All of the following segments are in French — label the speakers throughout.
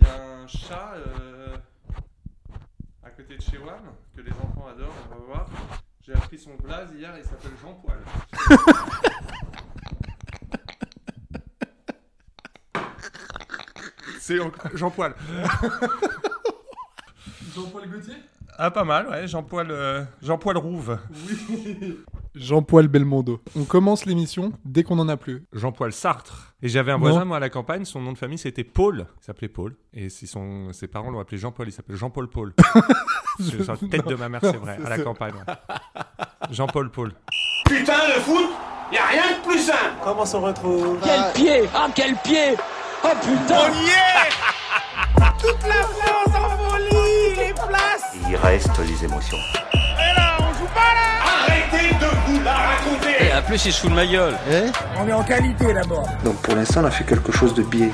Speaker 1: Il y a un chat euh, à côté de chez Wam que les enfants adorent, on va voir. J'ai appris son blaze hier, il s'appelle Jean Poil. C'est encore- Jean Poil.
Speaker 2: Jean Poil Gauthier
Speaker 1: Ah, pas mal, ouais, Jean Poil, euh, Jean Poil Rouve.
Speaker 2: Jean Poil Belmondo. On commence l'émission dès qu'on en a plus.
Speaker 1: Jean Poil Sartre. Et j'avais un
Speaker 2: Non.
Speaker 1: voisin, moi, à la campagne, son nom de famille c'était Paul. Il s'appelait Paul. Et si son, ses parents l'ont appelé Jean Paul, il s'appelle Jean-Paul Paul. C'est sur la tête de ma mère, c'est vrai, à la campagne. ouais. Jean-Paul Paul.
Speaker 3: Putain, le foot, y a rien de plus simple.
Speaker 4: Comment s'en retrouve
Speaker 5: Quel pied Ah quel pied Oh putain
Speaker 4: Toute la France en folie, les places
Speaker 6: Il reste les émotions.
Speaker 4: Et là, on joue pas là
Speaker 3: Arrêtez de vous la raconter.
Speaker 5: En plus il se fout de ma gueule
Speaker 4: On est en qualité d'abord.
Speaker 7: Donc pour l'instant, on a fait quelque chose de biais.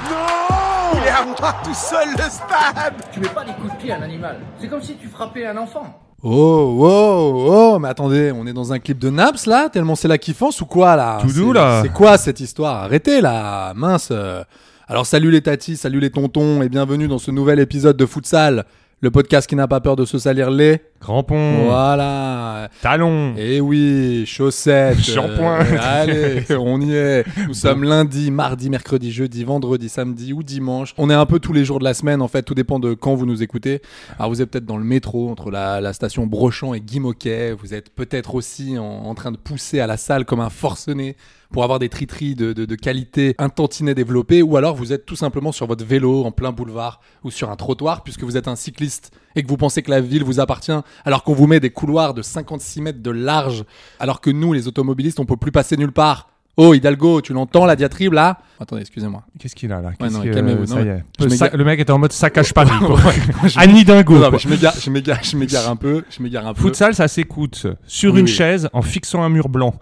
Speaker 8: Tu mets pas des coups de pied à un animal. C'est comme si tu frappais un enfant.
Speaker 2: Oh, oh, oh, mais attendez, on est dans un clip de Naps là Tellement c'est la kiffance ou quoi là
Speaker 1: Tout
Speaker 2: C'est-
Speaker 1: doux, là.
Speaker 2: C'est quoi cette histoire Arrêtez là, mince euh. Alors salut les tatis, salut les tontons et bienvenue dans ce nouvel épisode de Futsal, le podcast qui n'a pas peur de se salir les. Hmm.
Speaker 1: Crampon.
Speaker 2: Voilà
Speaker 1: Talon.
Speaker 2: Eh oui, chaussettes.
Speaker 1: Shampoing.
Speaker 2: euh, allez, on y est. Nous sommes lundi, mardi, mercredi, jeudi, vendredi, samedi ou dimanche. On est un peu tous les jours de la semaine, en fait. Tout dépend de quand vous nous écoutez. Alors, vous êtes peut-être dans le métro, entre la, la station Brochamp et Guy Moquet. Vous êtes peut-être aussi en, en train de pousser à la salle comme un forcené pour avoir des tritries de, de- de qualité un tantinet développé. Ou alors, vous êtes tout simplement sur votre vélo, en plein boulevard ou sur un trottoir, puisque vous êtes un cycliste et que vous pensez que la ville vous appartient, alors qu'on vous met des couloirs de 56 mètres de large, alors que nous, les automobilistes, on peut plus passer nulle part. Oh, Hidalgo, tu l'entends la diatribe là Attendez, excusez-moi.
Speaker 1: Qu'est-ce qu'il a là
Speaker 2: Ouais,
Speaker 1: Qu'est-ce
Speaker 2: non,
Speaker 1: que-
Speaker 2: calmez-vous,
Speaker 1: ça
Speaker 2: non,
Speaker 1: y est.
Speaker 2: mais-
Speaker 1: Le,
Speaker 2: je
Speaker 1: sa-
Speaker 2: m'égare.
Speaker 1: le mec était en mode ça cache pas lui, quoi.
Speaker 2: Je-
Speaker 1: Annie Dingo.
Speaker 2: Non, mais
Speaker 1: quoi.
Speaker 2: Ah, je m'égare, je m'égare, je m'égare un peu, je m'égare un peu.
Speaker 1: Futsal, ça s'écoute sur
Speaker 2: Oui,
Speaker 1: une
Speaker 2: oui.
Speaker 1: chaise en fixant un mur blanc.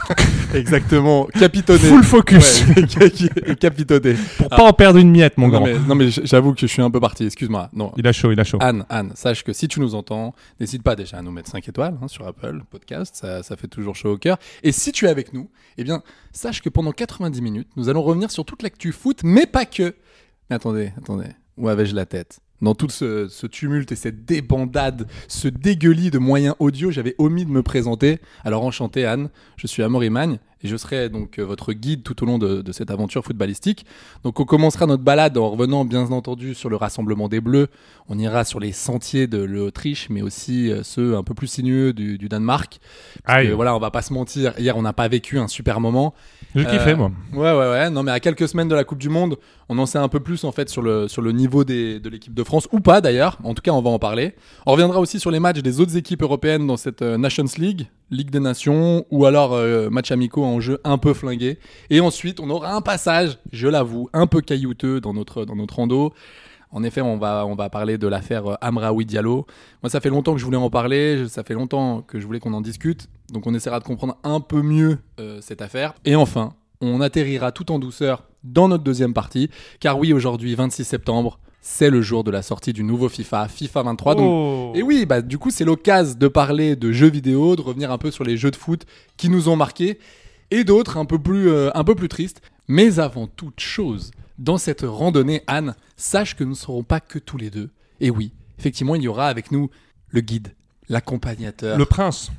Speaker 2: Exactement, capitonné.
Speaker 1: Full focus.
Speaker 2: Ouais, ca- ca- capitonné.
Speaker 1: Pour pas en perdre une miette, mon
Speaker 2: Non
Speaker 1: grand.
Speaker 2: mais, Ah, non, mais j'avoue que je suis un peu parti, excuse-moi. Non,
Speaker 1: Il a chaud, il a chaud.
Speaker 2: Anne, Anne, sache que si tu nous entends, n'hésite pas déjà à nous mettre 5 étoiles hein, sur Apple Podcast, ça, ça fait toujours chaud au cœur. Et si tu es avec nous, eh bien, sache que pendant 90 minutes, nous allons revenir sur toute l'actu foot, mais pas que. Mais attendez, attendez, où avais-je la tête Dans tout ce, ce tumulte et cette débandade, ce dégueulis de moyens audio, j'avais omis de me présenter. Alors enchanté Anne, je suis Amaury Magne et je serai donc euh, votre guide tout au long de- de cette aventure footballistique. Donc on commencera notre balade en revenant bien entendu sur le rassemblement des Bleus on ira sur les sentiers de l'Autriche, mais aussi euh, ceux un peu plus sinueux du, du Danemark. Parce
Speaker 1: Aïe.
Speaker 2: que, voilà, on va pas se mentir. Hier, on n'a pas vécu un super moment.
Speaker 1: J'ai kiffé,
Speaker 2: Euh,
Speaker 1: moi.
Speaker 2: Ouais, ouais, ouais. Non, mais à quelques semaines de la Coupe du Monde, on en sait un peu plus en fait sur le, sur le niveau des- de l'équipe de France, ou pas d'ailleurs. En tout cas, on va en parler. On reviendra aussi sur les matchs des autres équipes européennes dans cette euh, Nations League, Ligue des Nations, ou alors euh, match amicaux en jeu un peu flingué. Et ensuite, on aura un passage, je l'avoue, un peu caillouteux dans notre, dans notre rando. En effet, on va, on va parler de l'affaire euh, Amraoui Diallo. Moi, ça fait longtemps que je voulais en parler, je- ça fait longtemps que je voulais qu'on en discute. Donc, on essaiera de comprendre un peu mieux euh, cette affaire. Et enfin, on atterrira tout en douceur dans notre deuxième partie. Car oui, aujourd'hui, 26 septembre, c'est le jour de la sortie du nouveau FIFA, FIFA 23. Donc,
Speaker 1: Oh.
Speaker 2: et oui, bah, du coup, c'est l'occasion de parler de jeux vidéo, de revenir un peu sur les jeux de foot qui nous ont marqués et d'autres un peu plus, euh, un peu plus tristes. Mais avant toute chose, dans cette randonnée, Anne, sache que nous ne serons pas que tous les deux. Et oui, effectivement, il y aura avec nous le guide, l'accompagnateur,
Speaker 1: Le prince.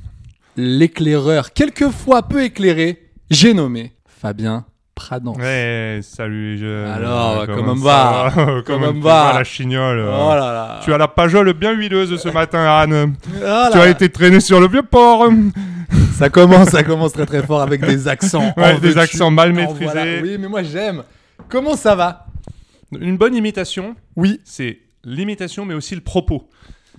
Speaker 2: l'éclaireur, quelquefois peu éclairé, j'ai nommé Fabien Pradence.
Speaker 1: Ouais, salut. je-
Speaker 2: Alors,
Speaker 1: euh,
Speaker 2: comment
Speaker 1: ça
Speaker 2: va Comment
Speaker 1: tu
Speaker 2: va
Speaker 1: La chignole.
Speaker 2: Oh
Speaker 1: euh.
Speaker 2: là là.
Speaker 1: Tu as la pajole bien huileuse ce matin, Anne.
Speaker 2: Oh là
Speaker 1: Tu as
Speaker 2: là.
Speaker 1: été traîné sur le vieux port.
Speaker 2: Ça commence, ça commence très très fort avec des accents.
Speaker 1: Ouais,
Speaker 2: en
Speaker 1: des
Speaker 2: veux-tu,
Speaker 1: accents mal
Speaker 2: en
Speaker 1: maîtrisés.
Speaker 2: Ah, voilà. Oui, mais moi j'aime. Comment ça va
Speaker 1: Une bonne imitation,
Speaker 2: Oui,
Speaker 1: c'est l'imitation, mais aussi le propos.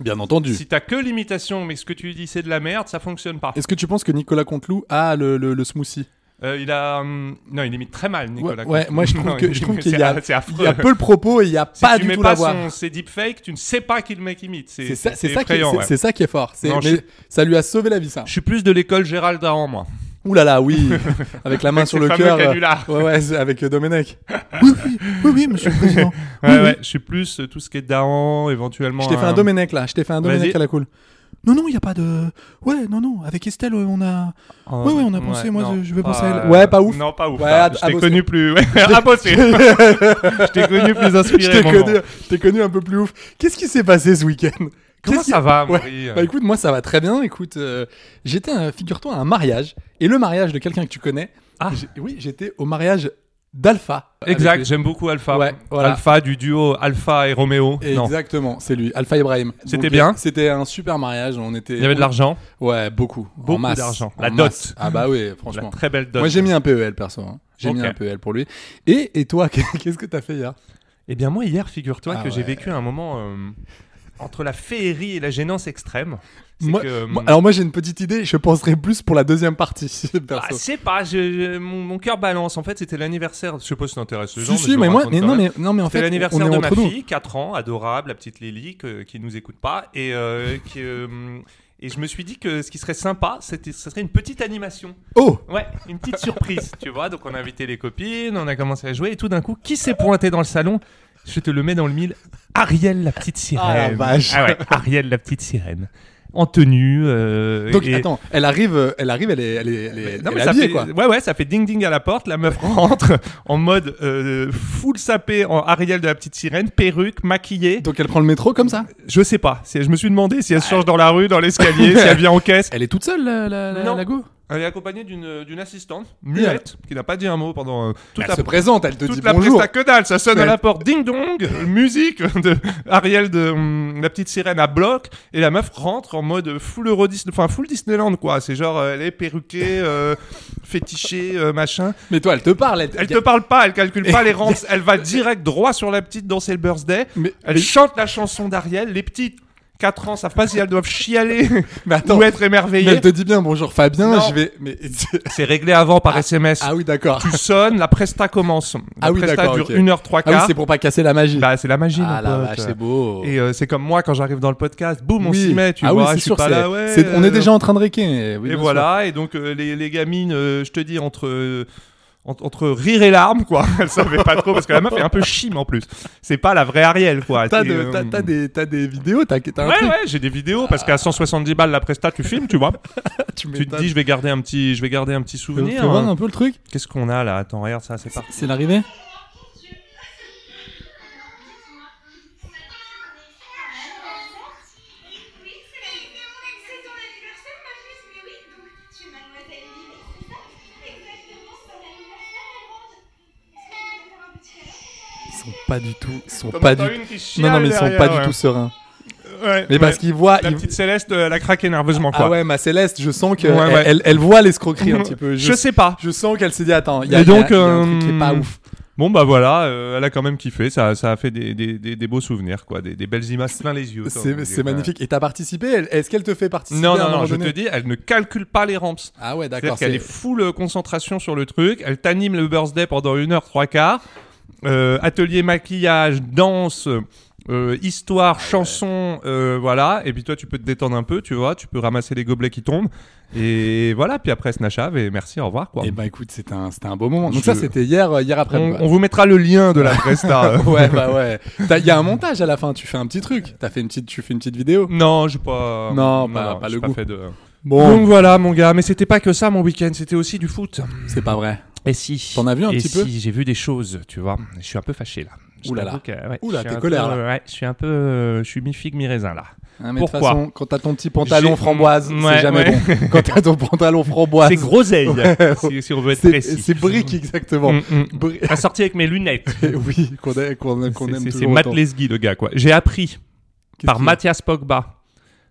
Speaker 2: bien entendu.
Speaker 1: Si t'as que l'imitation, mais ce que tu dis c'est de la merde, ça fonctionne pas.
Speaker 2: Est-ce que tu penses que Nicolas Conteloup a le, le- le smoothie
Speaker 1: Euh, il a. hum, non, il imite très mal Nicolas.
Speaker 2: Ouais, ouais,
Speaker 1: Cage.
Speaker 2: moi je trouve
Speaker 1: Non,
Speaker 2: que-
Speaker 1: il-
Speaker 2: je trouve
Speaker 1: c'est
Speaker 2: qu'il y a,
Speaker 1: a- c'est affreux.
Speaker 2: il y a peu le propos et il y a
Speaker 1: Si
Speaker 2: pas
Speaker 1: tu
Speaker 2: du
Speaker 1: mets
Speaker 2: tout la
Speaker 1: pas
Speaker 2: voix.
Speaker 1: son- ses deepfakes, tu ne sais pas qui le mec imite. C'est
Speaker 2: C'est ça, c'est ça, qui est-
Speaker 1: effrayant,
Speaker 2: c'est-
Speaker 1: ouais.
Speaker 2: c'est ça qui est fort. C'est-
Speaker 1: Non,
Speaker 2: mais
Speaker 1: je-
Speaker 2: ça lui a sauvé la vie ça.
Speaker 1: Je suis plus de l'école Gérald Daran, moi.
Speaker 2: Ouh là là, oui, avec la main
Speaker 1: Avec
Speaker 2: sur
Speaker 1: ses
Speaker 2: le
Speaker 1: fameux
Speaker 2: cœur. euh,
Speaker 1: canulars.
Speaker 2: Ouais, ouais, c'est avec euh, Domenech. oui, oui, oui, oui, monsieur le président.
Speaker 1: Ouais,
Speaker 2: Oui, oui.
Speaker 1: ouais, je suis plus euh, tout ce qui est Daran, éventuellement.
Speaker 2: Je t'ai fait un Domenech là, je t'ai fait un Domenech
Speaker 1: Vas-y.
Speaker 2: à la cool. Non, non, il n'y a pas de. Ouais, non, non, avec Estelle, euh, on a.
Speaker 1: Euh,
Speaker 2: Ouais, ouais, on a pensé, moi,
Speaker 1: non,
Speaker 2: je- je vais penser à
Speaker 1: euh,
Speaker 2: elle. Ouais, pas ouf.
Speaker 1: Non, pas ouf.
Speaker 2: Ouais,
Speaker 1: hein.
Speaker 2: à-
Speaker 1: je
Speaker 2: à
Speaker 1: t'ai
Speaker 2: bosser.
Speaker 1: connu plus. Ouais, à bosser. Je t'ai connu plus inspiré.
Speaker 2: je t'ai
Speaker 1: mon
Speaker 2: connu,
Speaker 1: grand.
Speaker 2: je t'ai connu un peu plus ouf. Qu'est-ce qui s'est passé ce week-end
Speaker 1: Comment
Speaker 2: Qu'est-ce
Speaker 1: ça
Speaker 2: qui-
Speaker 1: va,
Speaker 2: Ouais.
Speaker 1: Marie
Speaker 2: Bah écoute, moi ça va très bien. Écoute, euh, j'étais, un- figure-toi, à un mariage et le mariage de quelqu'un que tu connais.
Speaker 1: Ah.
Speaker 2: J'ai- oui, j'étais au mariage d'Alpha. Avec
Speaker 1: Exact,
Speaker 2: lui.
Speaker 1: j'aime beaucoup Alpha.
Speaker 2: Ouais, voilà.
Speaker 1: Alpha du duo Alpha et Roméo. Non.
Speaker 2: Exactement, c'est lui, Alpha Ibrahim.
Speaker 1: C'était
Speaker 2: Donc,
Speaker 1: bien
Speaker 2: C'était un super mariage. On était.
Speaker 1: Il y avait de l'argent,
Speaker 2: Ouais, beaucoup, En
Speaker 1: Beaucoup
Speaker 2: masse,
Speaker 1: d'argent.
Speaker 2: en
Speaker 1: La
Speaker 2: masse.
Speaker 1: dot.
Speaker 2: Ah bah oui,
Speaker 1: la
Speaker 2: franchement.
Speaker 1: très belle dot.
Speaker 2: Moi j'ai mis un PEL perso. hein. J'ai mis
Speaker 1: Ok.
Speaker 2: un PEL pour lui. Et, et toi, qu'est-ce que t'as fait hier
Speaker 1: Eh bien, moi, hier, figure-toi
Speaker 2: Ah
Speaker 1: que j'ai
Speaker 2: ouais.
Speaker 1: vécu un moment euh, entre la féerie et la gênance extrême. C'est
Speaker 2: Moi-
Speaker 1: que, hum,
Speaker 2: moi- Alors moi j'ai une petite idée. Je penserai plus pour la deuxième partie
Speaker 1: Ah,
Speaker 2: perso.
Speaker 1: c'est pas, je- je- mon, mon cœur balance. En fait, c'était l'anniversaire. Je sais pas si ça intéresse les gens.
Speaker 2: si
Speaker 1: je
Speaker 2: si,
Speaker 1: le
Speaker 2: mais moi,
Speaker 1: raconte
Speaker 2: mais
Speaker 1: quand
Speaker 2: non
Speaker 1: même.
Speaker 2: mais non mais en
Speaker 1: C'était
Speaker 2: fait, on
Speaker 1: l'anniversaire
Speaker 2: est
Speaker 1: de ma
Speaker 2: entre nous.
Speaker 1: fille, 4 ans, adorable, la petite Lily, que- qui nous écoute pas. Et, euh, qui, euh, et je me suis dit que ce qui serait sympa, c'était- ce serait une petite animation.
Speaker 2: Oh,
Speaker 1: Ouais, une petite surprise, tu vois. Donc on a invité les copines, on a commencé à jouer et tout d'un coup, qui s'est pointé dans le salon Je te le mets dans le mille. Ariel la petite sirène.
Speaker 2: Ah, la vache.
Speaker 1: Ah ouais, Ariel la petite sirène. En tenue. euh,
Speaker 2: Donc
Speaker 1: et-
Speaker 2: attends, elle arrive, euh, elle arrive, elle est, elle est, elle est,
Speaker 1: Non,
Speaker 2: elle
Speaker 1: mais
Speaker 2: est
Speaker 1: ça
Speaker 2: habillée,
Speaker 1: fait,
Speaker 2: quoi.
Speaker 1: ouais, ouais, ça fait ding ding à la porte. La meuf rentre en mode euh, full sapé en Ariel de la petite sirène, perruque, maquillée.
Speaker 2: Donc elle prend le métro comme ça.
Speaker 1: Je sais pas. Si, je me suis demandé si elle se change dans la rue, dans l'escalier, si elle vient en caisse.
Speaker 2: Elle est toute seule la, la, la-
Speaker 1: Non.
Speaker 2: la go.
Speaker 1: Elle est accompagnée d'une d'une assistante muette qui n'a pas dit un mot pendant euh, toute
Speaker 2: elle
Speaker 1: la
Speaker 2: se présente, elle te dit
Speaker 1: toute la
Speaker 2: bonjour.
Speaker 1: presta que dalle, ça sonne à
Speaker 2: Ouais.
Speaker 1: la porte, ding dong, euh, musique de Ariel de hum, la petite sirène à bloc, et la meuf rentre en mode full Euro Disney, enfin full Disneyland quoi, c'est genre euh, elle est perruquée, euh, fétichée, euh, machin.
Speaker 2: Mais toi, elle te parle. Elle,
Speaker 1: Elle te parle pas, elle calcule pas les rentes, elle va direct droit sur la petite dans ses birthday,
Speaker 2: Mais-
Speaker 1: elle
Speaker 2: mais-
Speaker 1: chante la chanson d'Ariel, les petites 4 ans savent pas si elles doivent chialer
Speaker 2: Mais attends.
Speaker 1: ou être
Speaker 2: Mais elle
Speaker 1: émerveillées.
Speaker 2: te dit bien bonjour Fabien.
Speaker 1: Non.
Speaker 2: Je vais. Mais
Speaker 1: C'est réglé avant par SMS.
Speaker 2: ah oui d'accord.
Speaker 1: Tu sonnes, la presta commence. La
Speaker 2: Ah oui,
Speaker 1: presta
Speaker 2: d'accord,
Speaker 1: dure
Speaker 2: ok.
Speaker 1: 1h3
Speaker 2: Ah oui, c'est pour pas casser la magie.
Speaker 1: Bah, c'est la magie, mon
Speaker 2: ah la
Speaker 1: pote.
Speaker 2: vache, c'est beau.
Speaker 1: Et euh, c'est comme moi quand j'arrive dans le podcast, boum, on
Speaker 2: Oui.
Speaker 1: s'y met, tu
Speaker 2: ah
Speaker 1: vois,
Speaker 2: oui, c'est
Speaker 1: je suis
Speaker 2: sûr,
Speaker 1: pas
Speaker 2: c'est-
Speaker 1: là, ouais.
Speaker 2: c'est- on
Speaker 1: euh,
Speaker 2: est déjà en train de réquer. oui,
Speaker 1: et
Speaker 2: bien
Speaker 1: voilà, et donc euh, les, les gamines, euh, je te dis, entre, euh, en- entre rire et larmes, quoi, elles savaient pas trop, parce que la meuf est un peu chime en plus. C'est pas la vraie Ariel, quoi.
Speaker 2: sûr. T'as
Speaker 1: Et,
Speaker 2: de-
Speaker 1: euh,
Speaker 2: t'as- t'as des, t'as des vidéos, t'as t'as un
Speaker 1: Ouais,
Speaker 2: truc.
Speaker 1: ouais, j'ai des vidéos, parce qu'à 170 balles la presta, tu filmes, tu vois.
Speaker 2: tu
Speaker 1: tu te dis, je vais garder un petit, je vais garder un petit
Speaker 2: Fais-
Speaker 1: souvenir. hein.
Speaker 2: fais voir un peu le truc.
Speaker 1: Qu'est-ce qu'on a là Attends, regarde ça, c'est parti.
Speaker 2: C'est l'arrivée. Ils sont pas du tout. Ils sont pas du. Non non mais ils sont pas du tout sereins. Mais parce qu'ils voient.
Speaker 1: La
Speaker 2: ils-
Speaker 1: petite Céleste, euh, elle a craqué nerveusement, quoi.
Speaker 2: Ah ouais, ma Céleste, je sens que
Speaker 1: Ouais,
Speaker 2: elle,
Speaker 1: ouais.
Speaker 2: elle- elle voit l'escroquerie un petit peu.
Speaker 1: Je sais pas.
Speaker 2: Je sens qu'elle s'est dit attends, il y a,
Speaker 1: Et
Speaker 2: il y a-
Speaker 1: donc,
Speaker 2: il y a un truc qui est
Speaker 1: euh,
Speaker 2: pas ouf.
Speaker 1: Bon bah voilà, euh, elle a quand même kiffé, ça, ça a fait des, des, des, des beaux souvenirs quoi, des, des belles images plein les yeux. quoi, on
Speaker 2: C'est
Speaker 1: va
Speaker 2: c'est
Speaker 1: dire.
Speaker 2: magnifique. Et t'as participé elle- Est-ce qu'elle te fait participer
Speaker 1: Non
Speaker 2: à un
Speaker 1: non non,
Speaker 2: moment
Speaker 1: je te
Speaker 2: donné
Speaker 1: dis, elle ne calcule pas les ramps.
Speaker 2: Ah ouais, d'accord.
Speaker 1: C'est-à-dire qu'elle est
Speaker 2: c'est-
Speaker 1: full euh, concentration sur le truc, elle t'anime le birthday pendant une heure trois quarts, Euh, atelier maquillage, danse, euh, histoire, chanson, euh, voilà. Et puis toi tu peux te détendre un peu, tu vois, tu peux ramasser les gobelets qui tombent et voilà. Puis après Snapchat et merci, au revoir quoi.
Speaker 2: Eh ben écoute, c'était un, c'était un beau moment. Donc
Speaker 1: Je-
Speaker 2: ça, c'était hier, euh, hier après.
Speaker 1: on, on vous mettra le lien de la presta. euh.
Speaker 2: ouais, bah ouais. T'as- Il y a un montage à la fin. Tu fais un petit truc. T'as fait une petite, tu fais une petite vidéo.
Speaker 1: Non, j'ai pas.
Speaker 2: Non, pas- pas
Speaker 1: j'ai
Speaker 2: le goût.
Speaker 1: fait de-
Speaker 2: Bon,
Speaker 1: Donc voilà, mon gars. Mais c'était pas que ça mon week-end, c'était aussi du foot.
Speaker 2: c'est pas vrai.
Speaker 1: Et si
Speaker 2: T'en as vu un
Speaker 1: Et
Speaker 2: petit peu
Speaker 1: si, j'ai vu des choses, tu vois. Je suis un peu fâché là. Je
Speaker 2: Ouh là
Speaker 1: t'avoue
Speaker 2: là.
Speaker 1: que, ouais,
Speaker 2: Ouh
Speaker 1: je
Speaker 2: là,
Speaker 1: suis
Speaker 2: t'es
Speaker 1: un
Speaker 2: colère,
Speaker 1: peu- Ouais, je suis un peu. euh, je suis mi figue mi raisin là.
Speaker 2: Hein, mais de toute
Speaker 1: Pourquoi
Speaker 2: façon, quand t'as ton petit pantalon
Speaker 1: J'ai-
Speaker 2: framboise,
Speaker 1: Ouais,
Speaker 2: c'est jamais
Speaker 1: ouais.
Speaker 2: bon. Quand t'as ton pantalon framboise,
Speaker 1: C'est groseille, si, si on veut être
Speaker 2: Ah, c'est
Speaker 1: précis.
Speaker 2: c'est brique exactement.
Speaker 1: Mm, mm.
Speaker 2: Bri- Eh
Speaker 1: Assorti avec mes lunettes.
Speaker 2: oui, qu'on a- qu'on a- qu'on
Speaker 1: C'est-
Speaker 2: aime
Speaker 1: c'est-
Speaker 2: toujours.
Speaker 1: C'est Matt
Speaker 2: autant.
Speaker 1: Lesguy, le gars, quoi. J'ai appris
Speaker 2: Qu'est-ce
Speaker 1: par
Speaker 2: qu'il-
Speaker 1: Mathias Pogba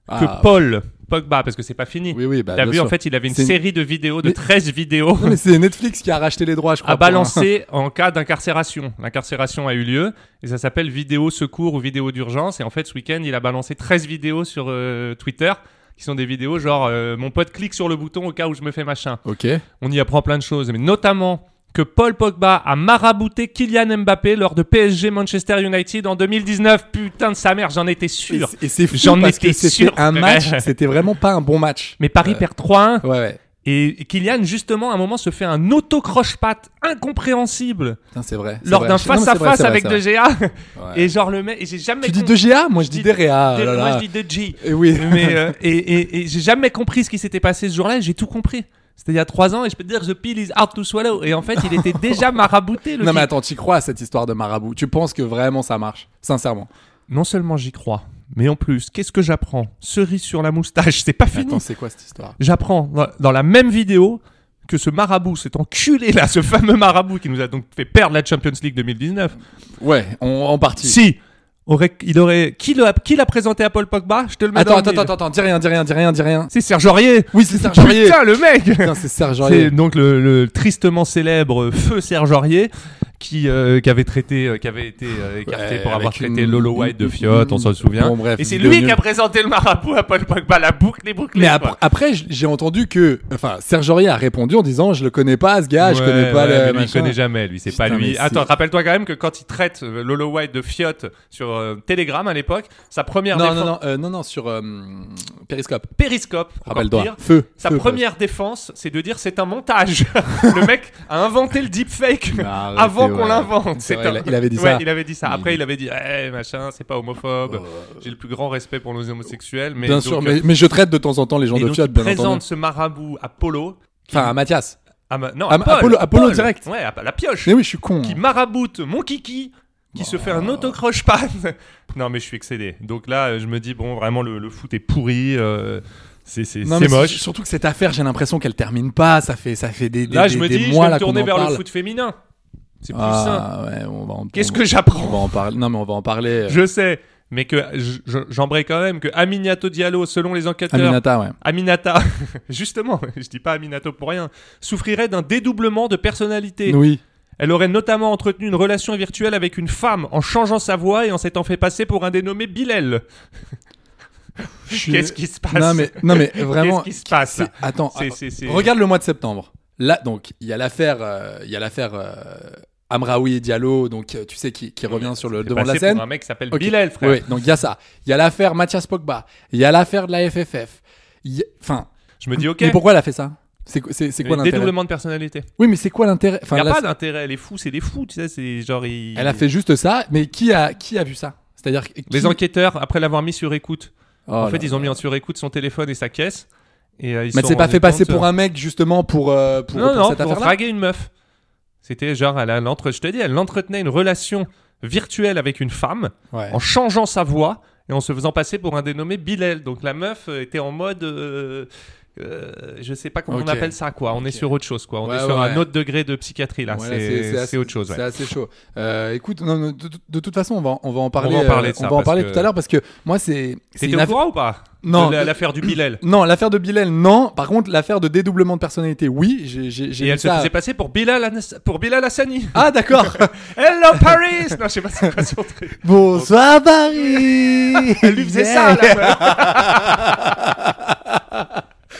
Speaker 1: que
Speaker 2: Ah,
Speaker 1: Paul Pogba, parce que c'est pas fini.
Speaker 2: Oui, oui, bah,
Speaker 1: T'as
Speaker 2: bien
Speaker 1: vu, en
Speaker 2: sûr.
Speaker 1: fait, il avait une
Speaker 2: C'est une-
Speaker 1: série de vidéos, de
Speaker 2: Mais-
Speaker 1: 13 vidéos.
Speaker 2: Non, mais c'est Netflix qui a racheté les droits, je crois.
Speaker 1: à
Speaker 2: pour un-
Speaker 1: balancer en cas d'incarcération. L'incarcération a eu lieu et ça s'appelle vidéo secours ou vidéo d'urgence. Et en fait, ce week-end, il a balancé 13 vidéos sur euh, Twitter qui sont des vidéos genre euh, mon pote clique sur le bouton au cas où je me fais machin.
Speaker 2: Ok.
Speaker 1: On y apprend plein de choses, mais notamment que Paul Pogba a marabouté Kylian Mbappé lors de PSG Manchester United en 2019. Putain de sa mère, j'en étais sûr.
Speaker 2: Et c'est fou
Speaker 1: J'en
Speaker 2: parce que
Speaker 1: étais
Speaker 2: c'était
Speaker 1: sûr.
Speaker 2: un match,
Speaker 1: Ouais.
Speaker 2: c'était vraiment pas un bon match.
Speaker 1: Mais Paris
Speaker 2: Euh,
Speaker 1: perd 3-1
Speaker 2: Ouais, ouais.
Speaker 1: et Kylian justement à un moment se fait un auto-croche-patte incompréhensible
Speaker 2: Putain, c'est vrai. c'est
Speaker 1: lors
Speaker 2: vrai.
Speaker 1: d'un
Speaker 2: Je- non, mais c'est
Speaker 1: face à
Speaker 2: vrai,
Speaker 1: face
Speaker 2: c'est vrai,
Speaker 1: avec
Speaker 2: c'est vrai.
Speaker 1: De Gea
Speaker 2: Ouais.
Speaker 1: et genre le mec et j'ai jamais
Speaker 2: Tu dis
Speaker 1: com-
Speaker 2: 2GA Moi je dis
Speaker 1: dis-
Speaker 2: DREA.
Speaker 1: De-
Speaker 2: oh là
Speaker 1: moi
Speaker 2: là.
Speaker 1: je dis De G.
Speaker 2: Eh oui.
Speaker 1: mais euh, et, et, et j'ai jamais compris ce qui s'était passé ce jour-là. J'ai tout compris. C'était il y a trois ans et je peux te dire The pill is hard to swallow. Et en fait, il était déjà marabouté. Le
Speaker 2: Non mais
Speaker 1: type.
Speaker 2: attends, tu crois à cette histoire de marabout Tu penses que vraiment ça marche Sincèrement.
Speaker 1: Non seulement j'y crois, mais en plus, qu'est-ce que j'apprends Cerise sur la moustache, c'est pas fini.
Speaker 2: Attends, c'est quoi cette histoire
Speaker 1: J'apprends dans- dans la même vidéo que ce marabout, cet enculé là, ce fameux marabout qui nous a donc fait perdre la Champions League 2019.
Speaker 2: Ouais, on- en partie.
Speaker 1: Si aurait, il aurait, qui l'a, qui l'a présenté à Paul Pogba Je te le mets
Speaker 2: Attends,
Speaker 1: dans le
Speaker 2: attends,
Speaker 1: mille.
Speaker 2: attends, attends, dis rien, dis rien, dis rien, dis rien.
Speaker 1: C'est Serge Aurier.
Speaker 2: Oui, c'est Serge Aurier.
Speaker 1: Putain, le mec.
Speaker 2: Putain, c'est Serge
Speaker 1: C'est
Speaker 2: Aurier.
Speaker 1: donc le, le tristement célèbre feu Serge Aurier qui, euh, qui avait traité, euh, qui avait été euh, écarté
Speaker 2: Ouais,
Speaker 1: pour avoir
Speaker 2: avec une-
Speaker 1: traité Lolo White de
Speaker 2: une-
Speaker 1: Fiot, on s'en souvient.
Speaker 2: Bon, bref,
Speaker 1: et c'est
Speaker 2: vidéo
Speaker 1: lui qui a
Speaker 2: nulle.
Speaker 1: présenté le marabout à Paul Pogba, la boucle est bouclée.
Speaker 2: Mais
Speaker 1: quoi.
Speaker 2: après, après, j- j'ai entendu que, enfin, Serge Aurier a répondu en disant, je le connais pas, ce gars, je
Speaker 1: Ouais,
Speaker 2: connais pas
Speaker 1: ouais, mais
Speaker 2: le.
Speaker 1: lui, il
Speaker 2: machin.
Speaker 1: connaît jamais, lui, c'est pas
Speaker 2: Putain, mais
Speaker 1: lui.
Speaker 2: c'est-
Speaker 1: Attends, rappelle-toi quand même que quand il traite euh, Lolo White de Fiot sur euh, Telegram à l'époque, sa première
Speaker 2: Non,
Speaker 1: défense.
Speaker 2: non, non, euh, non, non, sur euh, hum, Periscope.
Speaker 1: Périscope, encore
Speaker 2: Rappelle-toi.
Speaker 1: pire.
Speaker 2: Feu.
Speaker 1: Sa
Speaker 2: feu,
Speaker 1: première défense, c'est de dire c'est un montage. le mec a inventé le deepfake
Speaker 2: Mais arrêtez,
Speaker 1: avant qu'on
Speaker 2: ouais.
Speaker 1: l'invente. C'est
Speaker 2: C'est vrai,
Speaker 1: un-
Speaker 2: il a- il avait dit
Speaker 1: Ouais,
Speaker 2: ça.
Speaker 1: il avait dit ça. Après,
Speaker 2: Il-
Speaker 1: il avait dit eh, machin, c'est pas homophobe. J'ai le plus grand respect pour nos homosexuels. Mais
Speaker 2: Bien
Speaker 1: donc,
Speaker 2: sûr,
Speaker 1: euh,
Speaker 2: mais, mais je traite de temps en temps les gens
Speaker 1: et
Speaker 2: de
Speaker 1: donc,
Speaker 2: Fiat,
Speaker 1: il
Speaker 2: bien
Speaker 1: présente
Speaker 2: entendu.
Speaker 1: ce marabout Apollo.
Speaker 2: Enfin, à Mathias.
Speaker 1: à ma- non,
Speaker 2: À-
Speaker 1: à Paul,
Speaker 2: Apollo- Apollo
Speaker 1: Paul.
Speaker 2: direct.
Speaker 1: Ouais, à la pioche.
Speaker 2: Mais oui, je suis con.
Speaker 1: Qui
Speaker 2: hein.
Speaker 1: maraboute mon kiki. Qui se fait un autocroche panne. non, mais je suis excédé. Donc là, euh, je me dis bon, vraiment, le, le foot est pourri. euh, c'est c'est-
Speaker 2: Non,
Speaker 1: c'est
Speaker 2: mais
Speaker 1: moche.
Speaker 2: sur- Surtout que cette affaire, j'ai l'impression qu'elle termine pas. Ça fait, ça fait des, des,
Speaker 1: Là,
Speaker 2: des-
Speaker 1: je me
Speaker 2: des
Speaker 1: dis, je vais
Speaker 2: mois
Speaker 1: me
Speaker 2: là, qu'on
Speaker 1: tourner
Speaker 2: en
Speaker 1: vers
Speaker 2: parle.
Speaker 1: le foot féminin. C'est plus simple.
Speaker 2: Ah, ouais, on va en-
Speaker 1: Qu'est-ce
Speaker 2: on-
Speaker 1: que
Speaker 2: On va
Speaker 1: j'apprends
Speaker 2: en parler. Non, mais on va en parler. euh,
Speaker 1: Je sais, mais que je- je- j'embraye quand même que Aminato Diallo, selon les enquêteurs,
Speaker 2: Aminata, ouais.
Speaker 1: Aminata, justement, je dis pas Aminato pour rien, souffrirait d'un dédoublement de personnalité.
Speaker 2: Oui.
Speaker 1: Elle aurait notamment entretenu une relation virtuelle avec une femme en changeant sa voix et en s'étant fait passer pour un dénommé Bilal.
Speaker 2: Je suis-
Speaker 1: Qu'est-ce qui se passe
Speaker 2: Non, mais, non, mais vraiment.
Speaker 1: Qu'est-ce qui se passe là
Speaker 2: c'est- Attends,
Speaker 1: C'est-
Speaker 2: attends.
Speaker 1: c'est- c'est-
Speaker 2: regarde le mois de septembre. Là, donc, il y a l'affaire, euh, il y a l'affaire euh, Amraoui Diallo, donc euh, tu sais qui, qui revient sur le
Speaker 1: C'est
Speaker 2: devant de la
Speaker 1: passé
Speaker 2: scène.
Speaker 1: pour un mec qui s'appelle
Speaker 2: Ok.
Speaker 1: Bilal, frère.
Speaker 2: Oui, oui, donc il y a ça. Il y a l'affaire Mathias Pogba. Il y a l'affaire de la FFF. Il y a- Enfin.
Speaker 1: Je me dis, ok,
Speaker 2: Mais pourquoi elle a fait ça C'est quoi, c'est- c'est quoi l'intérêt
Speaker 1: dédoublement de personnalité.
Speaker 2: Oui, mais c'est quoi l'intérêt
Speaker 1: Il
Speaker 2: Enfin,
Speaker 1: n'y a
Speaker 2: là,
Speaker 1: pas d'intérêt, les fous, c'est des fous, tu sais, c'est genre. ils-
Speaker 2: Elle a fait juste ça, mais qui a, qui a vu ça C'est-à-dire que-
Speaker 1: Les
Speaker 2: qui-
Speaker 1: enquêteurs, après l'avoir mis sur écoute,
Speaker 2: Oh
Speaker 1: en
Speaker 2: là
Speaker 1: fait,
Speaker 2: là.
Speaker 1: ils ont mis en sur écoute son téléphone et sa caisse. Et, euh, ils
Speaker 2: Mais
Speaker 1: se sont
Speaker 2: c'est pas
Speaker 1: rendus
Speaker 2: fait passer
Speaker 1: compte,
Speaker 2: pour
Speaker 1: euh,
Speaker 2: un mec justement pour euh, pour,
Speaker 1: Non,
Speaker 2: pour
Speaker 1: non,
Speaker 2: cette
Speaker 1: pour
Speaker 2: affaire-là.
Speaker 1: draguer une meuf. C'était genre, elle, a l'entre... je te dis, elle entretenait une relation virtuelle avec une femme
Speaker 2: Ouais.
Speaker 1: en changeant sa voix et en se faisant passer pour un dénommé Bilal. Donc la meuf euh, était en mode. euh, euh, je sais pas comment
Speaker 2: Ok.
Speaker 1: on appelle ça, quoi. On est
Speaker 2: Ok.
Speaker 1: sur autre chose, quoi. On
Speaker 2: Ouais,
Speaker 1: est sur
Speaker 2: ouais.
Speaker 1: un autre degré de psychiatrie, là.
Speaker 2: Ouais,
Speaker 1: C'est- c'est
Speaker 2: assez-
Speaker 1: autre chose, ouais.
Speaker 2: C'est assez chaud. Euh, écoute, non, non, de, de- de toute façon, on va, on va en parler.
Speaker 1: va en parler de
Speaker 2: euh,
Speaker 1: ça,
Speaker 2: on va en
Speaker 1: parce
Speaker 2: parler
Speaker 1: que-
Speaker 2: tout à l'heure parce que moi, c'est. c'est
Speaker 1: T'étais
Speaker 2: une
Speaker 1: au
Speaker 2: affaire-
Speaker 1: courant ou pas
Speaker 2: Non.
Speaker 1: De la- L'affaire du Bilal.
Speaker 2: Non, l'affaire de Bilal, non. Par contre, l'affaire de dédoublement de personnalité, oui. J'ai, j'ai, j'ai
Speaker 1: Et
Speaker 2: vu
Speaker 1: elle se
Speaker 2: ça.
Speaker 1: faisait passer pour Bilal, Hass- pour Bilal Hassani.
Speaker 2: Ah, d'accord.
Speaker 1: Hello Paris Non, je sais pas c'est quoi son truc.
Speaker 2: Bonsoir Paris.
Speaker 1: Elle lui faisait ça, la
Speaker 2: Yeah.
Speaker 1: meuf.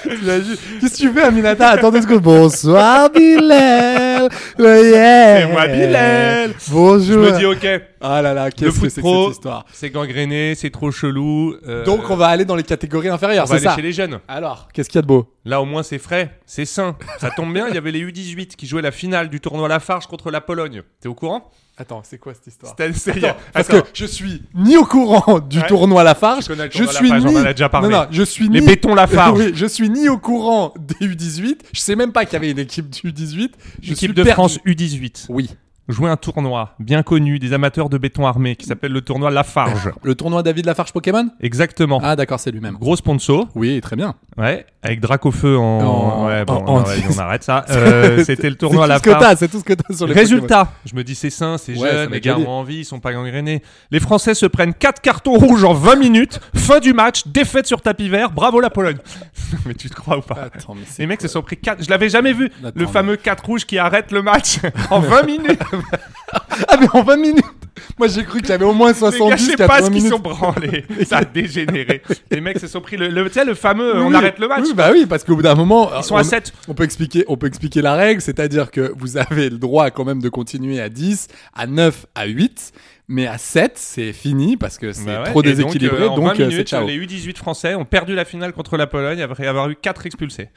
Speaker 2: Qu'est-ce que tu fais, Aminata Attends deux secondes. Bonsoir Bilal. Yeah.
Speaker 1: C'est moi, Bilal. Je
Speaker 2: Bonjour.
Speaker 1: me dis, ok,
Speaker 2: Ah là là,
Speaker 1: le
Speaker 2: qu'est-ce
Speaker 1: foot
Speaker 2: que c'est que cette
Speaker 1: pro,
Speaker 2: histoire
Speaker 1: c'est gangréné, c'est trop chelou. euh,
Speaker 2: Donc on va aller dans les catégories
Speaker 1: on
Speaker 2: inférieures,
Speaker 1: va
Speaker 2: c'est
Speaker 1: aller
Speaker 2: ça
Speaker 1: chez les jeunes.
Speaker 2: Alors, qu'est-ce qu'il y a de beau
Speaker 1: Là, au moins, c'est frais, c'est sain. Ça tombe bien, il y avait les U18 qui jouaient la finale du tournoi Lafarge contre la Pologne. T'es au courant
Speaker 2: Attends, c'est quoi cette histoire
Speaker 1: C'était- c'est-
Speaker 2: Parce
Speaker 1: Attends,
Speaker 2: que je suis ni au courant du
Speaker 1: Ouais.
Speaker 2: tournoi Lafarge,
Speaker 1: Tu connais le
Speaker 2: je
Speaker 1: tournoi
Speaker 2: suis
Speaker 1: Lafarge, on
Speaker 2: ni
Speaker 1: en a déjà parlé.
Speaker 2: Non, non, je suis
Speaker 1: les
Speaker 2: ni
Speaker 1: bétons Lafarge.
Speaker 2: Oui, je suis ni au courant des U18, je sais même pas qu'il y avait une équipe du U18. Je suis
Speaker 1: L'équipe de
Speaker 2: perdu.
Speaker 1: France U18
Speaker 2: Oui,
Speaker 1: jouait un tournoi bien connu des amateurs de béton armé qui s'appelle le tournoi Lafarge.
Speaker 2: le tournoi David Lafarge Pokémon
Speaker 1: Exactement.
Speaker 2: Ah d'accord, c'est lui-même.
Speaker 1: Gros sponsor.
Speaker 2: Oui, très bien.
Speaker 1: Ouais, avec Dracofeu en.
Speaker 2: En-
Speaker 1: Ouais, bon,
Speaker 2: en-
Speaker 1: non,
Speaker 2: en-
Speaker 1: vas-y, on arrête ça. Euh, C'était le tournoi à la
Speaker 2: C'est tout ce que
Speaker 1: fin.
Speaker 2: t'as, c'est tout ce que t'as sur les
Speaker 1: Résultat, je me dis c'est sain, c'est
Speaker 2: Ouais, ça
Speaker 1: jeune,
Speaker 2: m'a
Speaker 1: les gars
Speaker 2: gueulé.
Speaker 1: ont envie, ils sont pas gangrénés. Les Français se prennent 4 cartons rouges en 20 minutes, fin du match, défaite sur tapis vert, bravo la Pologne. mais tu te crois ou pas
Speaker 2: Pokémon. Attends, mais
Speaker 1: Les mecs se sont pris 4, je l'avais jamais vu,
Speaker 2: Ah, Attends,
Speaker 1: le
Speaker 2: mais-
Speaker 1: fameux 4 rouges qui arrête le match en 20 minutes.
Speaker 2: Ah mais en 20 minutes Moi, j'ai cru que j'avais au moins
Speaker 1: Les gars, je
Speaker 2: 70,
Speaker 1: sais pas ce
Speaker 2: 80
Speaker 1: qu'ils
Speaker 2: minutes.
Speaker 1: sont branlés. Ça a dégénéré. Les mecs se sont pris le, le- tu sais, le fameux,
Speaker 2: Oui,
Speaker 1: on
Speaker 2: oui.
Speaker 1: arrête le match.
Speaker 2: Oui, bah oui, parce qu'au bout d'un moment,
Speaker 1: Ils sont
Speaker 2: on-
Speaker 1: à 7.
Speaker 2: On peut expliquer, on peut expliquer la règle, c'est-à-dire que vous avez le droit quand même de continuer à 10, à 9, à 8, mais à 7, c'est fini parce que c'est
Speaker 1: Bah ouais.
Speaker 2: trop
Speaker 1: Et donc,
Speaker 2: déséquilibré,
Speaker 1: euh,
Speaker 2: donc,
Speaker 1: en 20
Speaker 2: euh, c'est
Speaker 1: minutes,
Speaker 2: ciao.
Speaker 1: les U18 français ont perdu la finale contre la Pologne après avoir eu 4 expulsés.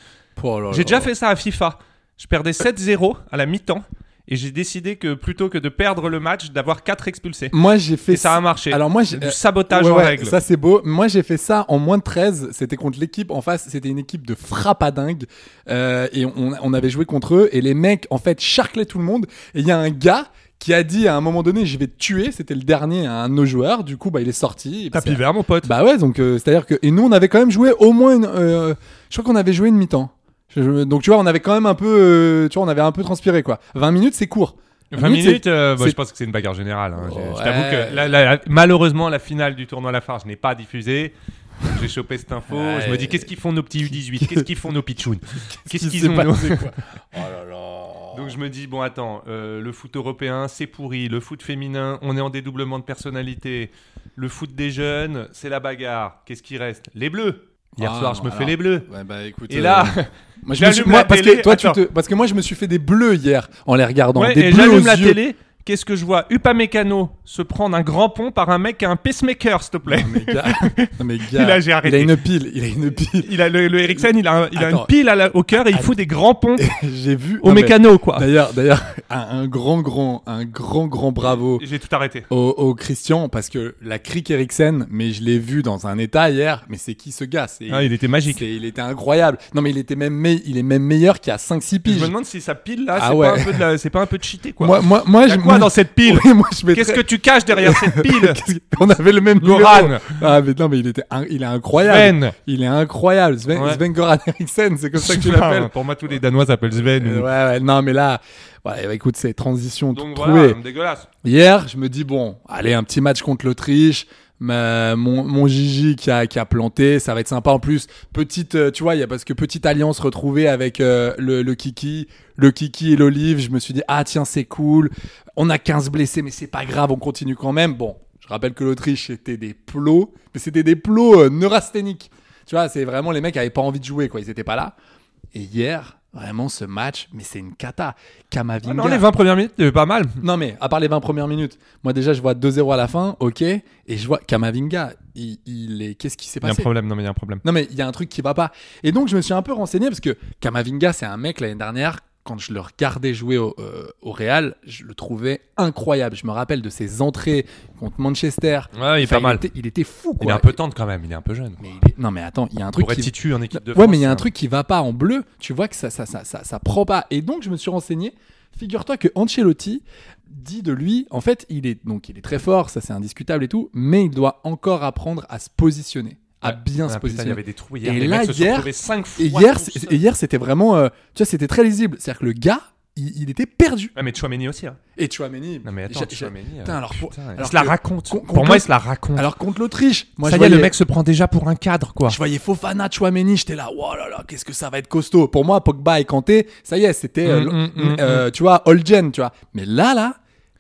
Speaker 2: Oh là là
Speaker 1: J'ai déjà
Speaker 2: là.
Speaker 1: fait ça à FIFA. Je perdais 7-0 à la mi-temps et j'ai décidé que plutôt que de perdre le match, d'avoir 4 expulsés.
Speaker 2: Moi, j'ai fait
Speaker 1: Et ça a marché.
Speaker 2: Alors moi, j'ai euh,
Speaker 1: Du sabotage
Speaker 2: Ouais,
Speaker 1: en
Speaker 2: ouais,
Speaker 1: règle.
Speaker 2: Ça, c'est beau. Moi, j'ai fait ça en moins de 13. C'était contre l'équipe en face. C'était une équipe de frappadingue. Euh, et on, on avait joué contre eux. Et les mecs, en fait, charclaient tout le monde. Et il y a un gars qui a dit à un moment donné, je vais te tuer. C'était le dernier à un de nos joueurs. Du coup, bah, il est sorti. Et puis,
Speaker 1: Tapis
Speaker 2: c'est-
Speaker 1: vert, mon pote.
Speaker 2: Bah ouais, donc euh, c'est-à-dire que. Et nous, on avait quand même joué au moins une. euh, je crois qu'on avait joué une mi-temps. Je- je- donc tu vois, on avait quand même un peu. euh, tu vois, on avait un peu transpiré, quoi. 20 minutes, c'est court.
Speaker 1: 20
Speaker 2: c'est-
Speaker 1: minutes, euh, bah,
Speaker 2: c'est-
Speaker 1: je pense que c'est une bagarre générale. hein. J'ai- Je
Speaker 2: Ouais.
Speaker 1: t'avoue que la- la- la- malheureusement, la finale du tournoi Lafarge n'est pas diffusée. J'ai chopé cette info. Je me dis, qu'est-ce qu'ils font nos petits U18 Qu'est-ce qu'ils font nos pitchouns Qu'est-ce
Speaker 2: qui
Speaker 1: qu'ils
Speaker 2: s'est
Speaker 1: ont Oh nos-
Speaker 2: passé, quoi
Speaker 1: Donc je me dis, bon attends, euh, le foot européen c'est pourri, le foot féminin on est en dédoublement de personnalité, le foot des jeunes c'est la bagarre, qu'est-ce qui reste Les bleus Hier
Speaker 2: Ah,
Speaker 1: soir je me fais
Speaker 2: alors.
Speaker 1: les bleus
Speaker 2: Ouais, bah écoute.
Speaker 1: Et
Speaker 2: euh,
Speaker 1: là,
Speaker 2: Moi, je me
Speaker 1: J'allume
Speaker 2: suis-
Speaker 1: la
Speaker 2: moi, parce,
Speaker 1: télé,
Speaker 2: que toi, tu
Speaker 1: attends.
Speaker 2: te- parce que moi, je me suis fait des bleus hier en les regardant.
Speaker 1: ouais,
Speaker 2: des
Speaker 1: et
Speaker 2: bleus aux
Speaker 1: j'allume la
Speaker 2: yeux.
Speaker 1: télé, qu'est-ce que je vois Upamecano se prendre un grand pont par un mec qui a un pacemaker s'il te plaît.
Speaker 2: Non, mais gars, non, mais gars,
Speaker 1: Et là, j'ai arrêté.
Speaker 2: Il a une pile. Il a une pile.
Speaker 1: Il a le, le Eriksen, il a, un- il a
Speaker 2: Attends.
Speaker 1: une pile à la- au cœur et il fout des grands ponts
Speaker 2: j'ai vu.
Speaker 1: au
Speaker 2: non, mais
Speaker 1: mécano quoi.
Speaker 2: D'ailleurs, d'ailleurs, un, un grand, grand, un grand, grand bravo.
Speaker 1: Et J'ai tout arrêté.
Speaker 2: Au, au Christian, parce que la crique Eriksen, mais je l'ai vu dans un état hier, mais c'est qui ce gars C'est-
Speaker 1: Ah, il était magique.
Speaker 2: c'est- il était incroyable. Non, mais il était même, me- il est même meilleur qu'il y a 5-6
Speaker 1: Je
Speaker 2: piges.
Speaker 1: me demande si sa pile là,
Speaker 2: Ah
Speaker 1: c'est
Speaker 2: ouais.
Speaker 1: pas un peu de la- c'est pas un peu cheaté quoi.
Speaker 2: Moi, moi, moi,
Speaker 1: Y a
Speaker 2: je-
Speaker 1: quoi
Speaker 2: moi-
Speaker 1: dans cette pile
Speaker 2: Oui, moi, je mettrais-
Speaker 1: Qu'est-ce que tu caches derrière cette pile
Speaker 2: Qu'est-ce que- On avait le même
Speaker 1: Goran.
Speaker 2: numéro. Ah mais non mais il était in- il est incroyable.
Speaker 1: Sven.
Speaker 2: Il est incroyable. Sven,
Speaker 1: Ouais.
Speaker 2: Sven Goran Eriksen, c'est comme ça que tu
Speaker 1: Putain,
Speaker 2: l'appelles.
Speaker 1: Pour moi, tous les Danois s'appellent Sven.
Speaker 2: Euh,
Speaker 1: ou-
Speaker 2: ouais ouais non mais là ouais, bah, écoute c'est transition
Speaker 1: Donc
Speaker 2: tout
Speaker 1: voilà,
Speaker 2: trouvée.
Speaker 1: dégueulasse.
Speaker 2: Hier je me dis bon allez un petit match contre l'Autriche. ma- mon, mon Gigi qui a, qui a planté, ça va être sympa en plus. Petite, euh, tu vois, il y a parce que petite alliance retrouvée avec euh, le, le Kiki, le Kiki et l'Olive. Je me suis dit ah tiens c'est cool. On a 15 blessés mais c'est pas grave, on continue quand même. Bon, je rappelle que l'Autriche c'était des plots, mais c'était des plots euh, neurasthéniques. Tu vois, c'est vraiment les mecs qui avaient pas envie de jouer quoi, ils étaient pas là. Et hier, vraiment ce match, mais c'est une cata. Kamavinga.
Speaker 1: non, les 20 premières minutes, c'était pas mal.
Speaker 2: Non mais à part les 20 premières minutes, moi déjà je vois 2-0 à la fin, ok, et je vois Kamavinga, il, il est, qu'est-ce qui s'est
Speaker 1: Il y a un
Speaker 2: passé
Speaker 1: problème, non, mais il y a un problème.
Speaker 2: Non mais il y a un truc qui va pas. Et donc je me suis un peu renseigné parce que Kamavinga c'est un mec l'année dernière quand je le regardais jouer au, euh, au Real, je le trouvais incroyable. Je me rappelle de ses entrées contre Manchester.
Speaker 1: Ouais, il est
Speaker 2: Enfin,
Speaker 1: pas mal.
Speaker 2: était- il était fou quoi.
Speaker 1: Il est un peu tendre quand même, il est un peu jeune.
Speaker 2: Mais il est- Non mais attends, il y a un truc
Speaker 1: Pour être
Speaker 2: qui
Speaker 1: titu en équipe de
Speaker 2: ouais, mais il y
Speaker 1: France,
Speaker 2: a un
Speaker 1: hein.
Speaker 2: truc qui va pas en bleu. Tu vois que ça, ça, ça, ça, ça prend pas. Et donc, je me suis renseigné. Figure-toi que Ancelotti dit de lui, en fait, il est donc il est très fort, ça c'est indiscutable et tout, mais il doit encore apprendre à se positionner, à bien
Speaker 1: Ah,
Speaker 2: se
Speaker 1: putain,
Speaker 2: positionner.
Speaker 1: Il y avait des trous hier.
Speaker 2: Et
Speaker 1: les
Speaker 2: là,
Speaker 1: mecs se sont
Speaker 2: hier-
Speaker 1: retrouvés cinq fois.
Speaker 2: et hier,
Speaker 1: tout
Speaker 2: c'est-
Speaker 1: seuls.
Speaker 2: et hier, c'était vraiment, euh, tu vois, c'était très lisible. C'est-à-dire que le gars, il, il était perdu.
Speaker 1: Ouais, mais Chouameni aussi. hein.
Speaker 2: Et Chouameni,
Speaker 1: Non, mais attends,
Speaker 2: j'a- j'a-
Speaker 1: Chouameni. euh,
Speaker 2: putain, alors, pour-
Speaker 1: putain, il
Speaker 2: alors
Speaker 1: se la
Speaker 2: que-
Speaker 1: raconte.
Speaker 2: con-
Speaker 1: Pour
Speaker 2: con-
Speaker 1: moi, il se la raconte.
Speaker 2: alors contre l'Autriche, moi
Speaker 1: Ça
Speaker 2: je
Speaker 1: y est, le
Speaker 2: voyais-
Speaker 1: mec se prend déjà pour un cadre, quoi.
Speaker 2: Je voyais Fofana, Chouameni, j'étais là, wow là là, qu'est-ce que ça va être costaud. Pour moi, Pogba et Kanté, ça y est, c'était, euh,
Speaker 1: Mm,
Speaker 2: lo-
Speaker 1: mm, mm,
Speaker 2: euh, tu vois, old gen, tu vois. Mais là, là,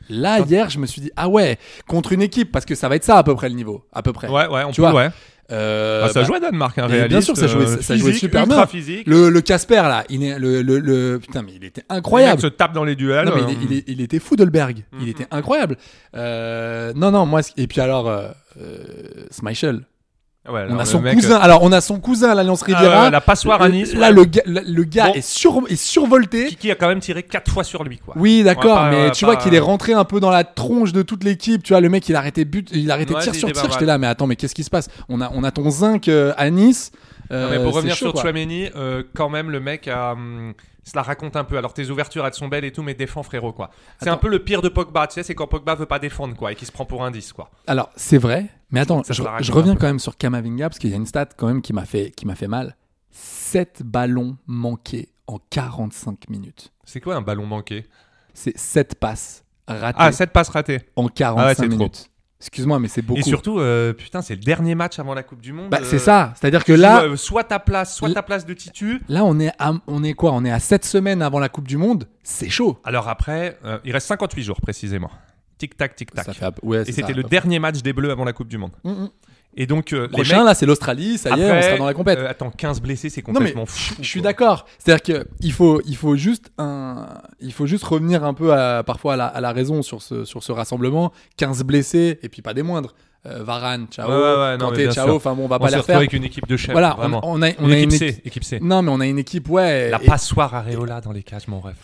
Speaker 2: là, hier, je me suis dit, ah ouais, contre une équipe, parce que ça va être ça à peu près le niveau, à peu près.
Speaker 1: Ouais, ouais, on
Speaker 2: Tu
Speaker 1: peut,
Speaker 2: vois,
Speaker 1: ouais.
Speaker 2: Euh,
Speaker 1: Ah, ça
Speaker 2: bah,
Speaker 1: jouait à Danemark, hein,
Speaker 2: mais
Speaker 1: réaliste.
Speaker 2: bien sûr, ça jouait,
Speaker 1: euh,
Speaker 2: ça jouait
Speaker 1: physique,
Speaker 2: super
Speaker 1: ultra
Speaker 2: bien.
Speaker 1: physique.
Speaker 2: Le, le Casper, là, il est, le, le, le- putain, mais il était
Speaker 1: Incroyable.
Speaker 2: incroyable.
Speaker 1: se tape dans les duels.
Speaker 2: Non, mais
Speaker 1: euh,
Speaker 2: il, est- il est- il était fou, Dolberg.
Speaker 1: Mm,
Speaker 2: Il était incroyable. Euh, non, non, moi, ce- et puis alors, euh, euh, Schmeichel.
Speaker 1: Ouais, alors,
Speaker 2: On a
Speaker 1: le
Speaker 2: son
Speaker 1: mec, euh,
Speaker 2: cousin. Euh, Alors, on a son cousin à l'Alliance Riviera.
Speaker 1: Ah ouais, la passoire à Nice,
Speaker 2: Là,
Speaker 1: ouais.
Speaker 2: le gars, le- le gars
Speaker 1: Bon.
Speaker 2: est, sur, est survolté.
Speaker 1: Kiki a quand même tiré quatre fois sur lui, quoi.
Speaker 2: Oui,
Speaker 1: On
Speaker 2: d'accord,
Speaker 1: va pas- on
Speaker 2: mais
Speaker 1: va
Speaker 2: tu
Speaker 1: pas- euh,
Speaker 2: vois qu'il est rentré un peu dans la tronche de toute l'équipe. Tu vois, le mec, il a arrêté but, il a arrêté
Speaker 1: Ouais,
Speaker 2: tir
Speaker 1: il
Speaker 2: sur
Speaker 1: était
Speaker 2: tir.
Speaker 1: pas
Speaker 2: J'étais
Speaker 1: mal.
Speaker 2: là, mais attends, mais qu'est-ce qui se passe on a, on a ton zinc euh, à Nice.
Speaker 1: Non, mais
Speaker 2: Euh,
Speaker 1: pour
Speaker 2: c'est
Speaker 1: revenir
Speaker 2: chaud,
Speaker 1: sur
Speaker 2: quoi.
Speaker 1: Chouameni, euh, quand même, le mec a, hum, se la raconte un peu. Alors, tes ouvertures, elles sont belles et tout, mais défends, frérot, quoi. C'est un
Speaker 2: Attends.
Speaker 1: peu le pire de Pogba, tu sais, c'est quand Pogba veut pas défendre, quoi, et qu'il se prend pour un 10, quoi.
Speaker 2: Alors, c'est vrai, mais attends,
Speaker 1: Ça
Speaker 2: je,
Speaker 1: te la raconte
Speaker 2: je
Speaker 1: un
Speaker 2: reviens quand même sur Kamavinga parce qu'il y a une stat quand même qui m'a fait, qui m'a fait mal. 7 ballons manqués en 45 minutes.
Speaker 1: C'est quoi un ballon manqué
Speaker 2: C'est 7 passes ratées
Speaker 1: Ah, 7 passes ratées.
Speaker 2: en
Speaker 1: Ah ouais,
Speaker 2: 45
Speaker 1: c'est trop.
Speaker 2: minutes. Excuse-moi, mais c'est beaucoup.
Speaker 1: Et surtout, euh, putain, c'est le dernier match avant la Coupe du Monde.
Speaker 2: Bah,
Speaker 1: euh,
Speaker 2: c'est ça, c'est-à-dire que
Speaker 1: joue,
Speaker 2: là,
Speaker 1: euh, soit ta place, soit
Speaker 2: L-
Speaker 1: ta place de titu.
Speaker 2: Là, on est à, on est quoi On est à 7 semaines avant la Coupe du Monde. C'est chaud.
Speaker 1: Alors après, euh, il reste 58 jours, précisément. tic tac, tic tac.
Speaker 2: Ça fait à- ouais,
Speaker 1: Et
Speaker 2: c'est ça,
Speaker 1: c'était
Speaker 2: à
Speaker 1: le
Speaker 2: peu
Speaker 1: dernier match des Bleus avant la Coupe du Monde.
Speaker 2: près. Mm, mm.
Speaker 1: Et donc euh, les
Speaker 2: Prochain,
Speaker 1: mecs,
Speaker 2: là, c'est l'australie, ça y est, on
Speaker 1: après,
Speaker 2: sera dans la compète.
Speaker 1: euh, attends, 15 blessés, c'est
Speaker 2: mais
Speaker 1: complètement fou.
Speaker 2: Je suis
Speaker 1: quoi.
Speaker 2: d'accord. C'est-à-dire que il faut, il faut juste un, il faut juste revenir un peu à, parfois à la, à la raison sur ce, sur ce rassemblement. 15 blessés et puis pas des moindres. Euh, Varane, ciao.
Speaker 1: Ouais, ouais, ouais, non, mais
Speaker 2: Kanté,
Speaker 1: bien
Speaker 2: ciao.
Speaker 1: sûr.
Speaker 2: Enfin bon, on va
Speaker 1: On
Speaker 2: pas
Speaker 1: s'est
Speaker 2: les
Speaker 1: retrouvé
Speaker 2: refaire.
Speaker 1: avec une équipe de chef.
Speaker 2: Voilà, on,
Speaker 1: vraiment.
Speaker 2: on a, on
Speaker 1: Une
Speaker 2: a
Speaker 1: équipe
Speaker 2: une
Speaker 1: C,
Speaker 2: équipe.
Speaker 1: équipe C.
Speaker 2: Non, mais on a une équipe, ouais.
Speaker 1: La
Speaker 2: et-
Speaker 1: passoire Areola dans les cages, mon rêve.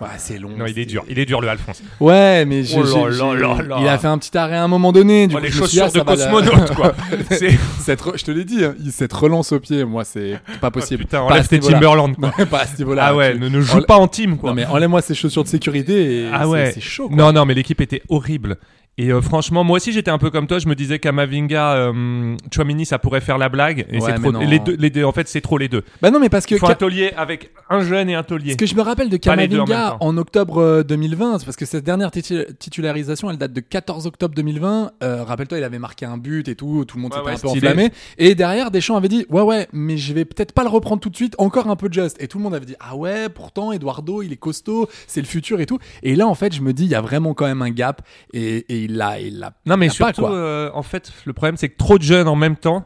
Speaker 2: Ouais, c'est long.
Speaker 1: Non, il est
Speaker 2: c'est-
Speaker 1: dur, il est dur le Alphonse.
Speaker 2: Ouais, mais j'ai-
Speaker 1: Oh là
Speaker 2: j'ai-
Speaker 1: là
Speaker 2: j'ai-
Speaker 1: là là.
Speaker 2: il a fait un petit arrêt à un moment donné. Du
Speaker 1: Oh,
Speaker 2: coup,
Speaker 1: les
Speaker 2: je me suis dit,
Speaker 1: chaussures
Speaker 2: ah,
Speaker 1: de
Speaker 2: ça va la-
Speaker 1: cosmonaute, quoi. C'est
Speaker 2: Cette re- je te l'ai dit, hein, il- cette relance au pied, moi, c'est pas possible.
Speaker 1: Ah, putain,
Speaker 2: Pas à
Speaker 1: enlève
Speaker 2: ce
Speaker 1: tes
Speaker 2: niveau-là.
Speaker 1: Timberland, quoi.
Speaker 2: pas à ce niveau-là.
Speaker 1: Ah ouais,
Speaker 2: Tu-
Speaker 1: ne, ne joue
Speaker 2: Enlè-
Speaker 1: pas en team, quoi.
Speaker 2: Non mais enlève-moi ces chaussures de sécurité et
Speaker 1: ah
Speaker 2: c'est-
Speaker 1: ouais.
Speaker 2: c'est chaud. quoi.
Speaker 1: Non, non, mais l'équipe était horrible. Et euh, franchement, moi aussi j'étais un peu comme toi. Je me disais qu'Amavinga, euh, Chouamini, ça pourrait faire la blague. Et
Speaker 2: Ouais,
Speaker 1: c'est trop.
Speaker 2: mais non.
Speaker 1: Les deux, les deux, en fait, c'est trop les deux.
Speaker 2: Bah non mais parce que
Speaker 1: Il faut un
Speaker 2: Ka-
Speaker 1: taulier avec un jeune et un taulier.
Speaker 2: ce que je me rappelle de
Speaker 1: Pas les deux en
Speaker 2: Kamavinga
Speaker 1: même temps.
Speaker 2: en, octobre euh, 2020, c'est parce que cette dernière titu- titularisation, elle date de 14 octobre 2020. Euh, Rappelle-toi, il avait marqué un but et tout, tout le monde
Speaker 1: Ouais,
Speaker 2: s'était
Speaker 1: ouais,
Speaker 2: un peu
Speaker 1: stylé.
Speaker 2: enflammé. Et derrière, Deschamps avait dit ouais ouais, mais je vais peut-être pas le reprendre tout de suite, encore un peu de just. Et tout le monde avait dit ah ouais, pourtant Eduardo, il est costaud, c'est le futur et tout. Et là en fait, je me dis il y a vraiment quand même un gap et, et il l'a il l'a.
Speaker 1: Non, mais
Speaker 2: il l'a pas,
Speaker 1: surtout,
Speaker 2: quoi.
Speaker 1: euh, en fait, le problème, c'est que trop de jeunes en même temps.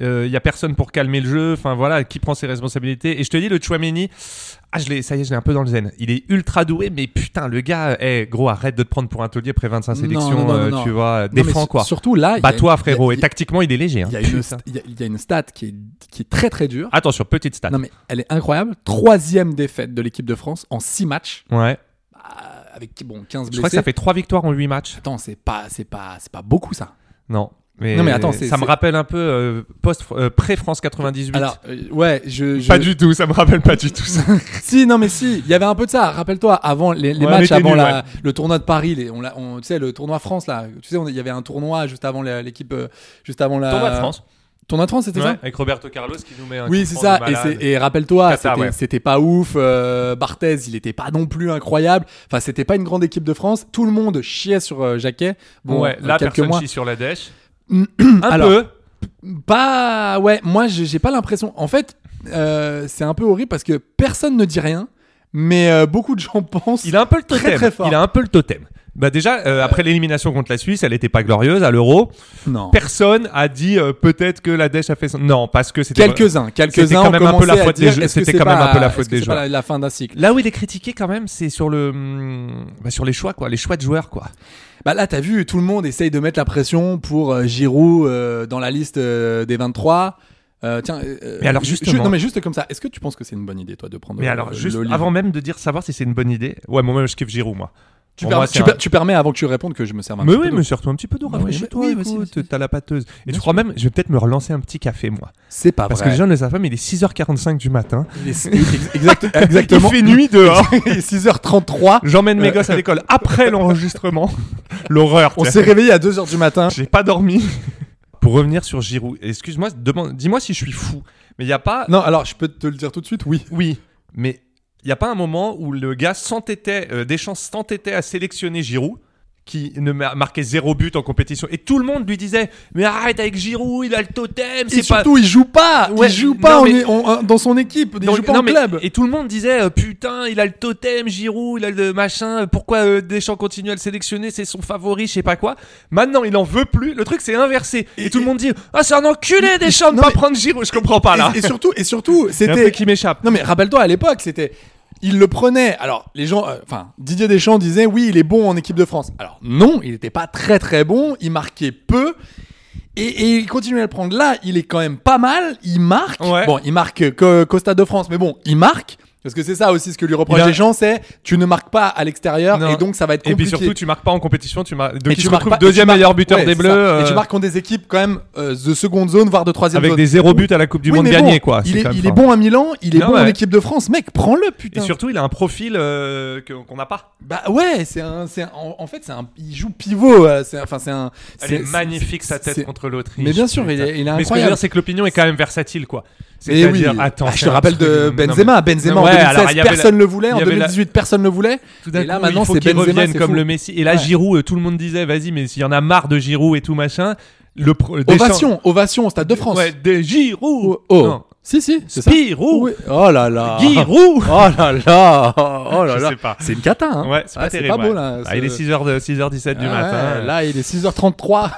Speaker 1: Il y a personne pour calmer le jeu. Enfin voilà, qui prend ses responsabilités. Et je te dis, le Chouameni, ah je l'ai, ça y est, je l'ai un peu dans le zen. Il est ultra doué, mais putain, le gars, eh gros, arrête de te prendre pour un taulier après 25
Speaker 2: Non,
Speaker 1: sélections,
Speaker 2: non, non,
Speaker 1: euh,
Speaker 2: non,
Speaker 1: tu
Speaker 2: non.
Speaker 1: vois,
Speaker 2: Non, mais
Speaker 1: défends
Speaker 2: su-
Speaker 1: quoi.
Speaker 2: Surtout là, il y a-
Speaker 1: Bats-toi frérot.
Speaker 2: il
Speaker 1: Et
Speaker 2: y a-
Speaker 1: tactiquement, il est léger. hein.
Speaker 2: Il y, a une,
Speaker 1: Putain.
Speaker 2: il y a- il y a une stat qui est, qui est très très dure.
Speaker 1: Attention, petite stat.
Speaker 2: Non mais elle est incroyable. Troisième défaite de l'équipe de France en 6 matchs.
Speaker 1: Ouais.
Speaker 2: Bah, avec bon 15 blessés.
Speaker 1: Je crois que ça fait 3 victoires en 8 matchs.
Speaker 2: Attends, c'est pas, c'est pas, c'est pas beaucoup ça.
Speaker 1: Non. Mais,
Speaker 2: Non, mais attends, c'est-
Speaker 1: ça me
Speaker 2: c'est-
Speaker 1: rappelle un peu euh, post euh, pré-France 98.
Speaker 2: Alors euh, ouais, je, je-
Speaker 1: pas du tout, ça me rappelle pas du tout ça.
Speaker 2: si non mais si, il y avait un peu de ça. Rappelle-toi avant les, les
Speaker 1: Ouais, on
Speaker 2: matchs
Speaker 1: était
Speaker 2: avant
Speaker 1: nuls,
Speaker 2: la- le tournoi de Paris, les, on, l'a- on- tu sais le tournoi France là. Tu sais on- il y avait un tournoi juste avant la- l'équipe, euh, juste avant la
Speaker 1: Tournoi de France.
Speaker 2: Tournoi de France, c'était
Speaker 1: Ouais,
Speaker 2: ça.
Speaker 1: avec Roberto Carlos Hein, qui nous met un
Speaker 2: Oui,
Speaker 1: coup
Speaker 2: c'est
Speaker 1: franc
Speaker 2: ça.
Speaker 1: de
Speaker 2: Et,
Speaker 1: malade.
Speaker 2: c'est- et rappelle-toi,
Speaker 1: Qatar,
Speaker 2: c'était
Speaker 1: ouais.
Speaker 2: c'était pas ouf. Euh, Barthez, il était pas non plus incroyable. Enfin, c'était pas une grande équipe de France. Tout le monde chiait sur euh, Jacquet. Bon,
Speaker 1: ouais,
Speaker 2: euh,
Speaker 1: là,
Speaker 2: quelques
Speaker 1: personne
Speaker 2: mois. Mm.
Speaker 1: chie sur la dèche.
Speaker 2: un
Speaker 1: peu.
Speaker 2: Bah ouais, moi j'ai j'ai pas l'impression. En fait, euh, c'est un peu horrible parce que personne ne dit rien, mais euh, beaucoup de gens pensent.
Speaker 1: Il a un peu le totem.
Speaker 2: très, fort.
Speaker 1: Il a un peu le totem. Bah déjà, euh, après l'élimination contre la Suisse, elle n'était pas glorieuse à l'euro.
Speaker 2: Non.
Speaker 1: Personne a dit euh, peut-être que la dèche a fait son... Non, parce que c'était...
Speaker 2: Quelques-uns,
Speaker 1: C'était
Speaker 2: quelques-uns
Speaker 1: quand
Speaker 2: ont
Speaker 1: même un peu
Speaker 2: commencé
Speaker 1: la
Speaker 2: à
Speaker 1: faute des
Speaker 2: dire,
Speaker 1: jeux-
Speaker 2: est-ce que
Speaker 1: c'était
Speaker 2: c'est
Speaker 1: quand même
Speaker 2: pas-
Speaker 1: un peu la faute
Speaker 2: est-ce que
Speaker 1: des
Speaker 2: c'est pas
Speaker 1: joueurs.
Speaker 2: la- la fin d'un cycle.
Speaker 1: Là où il est critiqué quand même, c'est sur le... hum, bah, sur les choix, quoi. Les choix de joueurs, quoi.
Speaker 2: Bah là, t'as vu, tout le monde essaye de mettre la pression pour euh, Giroud euh, dans la liste euh, des 23. Euh, tiens, euh,
Speaker 1: Mais alors,
Speaker 2: ju-
Speaker 1: justement-
Speaker 2: ju- non mais juste comme ça. Est-ce que tu penses que c'est une bonne idée, toi, de prendre
Speaker 1: Mais
Speaker 2: euh,
Speaker 1: alors, juste
Speaker 2: l'Olive
Speaker 1: avant même de dire savoir si c'est une bonne idée... Ouais, moi, même, je kiffe Giroud, moi.
Speaker 2: tu,
Speaker 1: Pour
Speaker 2: permets-
Speaker 1: moi, c'est
Speaker 2: tu,
Speaker 1: un-
Speaker 2: per- tu permets avant que tu répondes que je me serve un
Speaker 1: Mais
Speaker 2: petit
Speaker 1: oui,
Speaker 2: peu
Speaker 1: mais
Speaker 2: d'eau.
Speaker 1: surtout un petit peu d'eau,
Speaker 2: Oui,
Speaker 1: rafraîchis-toi,
Speaker 2: oui, vas-y,
Speaker 1: écoute,
Speaker 2: vas-y,
Speaker 1: t'as la pâteuse. Et
Speaker 2: Bien
Speaker 1: tu crois même, je vais peut-être me relancer un petit café, moi.
Speaker 2: C'est pas
Speaker 1: Parce que
Speaker 2: vrai.
Speaker 1: les gens ne savent pas, mais il est 6h45 du matin.
Speaker 2: Il est- ex- exact- exactement.
Speaker 1: Il fait nuit dehors.
Speaker 2: Il est 6h33.
Speaker 1: J'emmène mes gosses à l'école après l'enregistrement. L'horreur.
Speaker 2: On
Speaker 1: tu
Speaker 2: s'est
Speaker 1: sais.
Speaker 2: réveillé à 2h du matin.
Speaker 1: J'ai pas dormi. Pour revenir sur Giroud, excuse-moi, demande- dis-moi si je suis fou. Mais il y a pas.
Speaker 2: Non, alors je peux te le dire tout de suite. Oui.
Speaker 1: Oui, mais il y a pas un moment où le gars s'entêtait, euh, Deschamps s'entêtait à sélectionner Giroud qui ne mar- marquait zéro but en compétition et tout le monde lui disait mais arrête avec Giroud il a le totem
Speaker 2: Et
Speaker 1: c'est pas
Speaker 2: surtout, il joue pas.
Speaker 1: Ouais,
Speaker 2: il joue pas
Speaker 1: non,
Speaker 2: en-
Speaker 1: mais-
Speaker 2: en- en- dans son équipe. Il
Speaker 1: Donc,
Speaker 2: joue pas
Speaker 1: non,
Speaker 2: en
Speaker 1: mais-
Speaker 2: club.
Speaker 1: Et tout le monde disait euh, putain, il a le totem, Giroud, il a le machin. euh, Pourquoi euh, Deschamps continue à le sélectionner C'est son favori, je sais pas quoi. Maintenant, il en veut plus. Le truc, c'est inversé. Et, tout le monde dit ah, c'est un enculé Deschamps de
Speaker 2: Non,
Speaker 1: pas
Speaker 2: mais-
Speaker 1: prendre Giroud. Je comprends pas là.
Speaker 2: Et, et surtout, et surtout,
Speaker 1: Il y a un
Speaker 2: c'était
Speaker 1: truc qui m'échappe.
Speaker 2: Non mais rappelle-toi à l'époque, c'était il le prenait. Alors les gens, euh, enfin Didier Deschamps disait oui il est bon en équipe de France. Alors non, il n'était pas très très bon, il marquait peu. Et, et il continuait à le prendre. Là, il est quand même pas mal. Il marque.
Speaker 1: Ouais.
Speaker 2: Bon, il marque que Costa de France, mais bon, il marque. Parce que c'est ça aussi ce que lui reprochent
Speaker 1: Il a-
Speaker 2: les gens, c'est tu ne marques pas à l'extérieur
Speaker 1: Non.
Speaker 2: et donc ça va être
Speaker 1: Et
Speaker 2: compliqué.
Speaker 1: puis surtout, tu marques pas en compétition. Tu marques. Donc,
Speaker 2: Et
Speaker 1: il
Speaker 2: tu
Speaker 1: se
Speaker 2: marques
Speaker 1: retrouve
Speaker 2: pas-
Speaker 1: deuxième
Speaker 2: et tu
Speaker 1: meilleur
Speaker 2: marques-
Speaker 1: buteur
Speaker 2: ouais,
Speaker 1: des
Speaker 2: c'est
Speaker 1: Bleus.
Speaker 2: ça. Et tu
Speaker 1: euh,
Speaker 2: marques en des équipes quand même euh, de seconde zone, voire de troisième
Speaker 1: avec
Speaker 2: zone.
Speaker 1: des zéro but à la Coupe du
Speaker 2: Oui,
Speaker 1: Monde
Speaker 2: mais bon,
Speaker 1: gagné quoi. C'est
Speaker 2: Il, est,
Speaker 1: quand même
Speaker 2: il est
Speaker 1: fort.
Speaker 2: bon à Milan, il est
Speaker 1: Non,
Speaker 2: bon en
Speaker 1: ouais.
Speaker 2: équipe de France. Mec, prends-le, putain.
Speaker 1: Et surtout, il a un profil euh, que- qu'on n'a pas.
Speaker 2: Bah ouais, c'est un, c'est un- en, en fait c'est un, il joue pivot, euh, c'est enfin c'est un.
Speaker 1: Elle
Speaker 2: c'est-
Speaker 1: est, magnifique
Speaker 2: c'est-
Speaker 1: sa tête
Speaker 2: c'est-
Speaker 1: contre l'Autriche.
Speaker 2: Mais bien sûr, il est- il
Speaker 1: Mais ce que
Speaker 2: est
Speaker 1: je veux
Speaker 2: incroyable.
Speaker 1: dire, c'est que l'opinion est quand même versatile, quoi.
Speaker 2: Mais oui.
Speaker 1: C'est-à-dire, attends,
Speaker 2: Ah, je
Speaker 1: c'est
Speaker 2: te
Speaker 1: un
Speaker 2: rappelle
Speaker 1: truc-
Speaker 2: de
Speaker 1: non, mais-
Speaker 2: Benzema. Benzema
Speaker 1: Ouais,
Speaker 2: en 2016,
Speaker 1: alors, il y avait
Speaker 2: personne
Speaker 1: la-
Speaker 2: le voulait.
Speaker 1: il y
Speaker 2: En
Speaker 1: avait la-
Speaker 2: 2018, personne ne le voulait.
Speaker 1: Tout d'un
Speaker 2: Et là
Speaker 1: coup,
Speaker 2: maintenant
Speaker 1: il faut
Speaker 2: c'est
Speaker 1: qu'il
Speaker 2: Benzema,
Speaker 1: revienne
Speaker 2: c'est
Speaker 1: comme
Speaker 2: fou.
Speaker 1: le Messi. Et là,
Speaker 2: Ouais.
Speaker 1: Giroud, euh, tout le monde disait, vas-y, mais s'il y en a marre de Giroud et tout machin, le pro- Deschamps-
Speaker 2: Ovation, ovation au stade de France.
Speaker 1: Ouais, des Giroud.
Speaker 2: Oh.
Speaker 1: Non.
Speaker 2: Si, si, c'est ça.
Speaker 1: Spirou
Speaker 2: Oui. Oh là là.
Speaker 1: Giroud
Speaker 2: Oh là là. Oh là
Speaker 1: Je
Speaker 2: là.
Speaker 1: sais pas.
Speaker 2: C'est une cata. Hein.
Speaker 1: Ouais, c'est pas
Speaker 2: Ah,
Speaker 1: terrible.
Speaker 2: pas beau
Speaker 1: ouais.
Speaker 2: là.
Speaker 1: Ah,
Speaker 2: ce-
Speaker 1: il est 6h de, 6h17 du
Speaker 2: Ah ouais,
Speaker 1: matin.
Speaker 2: Là, il est 6h33.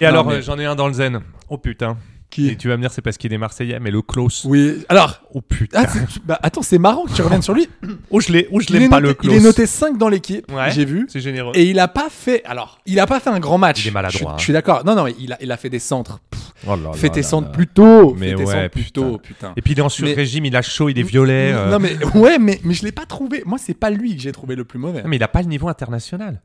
Speaker 1: Et
Speaker 2: Non,
Speaker 1: alors,
Speaker 2: mais-
Speaker 1: euh, j'en ai un dans le zen. Oh putain.
Speaker 2: Qui
Speaker 1: Et tu vas me dire, c'est parce qu'il est Marseillais, mais le Klaus.
Speaker 2: Oui. Alors.
Speaker 1: Oh putain.
Speaker 2: Ah, c'est- bah, attends, c'est marrant que tu reviennes sur lui.
Speaker 1: oh, je l'ai, oh, je
Speaker 2: il, est
Speaker 1: l'aime pas
Speaker 2: noté,
Speaker 1: le Klaus.
Speaker 2: il est noté 5 dans l'équipe,
Speaker 1: Ouais.
Speaker 2: j'ai vu.
Speaker 1: C'est généreux.
Speaker 2: Et il a pas fait. Alors, il a pas fait un grand match.
Speaker 1: Il est maladroit,
Speaker 2: Je, suis-
Speaker 1: hein.
Speaker 2: je suis d'accord. Non, non, mais il a, il a fait des centres. Pff,
Speaker 1: Oh là là
Speaker 2: fais tes
Speaker 1: là
Speaker 2: centres
Speaker 1: là.
Speaker 2: plus tôt.
Speaker 1: Mais
Speaker 2: fais tes
Speaker 1: ouais,
Speaker 2: centres plus tôt, putain. Mm,
Speaker 1: Et puis il est en sur-régime, il a chaud, il est violet. euh.
Speaker 2: Non mais ouais, mais mais je l'ai pas trouvé. Moi, c'est pas lui que j'ai trouvé le plus mauvais.
Speaker 1: Non, Ah, mais il a pas le niveau international.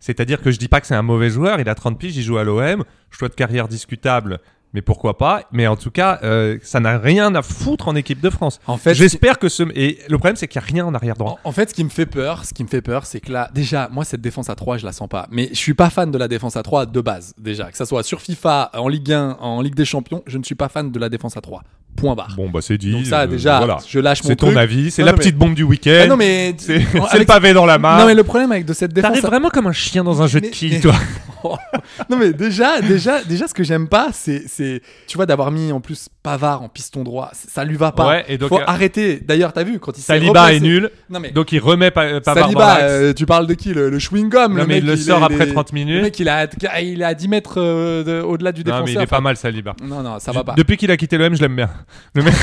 Speaker 1: C'est-à-dire que je dis pas que c'est un mauvais joueur, il a 30 piges, il joue à l'OM, choix de carrière discutable, mais pourquoi pas. Mais en tout cas, euh, ça n'a rien à foutre en équipe de France.
Speaker 2: En fait,
Speaker 1: J'espère que ce. Et le problème, c'est qu'il n'y a rien en arrière-droit.
Speaker 2: En, en fait, ce qui me fait peur, ce qui me fait peur, c'est que là, déjà, moi, cette défense à 3, je la sens pas. Mais je suis pas fan de la défense à 3 de base, déjà. Que ça soit sur FIFA, en Ligue 1, en Ligue des Champions, je ne suis pas fan de la défense à 3. Point barre.
Speaker 1: Bon, bah c'est dit.
Speaker 2: Oh. Donc ça,
Speaker 1: euh,
Speaker 2: déjà,
Speaker 1: voilà.
Speaker 2: je lâche mon
Speaker 1: C'est ton
Speaker 2: truc.
Speaker 1: avis, c'est
Speaker 2: Non,
Speaker 1: la
Speaker 2: non, mais-
Speaker 1: petite bombe du week-end.
Speaker 2: Ah non, mais.
Speaker 1: C'est c'est le
Speaker 2: Avec-
Speaker 1: pavé dans la main.
Speaker 2: Non, mais le problème avec de cette défense
Speaker 1: T'arrives
Speaker 2: à
Speaker 1: vraiment comme un chien dans un jeu de
Speaker 2: Mais-
Speaker 1: quilles,
Speaker 2: mais-
Speaker 1: toi.
Speaker 2: non mais déjà, déjà, déjà, ce que j'aime pas, c'est, c'est, tu vois, d'avoir mis en plus Pavard en piston droit, c- ça lui va pas.
Speaker 1: Ouais, et donc,
Speaker 2: Faut
Speaker 1: euh,
Speaker 2: arrêter. D'ailleurs, t'as vu quand il s'est
Speaker 1: Saliba
Speaker 2: replacé-
Speaker 1: est nul,
Speaker 2: Non mais
Speaker 1: donc il remet pas Pavard dans
Speaker 2: Saliba,
Speaker 1: l'axe.
Speaker 2: euh, tu parles de qui le, chewing gum
Speaker 1: Non, mais il le sort après 30
Speaker 2: Le
Speaker 1: minutes.
Speaker 2: mec, il a, il est à 10 mètres euh, de- au-delà du
Speaker 1: Non,
Speaker 2: défenseur.
Speaker 1: mais il est pas mal, Saliba.
Speaker 2: Non, non, ça va pas.
Speaker 1: Depuis qu'il a quitté l'OM, je l'aime bien. Le mec-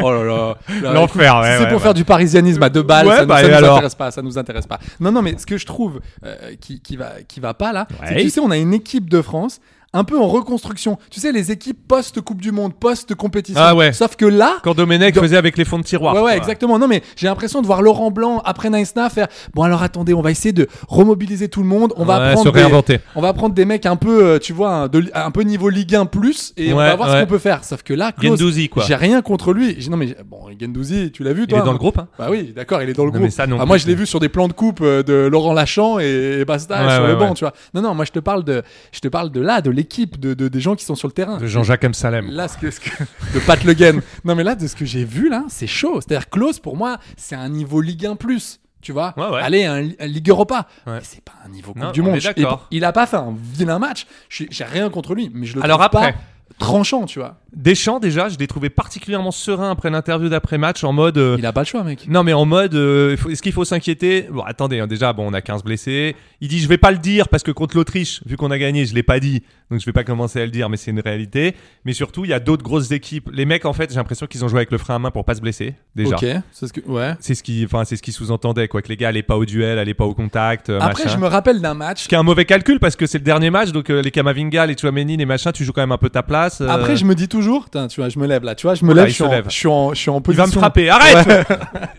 Speaker 2: Oh là là. Là,
Speaker 1: L'enfer,
Speaker 2: écoute,
Speaker 1: ouais,
Speaker 2: si c'est
Speaker 1: ouais,
Speaker 2: pour
Speaker 1: ouais.
Speaker 2: faire du parisianisme à deux balles,
Speaker 1: Ouais,
Speaker 2: ça, nous-
Speaker 1: bah,
Speaker 2: ça
Speaker 1: et
Speaker 2: nous
Speaker 1: alors
Speaker 2: intéresse pas, ça nous intéresse pas. Non, non, mais ce que je trouve euh, qui, qui va, qui va pas là, c'est que,
Speaker 1: Ouais.
Speaker 2: tu sais, on a une équipe de France un peu en reconstruction. Tu sais, les équipes post-Coupe du Monde, post-compétition.
Speaker 1: Ah ouais.
Speaker 2: Sauf que là.
Speaker 1: Quand Domenech
Speaker 2: Dans-
Speaker 1: faisait avec les fonds de tiroir.
Speaker 2: Ouais, ouais,
Speaker 1: quoi.
Speaker 2: exactement. Non, mais j'ai l'impression de voir Laurent Blanc après Naïsna faire Bon, alors attendez, on va essayer de remobiliser tout le monde. On va
Speaker 1: Ouais,
Speaker 2: prendre
Speaker 1: se
Speaker 2: des-
Speaker 1: réinventer.
Speaker 2: on va prendre des mecs un peu, euh, tu vois, un, de- un peu niveau Ligue 1 plus et on
Speaker 1: Ouais,
Speaker 2: va voir
Speaker 1: ouais.
Speaker 2: ce qu'on peut faire. Sauf que là, Klose,
Speaker 1: Gendouzi, quoi.
Speaker 2: j'ai rien contre lui. J'ai- Non mais j'ai- bon, Gendouzi, tu l'as vu
Speaker 1: Il
Speaker 2: toi
Speaker 1: est dans le groupe, hein.
Speaker 2: Bah oui, d'accord, il est dans le
Speaker 1: Non,
Speaker 2: groupe.
Speaker 1: mais ça non
Speaker 2: Ah,
Speaker 1: plus.
Speaker 2: moi, je l'ai vu sur des plans de coupe euh, de Laurent Lachan et, et basta
Speaker 1: Ouais,
Speaker 2: sur
Speaker 1: ouais,
Speaker 2: le banc,
Speaker 1: ouais.
Speaker 2: tu vois. Non non, moi je te parle de, je te parle de là, de l'équipe, de, de- des gens qui sont sur le terrain.
Speaker 1: De Jean-Jacques Amsalem.
Speaker 2: Là, ce que, ce que- de Pat Le Guen. Non, mais là, de ce que j'ai vu, là, c'est chaud. C'est-à-dire, Klose, pour moi, c'est un niveau Ligue 1 plus. Tu vois,
Speaker 1: Ouais, ouais.
Speaker 2: aller à un, un Ligue Europa.
Speaker 1: Ouais.
Speaker 2: Mais c'est pas un niveau Coupe
Speaker 1: Non,
Speaker 2: du
Speaker 1: on
Speaker 2: Monde.
Speaker 1: est d'accord.
Speaker 2: Et Il a pas fait un vilain match. Je suis- J'ai rien contre lui, mais je le
Speaker 1: Alors
Speaker 2: trouve
Speaker 1: après.
Speaker 2: pas tranchant, tu vois.
Speaker 1: Deschamps, déjà, je l'ai trouvé particulièrement serein après l'interview d'après-match en mode. euh,
Speaker 2: Il a pas le choix, mec.
Speaker 1: Non mais en mode, euh, faut- est-ce qu'il faut s'inquiéter Bon attendez, hein, déjà bon on a 15 blessés. Il dit je vais pas le dire parce que contre l'Autriche, vu qu'on a gagné, je l'ai pas dit, donc je vais pas commencer à le dire, mais c'est une réalité. Mais surtout il y a d'autres grosses équipes. Les mecs en fait, j'ai l'impression qu'ils ont joué avec le frein à main pour pas se blesser déjà.
Speaker 2: Ok, c'est ce que. Ouais.
Speaker 1: C'est ce qui, enfin c'est ce qui sous-entendait quoi que les gars allaient pas au duel, allaient pas au contact, euh,
Speaker 2: Après,
Speaker 1: machin.
Speaker 2: je me rappelle d'un match.
Speaker 1: Ce qui est un mauvais calcul parce que c'est le dernier match, donc euh, les Kamavinga, les Chouameni, les machins, tu joues quand même un peu ta place. euh,
Speaker 2: Après, je me dis toujours, Putain, tu vois, je me lève là, tu vois, je me
Speaker 1: Oula,
Speaker 2: lève,
Speaker 1: il
Speaker 2: je suis,
Speaker 1: se
Speaker 2: en,
Speaker 1: lève.
Speaker 2: je suis en, je suis en
Speaker 1: il
Speaker 2: position.
Speaker 1: va me frapper. Arrête
Speaker 2: Ouais.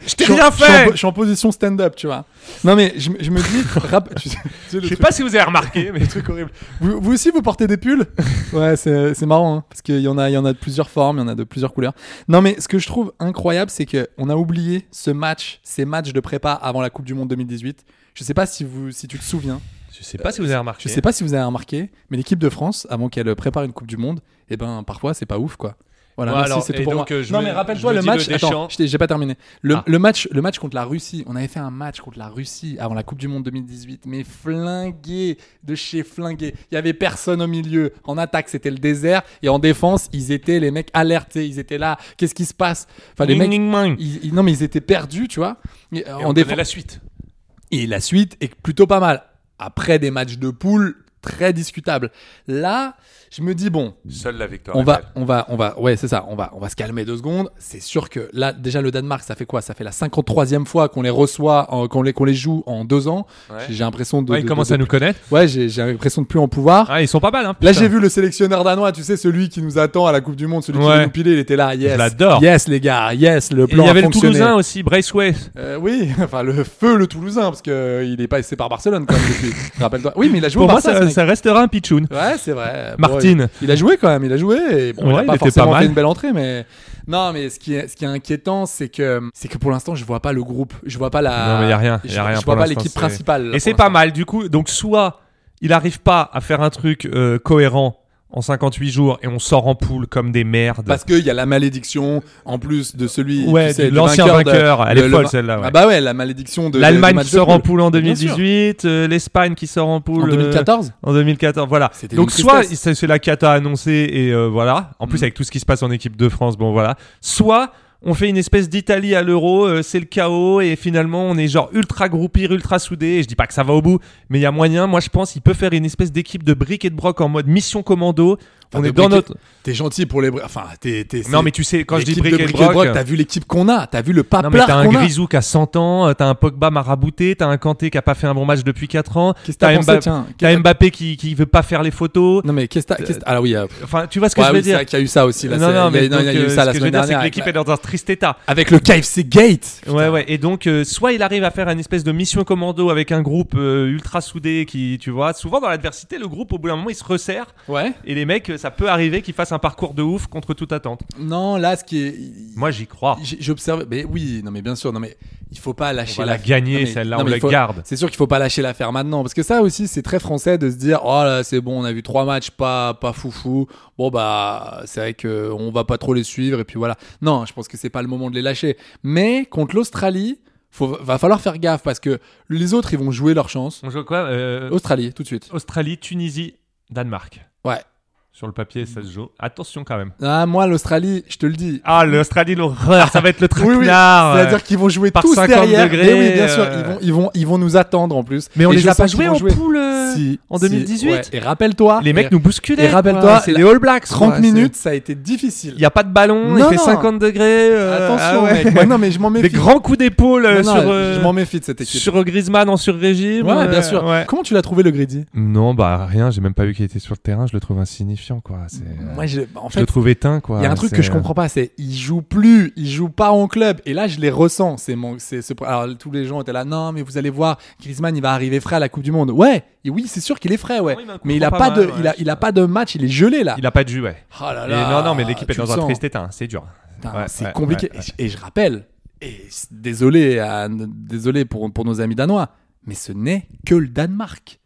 Speaker 1: Je t'ai
Speaker 2: Je suis en-
Speaker 1: rien
Speaker 2: je suis en po-
Speaker 1: fait.
Speaker 2: Je suis en position stand-up, tu vois. Non, mais je, me- je me dis, rap- tu sais, tu sais, le
Speaker 1: Je sais
Speaker 2: truc-
Speaker 1: pas si vous avez remarqué, mais
Speaker 2: truc horrible. Vous, vous aussi, vous portez des pulls Ouais, c'est c'est marrant, hein, parce qu'il y, en a- il y en a de plusieurs formes, il y en a de plusieurs couleurs. Non, mais ce que je trouve incroyable, c'est que on a oublié ce match, ces matchs de prépa avant la Coupe du Monde 2018. Je sais pas si, vous, si tu te souviens,
Speaker 1: je sais pas si vous avez remarqué.
Speaker 2: je sais pas si vous avez remarqué, mais l'équipe de France, avant qu'elle prépare une Coupe du Monde, eh ben parfois c'est pas ouf quoi. Voilà,
Speaker 1: Ouais,
Speaker 2: merci,
Speaker 1: alors,
Speaker 2: c'est
Speaker 1: et
Speaker 2: tout pour
Speaker 1: donc,
Speaker 2: moi.
Speaker 1: euh, je
Speaker 2: non
Speaker 1: me-
Speaker 2: mais
Speaker 1: je
Speaker 2: rappelle-toi
Speaker 1: me
Speaker 2: le
Speaker 1: dis le
Speaker 2: match.
Speaker 1: Deschamps.
Speaker 2: attends, je t'ai- j'ai pas terminé. Le,
Speaker 1: Ah.
Speaker 2: le match, le match contre la Russie. On avait fait un match contre la Russie avant la Coupe du Monde 2018, mais flingué de chez flingué. Il y avait personne au milieu. En attaque, c'était le désert, et en défense, ils étaient les mecs alertés. Ils étaient là. Qu'est-ce qui se passe Enfin, les
Speaker 1: Ning,
Speaker 2: mecs.
Speaker 1: ning, ning.
Speaker 2: ils- ils- non mais ils étaient perdus, tu vois. Et, euh,
Speaker 1: Et
Speaker 2: en
Speaker 1: on
Speaker 2: défense,
Speaker 1: connaît la suite.
Speaker 2: et la suite est plutôt pas mal. Après des matchs de poule très discutables. Là, je me dis bon,
Speaker 1: Seule la victoire.
Speaker 2: on va, on va, on va, ouais, c'est ça, on va, on va se calmer deux secondes. C'est sûr que là, déjà le Danemark, ça fait quoi Ça fait la 53e fois qu'on les reçoit, en- qu'on les, qu'on les joue en deux ans. J'ai- J'ai l'impression de,
Speaker 1: Ouais,
Speaker 2: de-
Speaker 1: ils
Speaker 2: de-
Speaker 1: commencent
Speaker 2: de-
Speaker 1: à nous connaître.
Speaker 2: ouais, j'ai j'ai l'impression de plus en pouvoir.
Speaker 1: Ah, ils sont pas mal, hein.
Speaker 2: Là,
Speaker 1: putain.
Speaker 2: j'ai vu le sélectionneur danois, tu sais, celui qui nous attend à la Coupe du Monde, celui qui
Speaker 1: Ouais.
Speaker 2: va nous piler, il était là, yes.
Speaker 1: Je l'adore.
Speaker 2: Yes, les gars, yes, le
Speaker 1: Et
Speaker 2: plan
Speaker 1: Il y
Speaker 2: a
Speaker 1: avait le
Speaker 2: fonctionné.
Speaker 1: Toulousain aussi, Braithwaite.
Speaker 2: Euh, oui, enfin le feu le Toulousain parce que euh, il est passé par Barcelone quand même depuis. Rappelle-toi. Oui, mais il a joué
Speaker 1: Pour
Speaker 2: au
Speaker 1: moi,
Speaker 2: Barça, ce
Speaker 1: ça,
Speaker 2: mec.
Speaker 1: ça restera un pitchoun.
Speaker 2: Ouais, c'est vrai. Bon,
Speaker 1: Martine.
Speaker 2: il, il a joué quand même, il a joué. Et bon, il
Speaker 1: Ouais,
Speaker 2: a
Speaker 1: il
Speaker 2: pas
Speaker 1: était pas
Speaker 2: forcément
Speaker 1: mal.
Speaker 2: fait une belle entrée, mais non, mais ce qui est, ce qui est inquiétant, c'est que, c'est que pour l'instant, je vois pas le groupe, je vois pas la.
Speaker 1: Non, mais y a rien,
Speaker 2: Je,
Speaker 1: y a rien
Speaker 2: je vois
Speaker 1: pour
Speaker 2: pas
Speaker 1: l'instant,
Speaker 2: l'équipe
Speaker 1: c'est-
Speaker 2: principale. là,
Speaker 1: Et
Speaker 2: pour
Speaker 1: c'est pas
Speaker 2: l'instant.
Speaker 1: mal, du coup. Donc, soit il arrive pas à faire un truc euh, cohérent en 58 jours et on sort en poule comme des merdes.
Speaker 2: Parce qu'il y a la malédiction, en plus de celui.
Speaker 1: Ouais,
Speaker 2: tu
Speaker 1: de
Speaker 2: sais,
Speaker 1: l'ancien
Speaker 2: de-
Speaker 1: vainqueur. Elle
Speaker 2: de-
Speaker 1: est
Speaker 2: le
Speaker 1: folle,
Speaker 2: va-
Speaker 1: celle-là, ouais.
Speaker 2: Ah bah ouais, la malédiction de.
Speaker 1: L'Allemagne
Speaker 2: des
Speaker 1: qui
Speaker 2: matchs de
Speaker 1: sort en poule en
Speaker 2: Bien sûr.
Speaker 1: 2018, euh, l'Espagne qui sort en poule
Speaker 2: En
Speaker 1: euh,
Speaker 2: 2014
Speaker 1: en 2014, voilà.
Speaker 2: C'était
Speaker 1: Donc
Speaker 2: une
Speaker 1: soit
Speaker 2: tristesse.
Speaker 1: c'est c'est la cata annoncée et euh, voilà. En plus
Speaker 2: Mm.
Speaker 1: avec tout ce qui se passe en équipe de France, bon voilà. Soit on fait une espèce d'Italie à l'euro, euh, c'est le chaos et finalement on est genre ultra groupir, ultra soudé. Et je dis pas que ça va au bout, mais il y a moyen. Moi je pense il peut faire une espèce d'équipe de briques et de broc en mode mission commando.
Speaker 2: Enfin,
Speaker 1: on
Speaker 2: de
Speaker 1: est dans
Speaker 2: briques et-
Speaker 1: notre.
Speaker 2: T'es gentil pour les. Bri- Enfin, t'es. t'es- c'est-
Speaker 1: Non mais tu sais quand je dis
Speaker 2: l'équipe
Speaker 1: briques
Speaker 2: de
Speaker 1: et
Speaker 2: Brick et
Speaker 1: broc,
Speaker 2: Brock, t'as vu l'équipe qu'on a, t'as vu le
Speaker 1: non mais
Speaker 2: paplard
Speaker 1: t'as un
Speaker 2: qu'on a.
Speaker 1: Grisou qui a 100 ans, euh, t'as un Pogba marabouté, t'as un Kanté qui a pas fait un bon match depuis 4 ans,
Speaker 2: Qu'est-ce que
Speaker 1: t'as
Speaker 2: t'as pensé,
Speaker 1: Mbappé-
Speaker 2: tiens
Speaker 1: t'as Mbappé qui qui veut pas faire les photos.
Speaker 2: Non mais qu'est-ce que t'as- qu'est-ce que t'as. Alors oui, euh,
Speaker 1: Enfin, tu vois ce que
Speaker 2: ouais,
Speaker 1: je veux
Speaker 2: oui, c'est
Speaker 1: dire
Speaker 2: vrai qu'il y a eu ça aussi. là,
Speaker 1: Non, non,
Speaker 2: c'est- il y a-
Speaker 1: mais
Speaker 2: non, il y a
Speaker 1: donc,
Speaker 2: eu ça
Speaker 1: euh,
Speaker 2: la
Speaker 1: ce que je
Speaker 2: semaine
Speaker 1: veux dire, c'est
Speaker 2: dernière.
Speaker 1: que
Speaker 2: avec
Speaker 1: l'équipe
Speaker 2: la-
Speaker 1: est dans un triste état.
Speaker 2: Avec le KFC Gate.
Speaker 1: Ouais, ouais. Et donc, euh, soit il arrive à faire une espèce de mission commando avec un groupe euh, ultra soudé qui, tu vois, souvent dans l'adversité, le groupe, au bout d'un moment, il se resserre.
Speaker 2: Ouais.
Speaker 1: Et les mecs, euh, ça peut arriver qu'ils fassent un parcours de ouf contre toute attente.
Speaker 2: Non, là, ce qui est.
Speaker 1: Moi, j'y crois.
Speaker 2: J- J'observe, mais oui, non mais bien sûr, non mais il faut pas lâcher
Speaker 1: On va la
Speaker 2: la
Speaker 1: gagner,
Speaker 2: non, mais-
Speaker 1: celle-là,
Speaker 2: non,
Speaker 1: on
Speaker 2: mais
Speaker 1: la
Speaker 2: il faut-
Speaker 1: garde.
Speaker 2: C'est sûr qu'il faut pas lâcher l'affaire maintenant, parce que ça aussi c'est très français de se dire oh là c'est bon, on a vu trois matchs pas pas foufou, bon bah c'est vrai que on va pas trop les suivre et puis voilà. Non, je pense que c'est pas le moment de les lâcher. Mais contre l'Australie, faut, va falloir faire gaffe parce que les autres ils vont jouer leur chance.
Speaker 1: On joue quoi Euh,
Speaker 2: Australie tout de suite.
Speaker 1: Australie, Tunisie, Danemark.
Speaker 2: Ouais.
Speaker 1: Sur le papier, ça se joue. Attention quand même.
Speaker 2: Ah moi l'Australie, je te le dis.
Speaker 1: Ah, l'Australie, l'horreur. Ça va être le
Speaker 2: Oui, oui,
Speaker 1: traquenard.
Speaker 2: c'est-à-dire qu'ils vont jouer
Speaker 1: Ah Par
Speaker 2: tous
Speaker 1: 50
Speaker 2: derrière.
Speaker 1: degrés,
Speaker 2: Mais oui, bien sûr,
Speaker 1: euh,
Speaker 2: ils vont, ils vont, ils vont nous attendre en plus.
Speaker 1: Mais on
Speaker 2: Et
Speaker 1: les
Speaker 2: je
Speaker 1: a pas
Speaker 2: sens qu'ils
Speaker 1: joués
Speaker 2: vont
Speaker 1: en
Speaker 2: jouer.
Speaker 1: poule euh,
Speaker 2: Si,
Speaker 1: en
Speaker 2: si,
Speaker 1: 2018.
Speaker 2: ouais. Et rappelle-toi,
Speaker 1: Les mecs
Speaker 2: et-
Speaker 1: nous bousculaient.
Speaker 2: et rappelle-toi,
Speaker 1: quoi. c'est les All Blacks.
Speaker 2: 30
Speaker 1: quoi.
Speaker 2: minutes, ça a été difficile.
Speaker 1: Il n'y a pas de ballon, il
Speaker 2: Non,
Speaker 1: fait
Speaker 2: non.
Speaker 1: 50 degrés. euh,
Speaker 2: Attention,
Speaker 1: ah ouais.
Speaker 2: mec. Moi, non, mais je m'en méfie.
Speaker 1: Des grands coups d'épaule euh,
Speaker 2: Non,
Speaker 1: sur,
Speaker 2: non,
Speaker 1: euh,
Speaker 2: je m'en méfie de cette équipe.
Speaker 1: sur Griezmann en sur-régime.
Speaker 2: Ouais,
Speaker 1: euh,
Speaker 2: bien sûr.
Speaker 1: ouais.
Speaker 2: Comment tu l'as trouvé le greedy
Speaker 1: Non, bah rien, j'ai même pas vu qu'il était sur le terrain, je le trouve insignifiant quoi. C'est, euh,
Speaker 2: Moi, je- en
Speaker 1: je
Speaker 2: fait,
Speaker 1: le trouve éteint quoi.
Speaker 2: il y a un truc
Speaker 1: C'est,
Speaker 2: que je
Speaker 1: euh,
Speaker 2: comprends pas, c'est il joue plus, il joue pas en club. Et là, je les ressens. C'est mon, c'est ce. Alors tous les gens étaient là, non, mais vous allez voir, Griezmann, il va arriver frais à la Coupe du Monde. Ouais, et oui, c'est sûr qu'il est frais, ouais.
Speaker 1: Ah Oui, mais un coup
Speaker 2: mais il
Speaker 1: franc
Speaker 2: a
Speaker 1: pas
Speaker 2: pas de,
Speaker 1: mal, ouais,
Speaker 2: il a, il a pas de match, il est gelé là.
Speaker 1: euh, Il a pas de jus, ouais.
Speaker 2: Oh là
Speaker 1: Et
Speaker 2: là,
Speaker 1: non, non, mais l'équipe est
Speaker 2: tu le
Speaker 1: dans un
Speaker 2: sens.
Speaker 1: triste état, hein, c'est dur.
Speaker 2: Putain,
Speaker 1: Ouais,
Speaker 2: c'est
Speaker 1: ouais,
Speaker 2: compliqué.
Speaker 1: ouais, ouais.
Speaker 2: Et, je- et je rappelle, et c- désolé, à- désolé pour, pour nos amis danois, mais ce n'est que le Danemark.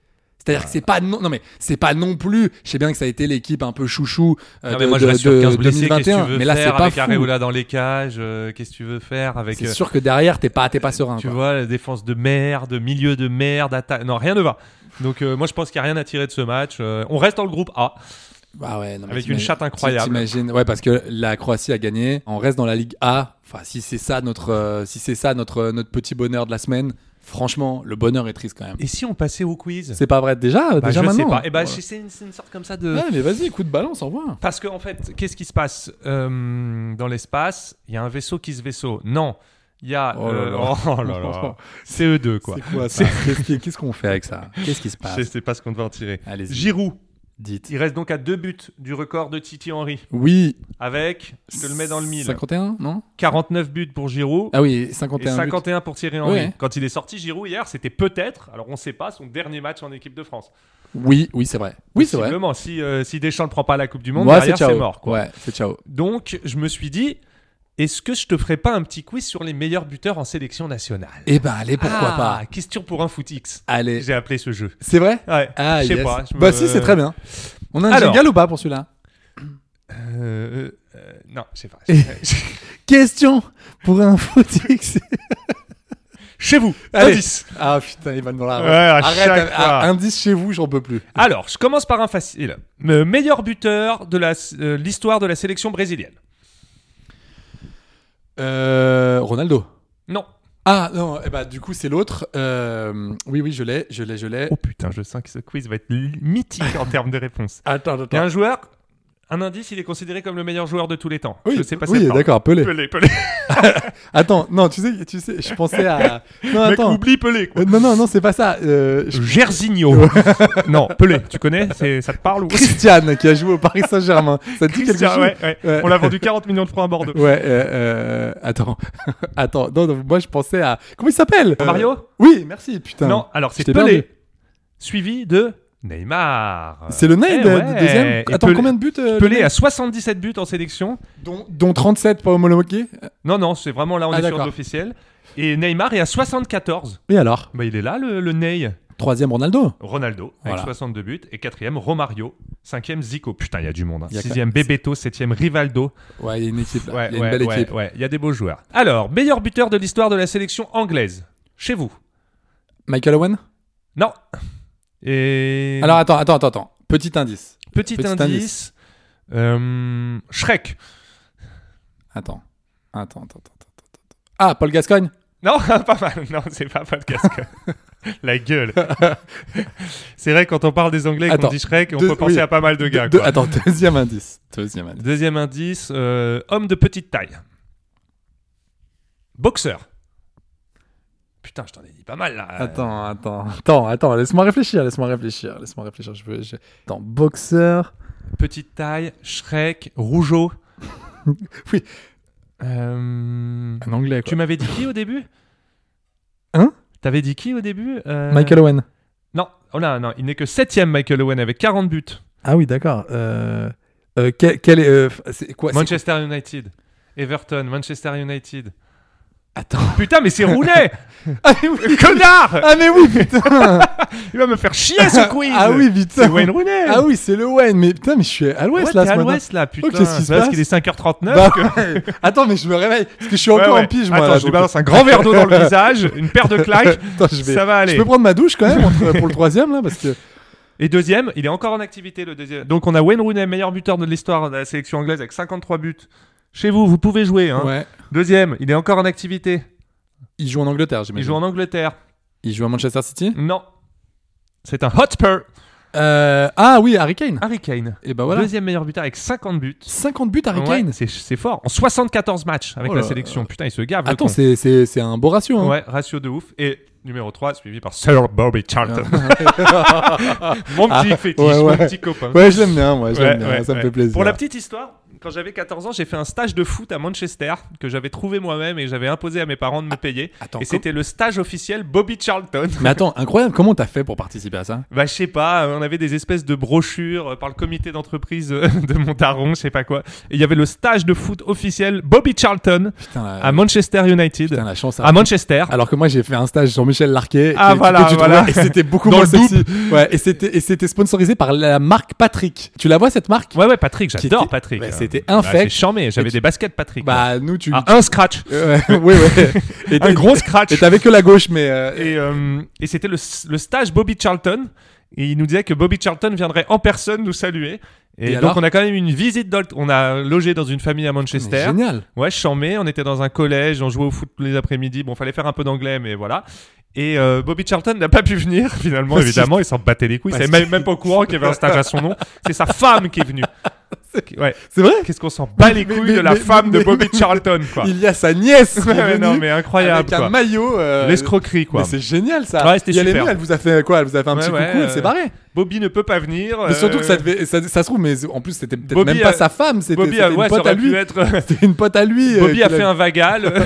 Speaker 2: C'est-à-dire que c'est pas non, non mais c'est pas non plus. Je sais bien que ça a été l'équipe un peu chouchou euh,
Speaker 1: Non,
Speaker 2: de,
Speaker 1: mais moi je
Speaker 2: de-
Speaker 1: reste sur
Speaker 2: de
Speaker 1: 15 blessés, qu'est-ce que
Speaker 2: 2021.
Speaker 1: tu veux
Speaker 2: mais là c'est
Speaker 1: faire
Speaker 2: pas
Speaker 1: avec
Speaker 2: fou.
Speaker 1: Areola dans les cages, euh, qu'est-ce que tu veux faire avec
Speaker 2: C'est
Speaker 1: euh,
Speaker 2: sûr que derrière t'es pas t'es pas serein.
Speaker 1: Tu
Speaker 2: quoi.
Speaker 1: vois, la défense de merde, milieu de merde, attaque. Non, rien ne va. Donc, euh, moi, je pense qu'il n'y a rien à tirer de ce match. Euh, on reste dans le groupe A.
Speaker 2: Ah ouais, non, mais
Speaker 1: Avec
Speaker 2: t'imagines-
Speaker 1: une chatte incroyable.
Speaker 2: T'imagines, ouais, parce que la Croatie a gagné. On reste dans la Ligue A. Enfin, si c'est ça notre euh, si c'est ça notre euh, notre petit bonheur de la semaine. Franchement, le bonheur est triste quand même.
Speaker 1: Et si on passait au quiz
Speaker 2: C'est pas vrai déjà
Speaker 1: Bah,
Speaker 2: déjà
Speaker 1: Je
Speaker 2: maintenant. hein.
Speaker 1: sais pas. Et bah,
Speaker 2: Voilà.
Speaker 1: c'est une, c'est une sorte comme ça de.
Speaker 2: Ouais, mais vas-y, coup de balance, au revoir.
Speaker 1: Parce que, en fait, qu'est-ce qui se passe Euh, dans l'espace Il y a un vaisseau qui se vaisseau. Non. Il y a.
Speaker 2: Oh là
Speaker 1: euh,
Speaker 2: là.
Speaker 1: oh là là. C'est eux deux, quoi.
Speaker 2: quoi ça Qu'est-ce qui- qu'est-ce qu'on fait avec ça Qu'est-ce qui se passe
Speaker 1: Je sais pas ce qu'on devait en tirer.
Speaker 2: Allez-y.
Speaker 1: Giroud,
Speaker 2: Dites.
Speaker 1: il reste donc à deux buts du record de Titi Henry.
Speaker 2: Oui.
Speaker 1: Avec, je te le mets dans le mille,
Speaker 2: 51, non
Speaker 1: 49 buts pour Giroud.
Speaker 2: Ah oui,
Speaker 1: Et
Speaker 2: 51.
Speaker 1: 51 pour Thierry Henry.
Speaker 2: Ouais.
Speaker 1: Quand il est sorti, Giroud, hier, c'était peut-être, alors on ne sait pas, son dernier match en équipe de France.
Speaker 2: Oui, oui, c'est vrai. Oui, c'est vrai.
Speaker 1: Possiblement, si, euh, si Deschamps ne prend pas la Coupe du Monde,
Speaker 2: Moi, c'est
Speaker 1: derrière, c'est
Speaker 2: ciao.
Speaker 1: mort. Quoi.
Speaker 2: Ouais, c'est ciao.
Speaker 1: Donc, je me suis dit, est-ce que je te ferais pas un petit quiz sur les meilleurs buteurs en sélection nationale
Speaker 2: Eh ben, allez, pourquoi
Speaker 1: Ah,
Speaker 2: pas
Speaker 1: Question pour un footix.
Speaker 2: Allez.
Speaker 1: J'ai appelé ce jeu.
Speaker 2: C'est vrai
Speaker 1: Ouais,
Speaker 2: Ah,
Speaker 1: je sais
Speaker 2: yes.
Speaker 1: pas. je
Speaker 2: Bah,
Speaker 1: me-
Speaker 2: si, c'est très bien. On a un
Speaker 1: Alors.
Speaker 2: jingle ou pas pour celui-là
Speaker 1: Euh, euh, non, je sais pas.
Speaker 2: Question pour un footix.
Speaker 1: Chez vous,
Speaker 2: Allez.
Speaker 1: indice.
Speaker 2: ah putain, il va nous la
Speaker 1: Ouais, à
Speaker 2: Arrête,
Speaker 1: chaque
Speaker 2: ah,
Speaker 1: fois.
Speaker 2: ah, indice chez vous, j'en peux plus.
Speaker 1: Alors, je commence par un facile. Le meilleur buteur de la- euh, l'histoire de la sélection brésilienne.
Speaker 2: Euh, Ronaldo.
Speaker 1: Non.
Speaker 2: Ah non, eh ben, du coup c'est l'autre. Euh, oui, oui, je l'ai, je l'ai, je l'ai.
Speaker 1: Oh putain, je sens que ce quiz va être li- mythique en termes de réponse.
Speaker 2: Attends,
Speaker 1: Il y a
Speaker 2: attends.
Speaker 1: un joueur, un indice, il est considéré comme le meilleur joueur de tous les temps.
Speaker 2: Oui,
Speaker 1: je sais pas
Speaker 2: oui,
Speaker 1: cette
Speaker 2: d'accord, Pelé.
Speaker 1: Pelé, Pelé.
Speaker 2: Attends, non, tu sais, tu sais, je pensais à. Non,
Speaker 1: Mec,
Speaker 2: attends.
Speaker 1: oublie Pelé, quoi.
Speaker 2: Euh, non, non, non, c'est pas ça. Euh, je-
Speaker 1: Gersigno. non, Pelé, tu connais C'est- Ça te parle ou
Speaker 2: Christiane qui a joué au Paris Saint-Germain. Ça te dit quelque
Speaker 1: Christian,
Speaker 2: chose
Speaker 1: ouais, ouais.
Speaker 2: Ouais.
Speaker 1: On l'a vendu 40 millions de francs à Bordeaux.
Speaker 2: Ouais, euh, euh, attends, attends. Non, non, moi je pensais à comment il s'appelle Euh,
Speaker 1: Mario
Speaker 2: Oui, merci. Putain.
Speaker 1: Non, alors c'est
Speaker 2: Je t'ai perdu.
Speaker 1: Pelé, suivi de Neymar.
Speaker 2: C'est le Ney
Speaker 1: Eh
Speaker 2: de-
Speaker 1: ouais.
Speaker 2: de deuxième.
Speaker 1: Et
Speaker 2: Attends,
Speaker 1: Pelé-
Speaker 2: combien de buts euh, le
Speaker 1: Pelé
Speaker 2: Ney
Speaker 1: a 77 buts en sélection.
Speaker 2: dont, dont 37 pas homologués.
Speaker 1: Non, non, c'est vraiment là, on
Speaker 2: Ah,
Speaker 1: est sur de
Speaker 2: d'accord.
Speaker 1: l'officiel. Et Neymar est à 74.
Speaker 2: Et alors
Speaker 1: Bah, il est là, le, le Ney.
Speaker 2: Troisième Ronaldo.
Speaker 1: Ronaldo,
Speaker 2: Voilà.
Speaker 1: avec 62 buts. Et quatrième, Romario, Cinquième, Zico. Putain, il y a du monde. hein.
Speaker 2: Il y a
Speaker 1: Sixième, Bebeto. Septième, Rivaldo.
Speaker 2: Ouais, il y a une équipe là.
Speaker 1: Ouais,
Speaker 2: il y a
Speaker 1: ouais,
Speaker 2: une belle
Speaker 1: ouais,
Speaker 2: équipe.
Speaker 1: ouais. Il y a des beaux joueurs. Alors, meilleur buteur de l'histoire de la sélection anglaise. Chez vous
Speaker 2: Michael Owen
Speaker 1: Non. Et.
Speaker 2: Alors attends, attends, attends, attends. Petit indice.
Speaker 1: petit,
Speaker 2: petit
Speaker 1: indice.
Speaker 2: indice.
Speaker 1: Euh, Shrek.
Speaker 2: Attends. Attends, attends, attends, attends. attends. Ah, Paul Gascogne
Speaker 1: Non, pas mal. Non, c'est pas Paul Gascoigne. La gueule. c'est vrai, quand on parle des Anglais et qu'on
Speaker 2: Attends.
Speaker 1: dit Shrek, on
Speaker 2: Deux-
Speaker 1: peut penser
Speaker 2: oui.
Speaker 1: à pas mal de gars.
Speaker 2: De-
Speaker 1: Ah, quoi.
Speaker 2: Attends, deuxième indice. Deuxième indice.
Speaker 1: Deuxième indice, euh, homme de petite taille. Boxeur. Putain, je t'en ai dit pas mal là.
Speaker 2: Attends, attends, attends, attends, laisse-moi réfléchir, laisse-moi réfléchir, laisse-moi réfléchir. Je veux, je- Attends, boxeur.
Speaker 1: Petite taille, Shrek, Rougeau.
Speaker 2: Oui.
Speaker 1: Euh,
Speaker 2: Un anglais,
Speaker 1: Tu m'avais dit qui au début
Speaker 2: Hein
Speaker 1: T'avais dit qui au début Euh,
Speaker 2: Michael Owen.
Speaker 1: Non, oh là, non, il n'est que septième Michael Owen avec 40 buts.
Speaker 2: Ah oui, d'accord. Euh, euh, quel, quel est. euh, f- c'est quoi c'est-
Speaker 1: Manchester United. Everton, Manchester United.
Speaker 2: Attends.
Speaker 1: Putain, mais c'est Roulet
Speaker 2: Ah mais oui
Speaker 1: Connard
Speaker 2: Ah mais oui, putain
Speaker 1: Il va me faire chier ce quiz
Speaker 2: Ah oui, putain
Speaker 1: C'est Wayne Rooney
Speaker 2: Ah oui, c'est le Wayne, mais putain, mais je suis à l'ouest
Speaker 1: Ouais,
Speaker 2: là
Speaker 1: t'es
Speaker 2: ce
Speaker 1: à
Speaker 2: matin.
Speaker 1: l'ouest là, putain.
Speaker 2: Oh, qu'est-ce qui se
Speaker 1: C'est parce
Speaker 2: passe
Speaker 1: qu'il est 5h39.
Speaker 2: Bah
Speaker 1: que-
Speaker 2: ouais. Attends, mais je me réveille, parce que je suis
Speaker 1: Ouais,
Speaker 2: encore
Speaker 1: ouais.
Speaker 2: en pige moi.
Speaker 1: Attends,
Speaker 2: là,
Speaker 1: je lui
Speaker 2: donc-
Speaker 1: balance un grand verre d'eau dans le visage, une paire de claques.
Speaker 2: Attends, je vais-
Speaker 1: Ça va aller.
Speaker 2: Je peux prendre ma douche quand même entre- pour le troisième là, parce que.
Speaker 1: Et deuxième, il est encore en activité le deuxième. Donc on a Wayne Rooney, meilleur buteur de l'histoire de la sélection anglaise avec 53 buts. Chez vous, vous pouvez jouer. Hein.
Speaker 2: Ouais.
Speaker 1: Deuxième, il est encore en activité.
Speaker 2: Il joue en Angleterre,
Speaker 1: Il
Speaker 2: j'imagine.
Speaker 1: joue en Angleterre.
Speaker 2: Il joue à Manchester City.
Speaker 1: Non. C'est un Hotspur.
Speaker 2: Euh, Ah oui, Harry Kane.
Speaker 1: Harry Kane.
Speaker 2: Et bah voilà.
Speaker 1: Deuxième meilleur buteur avec 50 buts.
Speaker 2: 50 buts Harry
Speaker 1: Ouais,
Speaker 2: Kane.
Speaker 1: c'est- C'est fort. En 74 matchs avec
Speaker 2: Oh
Speaker 1: la
Speaker 2: là.
Speaker 1: sélection. Putain, il se gave. le
Speaker 2: Attends,
Speaker 1: con.
Speaker 2: c'est- c'est c'est un beau ratio. Hein.
Speaker 1: Ouais, ratio de ouf. Et numéro 3, suivi par Sir Bobby Charlton. mon petit fétiche,
Speaker 2: Ah. ouais,
Speaker 1: mon
Speaker 2: ouais.
Speaker 1: petit copain.
Speaker 2: Ouais, je l'aime bien, moi, je
Speaker 1: Ouais,
Speaker 2: l'aime bien,
Speaker 1: ouais,
Speaker 2: ça
Speaker 1: ouais.
Speaker 2: me fait plaisir.
Speaker 1: Pour la petite histoire, quand j'avais 14 ans, j'ai fait un stage de foot à Manchester que j'avais trouvé moi-même et j'avais imposé à mes parents de me payer.
Speaker 2: Ah, attends,
Speaker 1: et
Speaker 2: com-
Speaker 1: c'était le stage officiel Bobby Charlton.
Speaker 2: Mais attends, incroyable, comment t'as fait pour participer à ça
Speaker 1: Bah, je sais pas, euh, on avait des espèces de brochures euh, par le comité d'entreprise euh, de Montaron, je sais pas quoi. Et il y avait le stage de foot officiel Bobby Charlton
Speaker 2: Putain, la,
Speaker 1: à Manchester United.
Speaker 2: putain, la chance. hein.
Speaker 1: à Manchester.
Speaker 2: Alors que moi, j'ai fait un stage sur Michel Larquet.
Speaker 1: Ah,
Speaker 2: que- que
Speaker 1: voilà,
Speaker 2: tu
Speaker 1: voilà.
Speaker 2: trouvais, Et c'était beaucoup
Speaker 1: Dans
Speaker 2: moins
Speaker 1: le
Speaker 2: sexy. Ouais, et c'était, et c'était sponsorisé par la marque Patrick. Tu la vois, cette marque
Speaker 1: Ouais, ouais, Patrick,
Speaker 2: Qui
Speaker 1: j'adore
Speaker 2: était-
Speaker 1: Patrick.
Speaker 2: Bah,
Speaker 1: Euh,
Speaker 2: c'était
Speaker 1: bah,
Speaker 2: infect.
Speaker 1: j'ai charmé, j'avais
Speaker 2: Et
Speaker 1: des baskets Patrick.
Speaker 2: Bah, nous, tu.
Speaker 1: Ah, un scratch.
Speaker 2: Euh, ouais, ouais. Et
Speaker 1: Un
Speaker 2: t'as-
Speaker 1: gros scratch.
Speaker 2: Et t'avais que la gauche, mais. euh,
Speaker 1: Et, euh, et c'était le, le stage Bobby Charlton. Et il nous disait que Bobby Charlton viendrait en personne nous saluer. Et,
Speaker 2: Et
Speaker 1: donc
Speaker 2: alors
Speaker 1: on a quand même eu une visite. Dans le- on a logé dans une famille à Manchester.
Speaker 2: Génial.
Speaker 1: Ouais, chamé, on était dans un collège, on jouait au foot tous les après-midi. Bon, fallait faire un peu d'anglais, mais voilà. Et euh, Bobby Charlton n'a pas pu venir, finalement,
Speaker 2: Parce
Speaker 1: évidemment, il s'en battait les couilles. Il
Speaker 2: parce
Speaker 1: savait même, même pas au courant qu'il y avait un stage à son nom. C'est sa femme qui est venue. Ouais.
Speaker 2: C'est vrai
Speaker 1: Qu'est-ce qu'on s'en bat les
Speaker 2: Mais-
Speaker 1: couilles
Speaker 2: mais-
Speaker 1: de la
Speaker 2: mais-
Speaker 1: femme de
Speaker 2: mais-
Speaker 1: Bobby
Speaker 2: mais-
Speaker 1: Charlton, quoi.
Speaker 2: Il y a sa nièce. qui est
Speaker 1: Ouais, ouais, non,
Speaker 2: venue
Speaker 1: mais incroyable,
Speaker 2: Avec
Speaker 1: quoi.
Speaker 2: un maillot. euh,
Speaker 1: L'escroquerie, quoi.
Speaker 2: Mais c'est génial ça.
Speaker 1: Ouais, c'était
Speaker 2: Et elle est
Speaker 1: super.
Speaker 2: venue, elle vous a fait quoi Elle vous a fait un
Speaker 1: Ouais,
Speaker 2: petit
Speaker 1: ouais,
Speaker 2: coucou, elle
Speaker 1: euh,
Speaker 2: s'est barrée.
Speaker 1: Bobby ne peut pas venir.
Speaker 2: Mais surtout
Speaker 1: euh,
Speaker 2: que ça, devait, ça, ça se trouve, mais en plus c'était peut-être
Speaker 1: Bobby
Speaker 2: même pas
Speaker 1: a-
Speaker 2: sa femme, c'était
Speaker 1: Bobby
Speaker 2: c'était
Speaker 1: a,
Speaker 2: une
Speaker 1: ouais, ça
Speaker 2: pote à
Speaker 1: aurait
Speaker 2: lui.
Speaker 1: pu être.
Speaker 2: C'était une pote à lui. euh,
Speaker 1: Bobby a
Speaker 2: qu'il
Speaker 1: fait un vagal.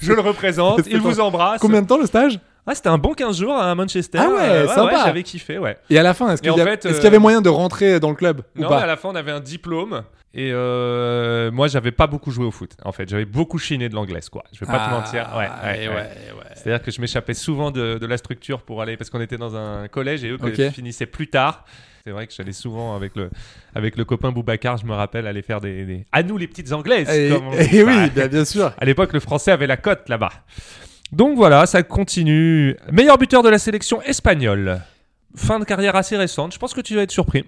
Speaker 1: Je le représente.
Speaker 2: C'était
Speaker 1: Il vous
Speaker 2: en-
Speaker 1: embrasse.
Speaker 2: Combien de temps le stage
Speaker 1: Ah, c'était un bon 15 jours à Manchester.
Speaker 2: Ah ouais,
Speaker 1: Euh,
Speaker 2: sympa.
Speaker 1: J'avais kiffé, ouais.
Speaker 2: Et à la fin, est-ce
Speaker 1: Et
Speaker 2: qu'il
Speaker 1: en
Speaker 2: y, a-
Speaker 1: fait,
Speaker 2: est-ce
Speaker 1: euh,
Speaker 2: qu'il y avait moyen de rentrer dans le club
Speaker 1: Non,
Speaker 2: ou
Speaker 1: mais
Speaker 2: pas
Speaker 1: à la fin, on avait un diplôme. Et euh, moi, j'avais pas beaucoup joué au foot. En fait, j'avais beaucoup chiné de l'anglaise, quoi. Je vais pas
Speaker 2: Ah,
Speaker 1: te mentir. Ouais, ouais,
Speaker 2: et
Speaker 1: ouais.
Speaker 2: ouais, ouais.
Speaker 1: C'est-à-dire que je m'échappais souvent de, de la structure pour aller parce qu'on était dans un collège et eux
Speaker 2: Ok.
Speaker 1: que- finissaient plus tard. C'est vrai que j'allais souvent avec le avec le copain Boubacar, je me rappelle, aller faire des, des- à nous les petites anglaises.
Speaker 2: Et,
Speaker 1: comme on
Speaker 2: et
Speaker 1: dit.
Speaker 2: Eh, oui,
Speaker 1: Bah,
Speaker 2: bien, bien sûr.
Speaker 1: à l'époque, le français avait la cote là-bas. Donc voilà, ça continue. Meilleur buteur de la sélection espagnole. Fin de carrière assez récente. Je pense que tu vas être surpris.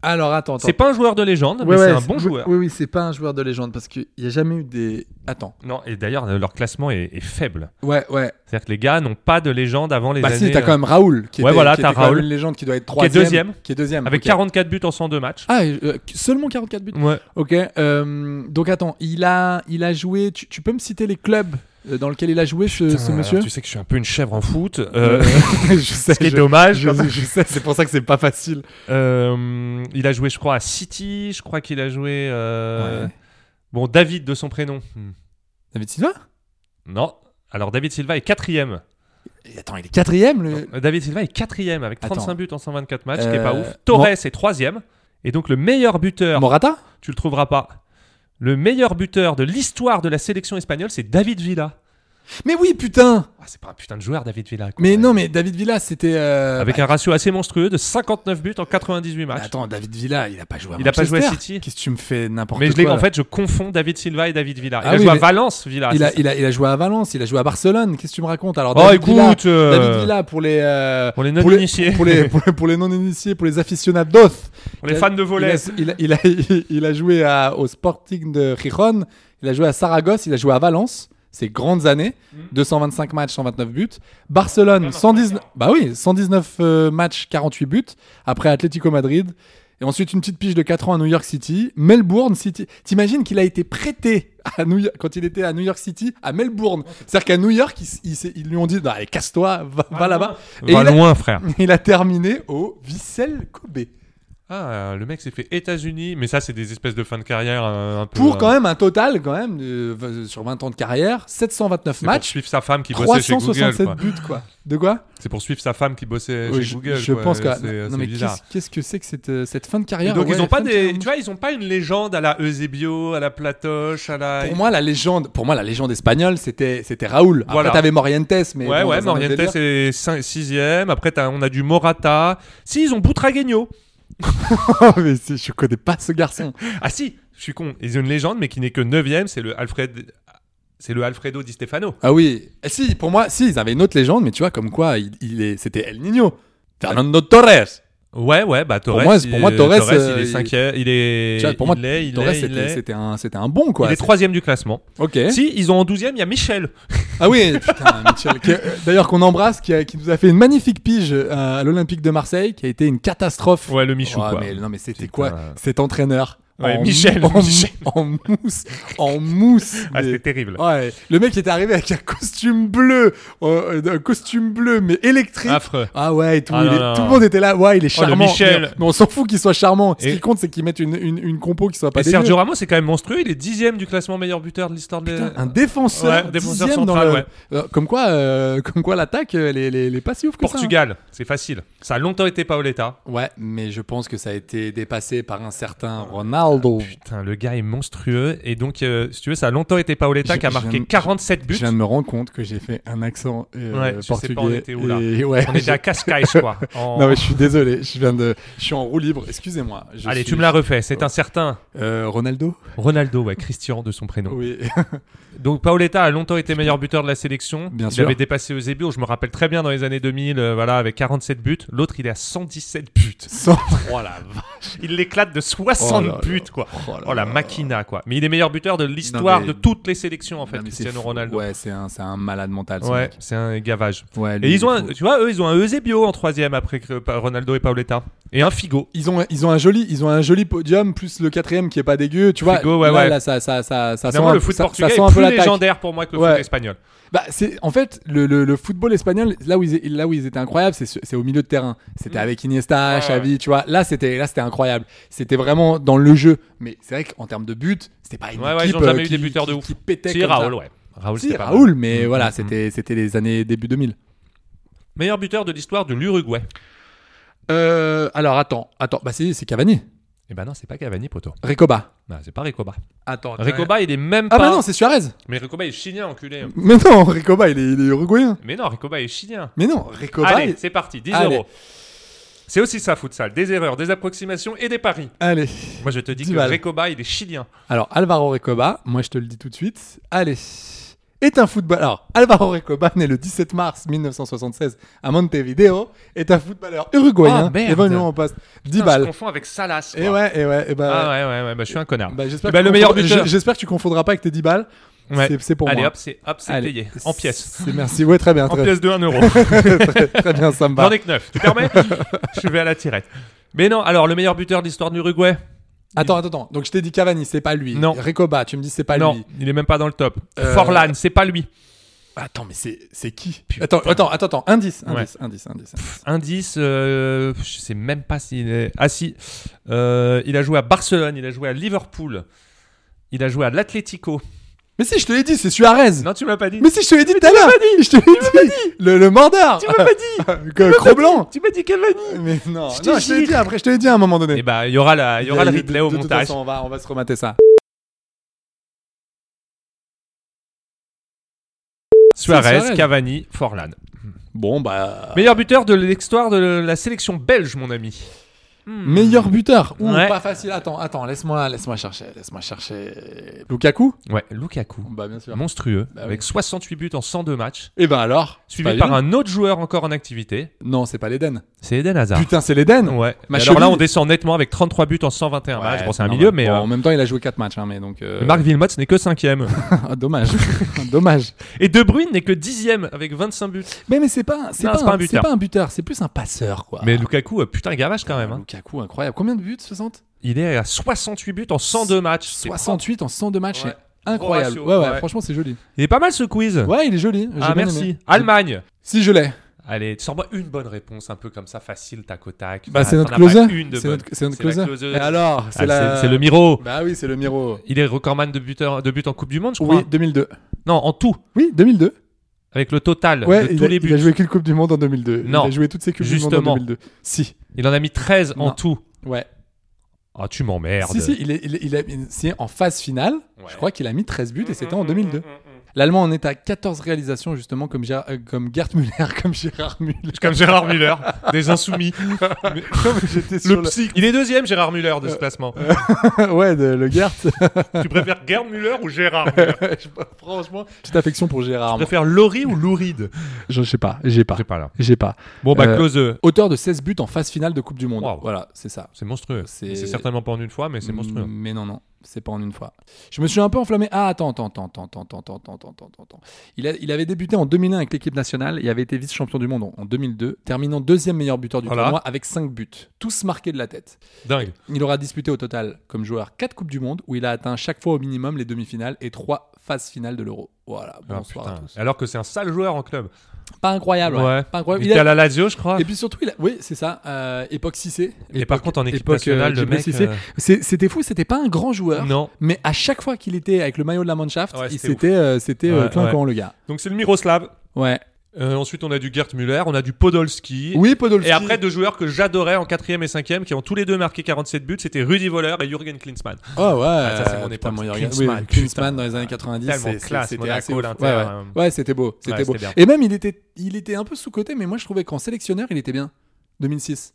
Speaker 2: Alors attends, attends.
Speaker 1: C'est pas un joueur de légende,
Speaker 2: Ouais,
Speaker 1: mais c'est
Speaker 2: ouais,
Speaker 1: un bon joueur.
Speaker 2: Oui, oui, c'est pas un joueur de légende parce qu'il y a jamais eu des. Attends.
Speaker 1: Non, et d'ailleurs, leur classement est, est faible.
Speaker 2: Ouais, ouais.
Speaker 1: C'est-à-dire que les gars n'ont pas de légende avant les
Speaker 2: Bah
Speaker 1: années. euh,
Speaker 2: si, t'as quand même Raoul qui
Speaker 1: Ouais,
Speaker 2: était-
Speaker 1: voilà,
Speaker 2: qui
Speaker 1: t'as
Speaker 2: était quand même
Speaker 1: Raoul.
Speaker 2: une légende qui doit être
Speaker 1: est
Speaker 2: troisième,
Speaker 1: deuxième.
Speaker 2: qui est deuxième.
Speaker 1: euh, Avec
Speaker 2: ok.
Speaker 1: 44 buts en 102 matchs.
Speaker 2: Ah, et, euh, seulement 44 buts.
Speaker 1: Ouais.
Speaker 2: Ok, euh, donc attends, il a, il a joué. Tu, tu peux me citer les clubs euh, dans lesquels il a joué ce, ce
Speaker 1: Putain,
Speaker 2: monsieur
Speaker 1: alors tu sais que je suis un peu une chèvre en foot. euh,
Speaker 2: je sais,
Speaker 1: ce qui est
Speaker 2: je-
Speaker 1: dommage.
Speaker 2: je, je sais, c'est pour ça que c'est pas facile.
Speaker 1: Euh, il a joué, je crois, à City. Je crois qu'il a joué. euh,
Speaker 2: Ouais.
Speaker 1: Bon, David de son prénom. Hmm.
Speaker 2: David Silva
Speaker 1: Non. Alors, David Silva est quatrième.
Speaker 2: Et Attends, il est quatrième le...
Speaker 1: Euh, David Silva est quatrième avec 35
Speaker 2: Attends.
Speaker 1: buts en 124 matchs, ce qui est
Speaker 2: Euh,
Speaker 1: pas ouf.
Speaker 2: Mor-
Speaker 1: Torres est troisième. Et donc, le meilleur buteur,
Speaker 2: Morata
Speaker 1: tu le trouveras pas. Le meilleur buteur de l'histoire de la sélection espagnole, c'est David Villa.
Speaker 2: Mais oui, putain
Speaker 1: Ah, c'est pas un putain de joueur, David Villa. quoi.
Speaker 2: Mais non, mais David Villa, c'était. euh,
Speaker 1: Avec un ratio assez monstrueux de 59 buts en 98
Speaker 2: bah,
Speaker 1: matchs.
Speaker 2: Attends, David Villa, il a pas joué à
Speaker 1: Il a pas joué à
Speaker 2: Manchester.
Speaker 1: City.
Speaker 2: Qu'est-ce que tu me fais n'importe
Speaker 1: mais je
Speaker 2: quoi
Speaker 1: l'ai, en
Speaker 2: là
Speaker 1: fait, je confonds David Silva et David Villa. Il
Speaker 2: Ah
Speaker 1: a
Speaker 2: oui,
Speaker 1: joué à
Speaker 2: mais-
Speaker 1: Valence, Villa.
Speaker 2: il a,
Speaker 1: c'est ça.
Speaker 2: il, a, il a joué à Valence, il a joué à Barcelone. Qu'est-ce que tu me racontes Alors,
Speaker 1: Oh,
Speaker 2: David Villa-
Speaker 1: écoute, euh,
Speaker 2: David Villa pour les euh,
Speaker 1: pour les non-initiés.
Speaker 2: pour les, pour les, pour les non-initiés, pour les aficionados,
Speaker 1: Pour les
Speaker 2: Il a-
Speaker 1: fans de volet.
Speaker 2: Il a, il a, il a- il a joué à- au Sporting de Gijón, il a joué à Saragosse, il a joué à Valence. Ces grandes années, 225 matchs, 129 buts. Barcelone, 119, bah oui, 119 euh, matchs, 48 buts. Après Atlético Madrid. Et ensuite une petite pige de 4 ans à New York City. Melbourne City. T'imagines qu'il a été prêté à New York, quand il était à New York City, à Melbourne. C'est-à-dire qu'à New York, ils, s- ils s- ils lui ont dit, non, allez, casse-toi, va, va là-bas. Et
Speaker 1: Va
Speaker 2: il a-
Speaker 1: loin, frère.
Speaker 2: il a terminé au Vissel Kobe.
Speaker 1: Ah, le mec s'est fait États-Unis, mais ça, c'est des espèces de fin de carrière euh, un peu.
Speaker 2: pour
Speaker 1: euh,
Speaker 2: quand même un total quand même de- v- sur 20 ans de carrière, 729
Speaker 1: C'est pour
Speaker 2: matchs,
Speaker 1: suivre sa femme qui bossait chez Google.
Speaker 2: 367
Speaker 1: quoi.
Speaker 2: buts quoi. De quoi
Speaker 1: C'est pour suivre sa femme qui bossait
Speaker 2: Ouais,
Speaker 1: chez
Speaker 2: Je,
Speaker 1: Google.
Speaker 2: je
Speaker 1: quoi.
Speaker 2: pense que
Speaker 1: C'est-
Speaker 2: non
Speaker 1: c'est
Speaker 2: mais
Speaker 1: bizarre.
Speaker 2: qu'est-ce qu'est-ce que c'est que cette, euh, cette fin de
Speaker 1: Et
Speaker 2: carrière
Speaker 1: donc
Speaker 2: ouais,
Speaker 1: ils ont pas
Speaker 2: fin de
Speaker 1: des,
Speaker 2: carrière.
Speaker 1: tu vois, ils ont pas une légende à la Eusebio, à la Platoche, à la.
Speaker 2: Pour moi la légende, pour moi la légende espagnole c'était c'était Raoul. Après
Speaker 1: Voilà.
Speaker 2: t'avais Morientes mais
Speaker 1: ouais,
Speaker 2: bon,
Speaker 1: ouais,
Speaker 2: dans un autre
Speaker 1: Morientes
Speaker 2: délire.
Speaker 1: est 6ème. Après, t'as- on a du Morata. Si, ils ont Boutragueño.
Speaker 2: Oh, mais c'est- je connais pas ce garçon.
Speaker 1: Ah si, je suis con. Ils ont une légende, mais qui n'est que 9ème. C'est le Alfred. C'est le Alfredo Di Stefano.
Speaker 2: Ah oui, Eh, si pour moi si ils avaient une autre légende mais tu vois comme quoi il, il est c'était El Niño. Fernando Torres.
Speaker 1: Ouais, ouais, bah Torres.
Speaker 2: moi, c'est- pour moi,
Speaker 1: il-
Speaker 2: Torres, euh,
Speaker 1: il est
Speaker 2: il-
Speaker 1: cinquième. Il est.
Speaker 2: Tu vois, pour moi
Speaker 1: il est, il
Speaker 2: Torres
Speaker 1: est, il
Speaker 2: c'était
Speaker 1: est.
Speaker 2: c'était un c'était un bon quoi.
Speaker 1: il est
Speaker 2: C'est- Eh
Speaker 1: troisième du classement.
Speaker 2: OK.
Speaker 1: Si, ils ont en douzième, il y a Michel.
Speaker 2: Ah oui, putain, Mitchell. que- euh, D'ailleurs, qu'on embrasse, qui, a- qui nous a fait une magnifique pige euh, à l'Olympique de Marseille, qui a été une catastrophe.
Speaker 1: Ouais, le Michou,
Speaker 2: Ah,
Speaker 1: quoi.
Speaker 2: mais, non, mais c'était
Speaker 1: Putain.
Speaker 2: quoi Cet entraîneur
Speaker 1: Ouais,
Speaker 2: en,
Speaker 1: Michel,
Speaker 2: en,
Speaker 1: Michel.
Speaker 2: en mousse, en mousse.
Speaker 1: Ah,
Speaker 2: mais-
Speaker 1: c'était terrible.
Speaker 2: Ouais, le mec était arrivé avec un costume bleu, euh, un costume bleu mais électrique.
Speaker 1: Affreux.
Speaker 2: Ah ouais, et tout,
Speaker 1: Ah
Speaker 2: il
Speaker 1: non,
Speaker 2: est-
Speaker 1: non,
Speaker 2: tout le
Speaker 1: non.
Speaker 2: monde était là. Ouais, il est
Speaker 1: Oh, le
Speaker 2: charmant.
Speaker 1: Michel.
Speaker 2: Mais, mais on s'en fout qu'il soit charmant. Ce
Speaker 1: Et-
Speaker 2: qui compte, c'est qu'ils mettent une, une, une compo qui soit pas
Speaker 1: Et
Speaker 2: dégueu.
Speaker 1: Sergio Ramos, c'est quand même monstrueux. Il est dixième du classement meilleur buteur de l'histoire de.
Speaker 2: Putain, un défenseur,
Speaker 1: Euh, Ouais, défenseur
Speaker 2: dixième dans
Speaker 1: central,
Speaker 2: le-
Speaker 1: ouais.
Speaker 2: Euh, comme quoi, euh, comme quoi l'attaque, euh, elle, est- elle est- elle est pas si ouf que
Speaker 1: Portugal, c'est facile. Ça a longtemps été Paoletta.
Speaker 2: ça. hein. Ouais, mais je pense que ça a été dépassé par un certain Ronaldo.
Speaker 1: Ah, Putain, le gars est monstrueux. Et donc, euh, si tu veux, ça a longtemps été Paoletta
Speaker 2: Je-
Speaker 1: qui a
Speaker 2: je
Speaker 1: marqué
Speaker 2: viens de-
Speaker 1: 47 buts.
Speaker 2: Je viens de me rendre compte que j'ai fait un accent euh,
Speaker 1: Ouais, je sais pas,
Speaker 2: portugais.
Speaker 1: on était où, là
Speaker 2: et- ouais,
Speaker 1: On était à
Speaker 2: je-
Speaker 1: Cascais, je crois. En-
Speaker 2: Non, mais je suis désolé. Je viens de, je suis en roue libre. Excusez-moi. je
Speaker 1: Allez,
Speaker 2: suis-
Speaker 1: tu me la refais. C'est un certain
Speaker 2: Euh, Ronaldo.
Speaker 1: Ronaldo, ouais, Christian de son prénom.
Speaker 2: Oui.
Speaker 1: Donc, Paoletta a longtemps été meilleur buteur de la sélection.
Speaker 2: Bien
Speaker 1: il
Speaker 2: sûr.
Speaker 1: avait dépassé Eusebio, je me rappelle très bien dans les années 2000, euh, voilà, avec 47 buts. L'autre, il est à 117 buts.
Speaker 2: Sans-
Speaker 1: Oh la vache. Il l'éclate de 60
Speaker 2: Oh là là.
Speaker 1: buts, quoi.
Speaker 2: Oh
Speaker 1: Oh,
Speaker 2: là
Speaker 1: la
Speaker 2: là.
Speaker 1: machina, quoi. Mais il est meilleur buteur de l'histoire
Speaker 2: mais-
Speaker 1: de toutes les sélections, en fait,
Speaker 2: Non, mais c'est
Speaker 1: Cristiano
Speaker 2: fou.
Speaker 1: Ronaldo.
Speaker 2: Ouais, c'est un, c'est un malade mental. ce
Speaker 1: Ouais,
Speaker 2: mec.
Speaker 1: c'est un gavage.
Speaker 2: Ouais, lui,
Speaker 1: Et ils ont,
Speaker 2: il
Speaker 1: un-
Speaker 2: faut-
Speaker 1: tu vois, eux, ils ont un Eusebio en troisième après que pa- Ronaldo et Paoletta. Et un Figo.
Speaker 2: ils ont ils ont un joli ils ont un joli podium plus le quatrième qui est pas dégueu tu vois
Speaker 1: Figo, ouais,
Speaker 2: là,
Speaker 1: ouais.
Speaker 2: là, ça ça ça ça sent
Speaker 1: Vraiment,
Speaker 2: un-
Speaker 1: le foot
Speaker 2: ça- ça
Speaker 1: portugais
Speaker 2: sent un
Speaker 1: est
Speaker 2: peu
Speaker 1: plus
Speaker 2: l'attaque.
Speaker 1: légendaire pour moi que le
Speaker 2: Ouais.
Speaker 1: foot espagnol.
Speaker 2: bah c'est en fait le, le, le football espagnol là où ils là où ils étaient incroyables c'est ce- c'est au milieu de terrain c'était avec Iniesta
Speaker 1: Mm. Ouais,
Speaker 2: Xavi tu vois là c'était là c'était incroyable c'était vraiment dans le jeu mais c'est vrai qu'en termes de but c'était pas une
Speaker 1: Ouais, ouais, ils
Speaker 2: équipe
Speaker 1: ont jamais
Speaker 2: euh,
Speaker 1: eu
Speaker 2: qui,
Speaker 1: des buteurs de
Speaker 2: qui-
Speaker 1: ouf.
Speaker 2: qui pétait
Speaker 1: Si,
Speaker 2: comme
Speaker 1: Raoul,
Speaker 2: ça.
Speaker 1: ouais. Raoul,
Speaker 2: si
Speaker 1: c'était pas mal.
Speaker 2: Raoul mais voilà
Speaker 1: Mhm.
Speaker 2: c'était c'était les années début 2000
Speaker 1: Meilleur buteur de l'histoire de l'Uruguay.
Speaker 2: euh, alors attends attends bah c'est c'est Cavani
Speaker 1: Eh ben non, c'est pas Cavani, poto.
Speaker 2: Recoba
Speaker 1: Non, c'est pas Recoba.
Speaker 2: attends
Speaker 1: Recoba, il est même pas.
Speaker 2: ah bah non c'est Suarez
Speaker 1: Mais Recoba est chilien, enculé.
Speaker 2: mais non Recoba il est, il est uruguayen
Speaker 1: Mais non, Recoba est chilien.
Speaker 2: mais non Recoba
Speaker 1: Allez,
Speaker 2: il-
Speaker 1: c'est parti, 10
Speaker 2: Allez.
Speaker 1: euros. C'est aussi ça, futsal. Des erreurs, des approximations et des paris.
Speaker 2: Allez.
Speaker 1: Moi, je te dis
Speaker 2: Dix
Speaker 1: que
Speaker 2: balles.
Speaker 1: Recoba, il est chilien.
Speaker 2: Alors, Alvaro Recoba, moi je te le dis tout de suite, allez, est un footballeur. Alors, Alvaro Recoba, né le 17 mars 1976 à Montevideo, est un footballeur uruguayen.
Speaker 1: Oh, merde.
Speaker 2: Et bon, on passe 10
Speaker 1: Putain, Je
Speaker 2: balles.
Speaker 1: confonds avec Salas.
Speaker 2: Et
Speaker 1: moi.
Speaker 2: ouais, et ouais, et bah.
Speaker 1: Ah ouais, ouais, ouais, bah, je suis un connard.
Speaker 2: bah, j'espère
Speaker 1: Eh ben,
Speaker 2: que
Speaker 1: le
Speaker 2: tu
Speaker 1: meilleur
Speaker 2: confond-
Speaker 1: buteur.
Speaker 2: je- J'espère que tu confondras pas avec tes 10 balles.
Speaker 1: Ouais.
Speaker 2: C'est- C'est pour
Speaker 1: Allez,
Speaker 2: moi.
Speaker 1: hop, c'est hop, c'est
Speaker 2: Allez.
Speaker 1: payé. En pièces.
Speaker 2: C'est merci. Ouais, très bien.
Speaker 1: En
Speaker 2: Très, Bah.
Speaker 1: pièces de 1 euro.
Speaker 2: très bien, ça me va.
Speaker 1: J'en ai que 9. Tu permets Je vais à la tirette. Mais non, alors, le meilleur buteur de l'histoire de l'Uruguay
Speaker 2: Attends, attends, attends. Donc, je t'ai dit Cavani, c'est pas lui.
Speaker 1: Non.
Speaker 2: Recoba, tu me dis c'est pas
Speaker 1: Non,
Speaker 2: lui.
Speaker 1: il est même pas dans le top.
Speaker 2: Euh,
Speaker 1: Forlan, c'est pas lui.
Speaker 2: Attends, mais c'est c'est qui
Speaker 1: Putain.
Speaker 2: Attends, attends, attends, attends. Indice, indice, indice, indice.
Speaker 1: Indice, euh, je sais même pas s'il est. Ah si, Euh, il a joué à Barcelone, il a joué à Liverpool, il a joué à l'Atlético.
Speaker 2: Mais si, je te l'ai dit, c'est Suarez.
Speaker 1: Non, tu m'as pas dit.
Speaker 2: Mais si, je te l'ai dit tout à l'heure Je te l'ai dit Le, le mordeur
Speaker 1: Tu m'as pas dit.
Speaker 2: Cro-blanc
Speaker 1: Tu m'as dit Cavani.
Speaker 2: Mais non,
Speaker 1: Je te
Speaker 2: non je te l'ai
Speaker 1: jure.
Speaker 2: dit après, je te l'ai dit à un moment donné.
Speaker 1: Et bah, il y aura la, il y aura le
Speaker 2: De-
Speaker 1: replay au
Speaker 2: de toute
Speaker 1: montage.
Speaker 2: façon, on va, on va se remater ça.
Speaker 1: Suarez,
Speaker 2: Suarez.
Speaker 1: Cavani, Forlan.
Speaker 2: Bon, bah.
Speaker 1: Meilleur buteur de l'histoire de la sélection belge, mon ami.
Speaker 2: Meilleur buteur. Ouh,
Speaker 1: Hmm. Ouais.
Speaker 2: pas facile. Attends, attends, laisse-moi, laisse-moi chercher, laisse-moi chercher. Lukaku
Speaker 1: Ouais, Lukaku.
Speaker 2: Bah, bien sûr.
Speaker 1: Monstrueux,
Speaker 2: Bah oui.
Speaker 1: avec 68 buts en 102 matchs,
Speaker 2: Et ben alors c'est
Speaker 1: suivi
Speaker 2: pas
Speaker 1: par
Speaker 2: évident.
Speaker 1: un autre joueur encore en activité,
Speaker 2: Non, c'est pas l'Eden.
Speaker 1: c'est Eden Hazard.
Speaker 2: Putain, c'est l'Eden
Speaker 1: Ah. Ouais.
Speaker 2: Ma
Speaker 1: Et alors là,
Speaker 2: cheville.
Speaker 1: on descend nettement avec 33 buts en 121 matchs.
Speaker 2: Ouais,
Speaker 1: Bon, c'est un
Speaker 2: normal.
Speaker 1: milieu, mais
Speaker 2: Bon,
Speaker 1: euh,
Speaker 2: en même temps, il a joué 4 matchs, hein, mais donc. euh,
Speaker 1: Marc Wilmots n'est que cinquième.
Speaker 2: ah, dommage. dommage.
Speaker 1: Et De Bruyne n'est que dixième avec 25 buts.
Speaker 2: Mais, mais c'est pas, c'est
Speaker 1: Non,
Speaker 2: pas,
Speaker 1: c'est pas un
Speaker 2: un- c'est
Speaker 1: buteur.
Speaker 2: pas un buteur, c'est plus un passeur, quoi.
Speaker 1: Mais Lukaku, euh, putain, gavage quand même. hein.
Speaker 2: Ah, Lukaku, incroyable. Combien de buts, 60
Speaker 1: Il est à 68 buts en 102 matchs. C'est
Speaker 2: 68 en 102 matchs,
Speaker 1: Ouais.
Speaker 2: c'est incroyable.
Speaker 1: Gros ratio.
Speaker 2: Ouais, ouais,
Speaker 1: Ouais.
Speaker 2: franchement, c'est joli.
Speaker 1: propre. Il est pas mal ce quiz.
Speaker 2: Ouais, il est joli. j'ai
Speaker 1: ah,
Speaker 2: bien
Speaker 1: merci.
Speaker 2: aimé.
Speaker 1: Allemagne.
Speaker 2: Si je l'ai.
Speaker 1: Allez, tu sors-moi une bonne réponse, un peu comme ça, facile, tac au tac.
Speaker 2: Bah,
Speaker 1: Ah,
Speaker 2: c'est notre
Speaker 1: t'en as pas
Speaker 2: closer.
Speaker 1: une de
Speaker 2: C'est
Speaker 1: bonne.
Speaker 2: notre, c'est notre
Speaker 1: C'est la
Speaker 2: closer.
Speaker 1: closer.
Speaker 2: Et alors, c'est
Speaker 1: Ah,
Speaker 2: la-
Speaker 1: c'est- c'est le Miro.
Speaker 2: Bah oui, c'est le Miro.
Speaker 1: Il est recordman de, buteur, de buts en Coupe du Monde, je crois.
Speaker 2: Oui, 2002.
Speaker 1: Non, en tout.
Speaker 2: Oui, 2002.
Speaker 1: Avec le total
Speaker 2: Ouais,
Speaker 1: de
Speaker 2: il,
Speaker 1: tous
Speaker 2: a,
Speaker 1: les
Speaker 2: il
Speaker 1: buts.
Speaker 2: a joué qu'une Coupe du Monde en 2002.
Speaker 1: Non.
Speaker 2: Il a joué toutes ses Coupes du Monde
Speaker 1: Justement.
Speaker 2: en 2002. Si.
Speaker 1: Il en a mis 13 en
Speaker 2: Non.
Speaker 1: tout.
Speaker 2: Ouais.
Speaker 1: Ah, tu m'emmerdes.
Speaker 2: Si, si, il, est, il, est- il a, si, en phase finale,
Speaker 1: Ouais. Mm,
Speaker 2: je crois qu'il a mis 13 buts et c'était en 2002. L'Allemand en est à 14 réalisations, justement, comme, Gérard, euh, comme Gerd Müller, comme Gérard Müller.
Speaker 1: Comme Gérard Muller, des insoumis.
Speaker 2: J'étais
Speaker 1: le
Speaker 2: sur le- Euh.
Speaker 1: psy. Il est deuxième, Gérard Muller, de ce classement.
Speaker 2: ouais, de- le Gerd.
Speaker 1: tu préfères Gerd Muller ou Gérard Muller
Speaker 2: Franchement, petite affection pour Gérard.
Speaker 1: Tu préfères Laurie ou Louride
Speaker 2: Je sais pas, j'ai pas.
Speaker 1: Je sais pas là.
Speaker 2: J'ai pas.
Speaker 1: Bon, bah,
Speaker 2: Euh,
Speaker 1: close.
Speaker 2: Auteur de 16 buts en phase finale de Coupe du Monde.
Speaker 1: Wow.
Speaker 2: Voilà, c'est ça.
Speaker 1: C'est monstrueux.
Speaker 2: c'est-
Speaker 1: C'est Mm. certainement pas en une fois, mais c'est monstrueux. hein.
Speaker 2: Mais non, non, c'est pas en une fois. Je me suis un peu enflammé. Ah, attends, attends, attends, attends, attends, attends, attends, attends, attends, attends. Il, a- il avait débuté en 2001 avec l'équipe nationale et avait été vice-champion du monde en- en 2002, terminant deuxième meilleur buteur du
Speaker 1: Voilà.
Speaker 2: tournoi avec 5 buts, tous marqués de la tête.
Speaker 1: Dingue.
Speaker 2: Il aura disputé au total, comme joueur, 4 Coupes du Monde où il a atteint chaque fois au minimum les demi-finales et 3 phases finales de l'Euro. Voilà,
Speaker 1: Ah,
Speaker 2: bonsoir à
Speaker 1: putain.
Speaker 2: tous.
Speaker 1: Alors que c'est un sale joueur en club.
Speaker 2: Pas incroyable, ouais.
Speaker 1: Ouais.
Speaker 2: Pas incroyable.
Speaker 1: Il
Speaker 2: Il a-
Speaker 1: était à la Lazio, je crois.
Speaker 2: Et puis surtout, il a- oui, c'est ça, euh, époque Cissé.
Speaker 1: Et par contre, en équipe
Speaker 2: époque, euh,
Speaker 1: nationale, le
Speaker 2: Djibril
Speaker 1: mec,
Speaker 2: Cissé.
Speaker 1: euh,
Speaker 2: C'est- C'était fou, c'était pas un grand joueur.
Speaker 1: Non.
Speaker 2: Mais à chaque fois qu'il était avec le maillot de la Mannschaft,
Speaker 1: Ouais,
Speaker 2: il
Speaker 1: c'était
Speaker 2: c'était euh, c'était euh,
Speaker 1: Ouais,
Speaker 2: clinquant le gars.
Speaker 1: Donc c'est le Miroslav.
Speaker 2: Ouais.
Speaker 1: Euh, ensuite, on a du Gert Müller, on a du Podolski.
Speaker 2: Oui, Podolski.
Speaker 1: Et après, deux joueurs que j'adorais en quatrième et cinquième, qui ont tous les deux marqué 47 buts, c'était Rudy Voller et Jürgen Klinsmann.
Speaker 2: Oh ouais.
Speaker 1: Ah, ça, c'est mon
Speaker 2: euh,
Speaker 1: époque.
Speaker 2: putain, Jürgen-
Speaker 1: Klinsmann,
Speaker 2: oui,
Speaker 1: putain.
Speaker 2: Klinsmann dans les années 90,
Speaker 1: Tellement
Speaker 2: c'est- c'est-
Speaker 1: classe,
Speaker 2: c'était
Speaker 1: Monaco,
Speaker 2: assez ouf.
Speaker 1: l'Inter,
Speaker 2: Ouais, ouais.
Speaker 1: euh,
Speaker 2: Ouais, c'était beau, c'était
Speaker 1: ouais,
Speaker 2: beau.
Speaker 1: c'était bien.
Speaker 2: Et même il était il était un peu sous-coté, mais moi je trouvais qu'en sélectionneur, il était bien. 2006.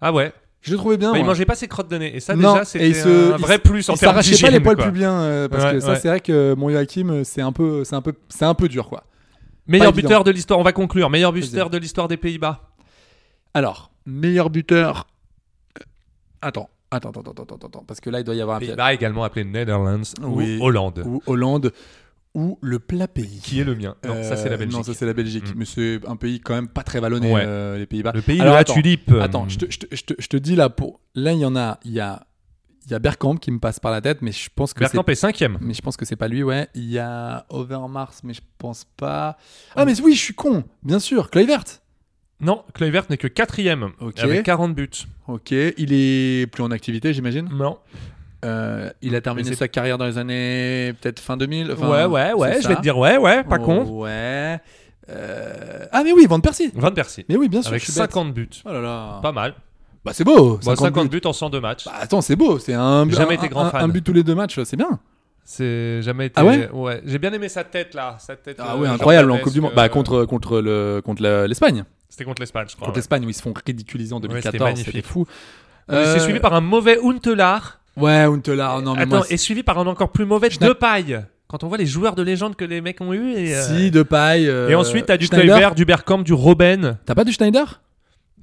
Speaker 1: Ah ouais.
Speaker 2: Je le trouvais bien.
Speaker 1: Bah, il
Speaker 2: moi.
Speaker 1: mangeait pas ses crottes de nez. Et ça,
Speaker 2: Non,
Speaker 1: déjà,
Speaker 2: et
Speaker 1: c'était
Speaker 2: il se-
Speaker 1: un
Speaker 2: il
Speaker 1: vrai
Speaker 2: se-
Speaker 1: plus en
Speaker 2: il
Speaker 1: termes
Speaker 2: s'arrachait pas les
Speaker 1: d'hygiène,
Speaker 2: poils
Speaker 1: quoi.
Speaker 2: plus bien euh, parce que
Speaker 1: Ouais,
Speaker 2: ça
Speaker 1: ouais.
Speaker 2: c'est vrai que euh, mon Joachim euh, c'est un peu c'est un peu c'est un peu dur quoi.
Speaker 1: Meilleur
Speaker 2: Pas évident.
Speaker 1: buteur de l'histoire, on va conclure. Meilleur buteur
Speaker 2: Vas-y.
Speaker 1: de l'histoire des Pays-Bas.
Speaker 2: Alors, meilleur buteur. Euh, Attends, attends, attends, attends, attends, attends, parce que là, il doit y avoir un piège.
Speaker 1: Pays-Bas également appelé Netherlands
Speaker 2: Oui.
Speaker 1: ou Hollande,
Speaker 2: Ou Hollande, ou le plat pays.
Speaker 1: qui est le mien. Non, ça c'est la
Speaker 2: Euh,
Speaker 1: Belgique.
Speaker 2: Non, ça c'est la Belgique.
Speaker 1: Mm.
Speaker 2: Mais c'est un pays quand même pas très vallonné,
Speaker 1: Ouais.
Speaker 2: euh, les Pays-Bas.
Speaker 1: Le euh, pays
Speaker 2: Alors,
Speaker 1: de la
Speaker 2: attends,
Speaker 1: tulipe.
Speaker 2: Attends, je te, je te- je te- je te dis là pour. Là, il y en a. Il y a, il y a Bergkamp qui me passe par la tête, mais je pense que c'est.
Speaker 1: Bergkamp est cinquième.
Speaker 2: Mais je pense que c'est pas lui, ouais. Il y a Overmars, mais je pense pas. Ah, mais oui, je suis con, bien sûr. Kluivert.
Speaker 1: Non, Kluivert n'est que quatrième
Speaker 2: Ok.
Speaker 1: avec 40 buts.
Speaker 2: Ok, il est plus en activité, j'imagine.
Speaker 1: Non.
Speaker 2: Euh, il a terminé
Speaker 1: c'est-
Speaker 2: sa carrière dans les années peut-être fin 2000. enfin,
Speaker 1: Mm. ouais, ouais,
Speaker 2: c'est
Speaker 1: ouais. Je
Speaker 2: ça.
Speaker 1: vais te dire ouais, ouais,
Speaker 2: Oh.
Speaker 1: pas con.
Speaker 2: Ouais. Euh, Ah mais oui, Van Persie.
Speaker 1: Van Persie
Speaker 2: Mais oui, bien sûr.
Speaker 1: avec
Speaker 2: Ah, je suis bête.
Speaker 1: 50 buts.
Speaker 2: Oh là là.
Speaker 1: Pas mal.
Speaker 2: Bah c'est beau.
Speaker 1: Bon,
Speaker 2: 50,
Speaker 1: 50
Speaker 2: buts.
Speaker 1: buts en 102 matchs.
Speaker 2: Bah, attends, c'est beau. C'est un.
Speaker 1: Jamais
Speaker 2: un-
Speaker 1: été grand
Speaker 2: un-
Speaker 1: fan.
Speaker 2: Un but tous les deux matchs, c'est bien.
Speaker 1: C'est jamais été.
Speaker 2: Ah ouais
Speaker 1: J'ai bien aimé sa tête là, sa tête.
Speaker 2: Ah
Speaker 1: euh,
Speaker 2: ouais, incroyable en
Speaker 1: japonaise
Speaker 2: Coupe du Monde.
Speaker 1: que-
Speaker 2: Bah contre contre le contre la- l'Espagne.
Speaker 1: C'était contre l'Espagne, je crois.
Speaker 2: Contre
Speaker 1: ouais.
Speaker 2: l'Espagne où ils se font ridiculiser en
Speaker 1: c'était
Speaker 2: 2014.
Speaker 1: magnifique.
Speaker 2: C'était fou.
Speaker 1: Euh,
Speaker 2: Euh,
Speaker 1: C'est suivi par un mauvais Huntelaar.
Speaker 2: Ouais, Huntelaar. Non mais
Speaker 1: Attends,
Speaker 2: moi.
Speaker 1: et suivi par un encore plus mauvais
Speaker 2: Schna-
Speaker 1: de paille. Quand on voit les joueurs de légende que les mecs ont eu et. euh,
Speaker 2: Si de paille.
Speaker 1: Et ensuite, t'as du
Speaker 2: Schneider.
Speaker 1: Kluivert, du Bergkamp, du Robben.
Speaker 2: T'as pas du Schneider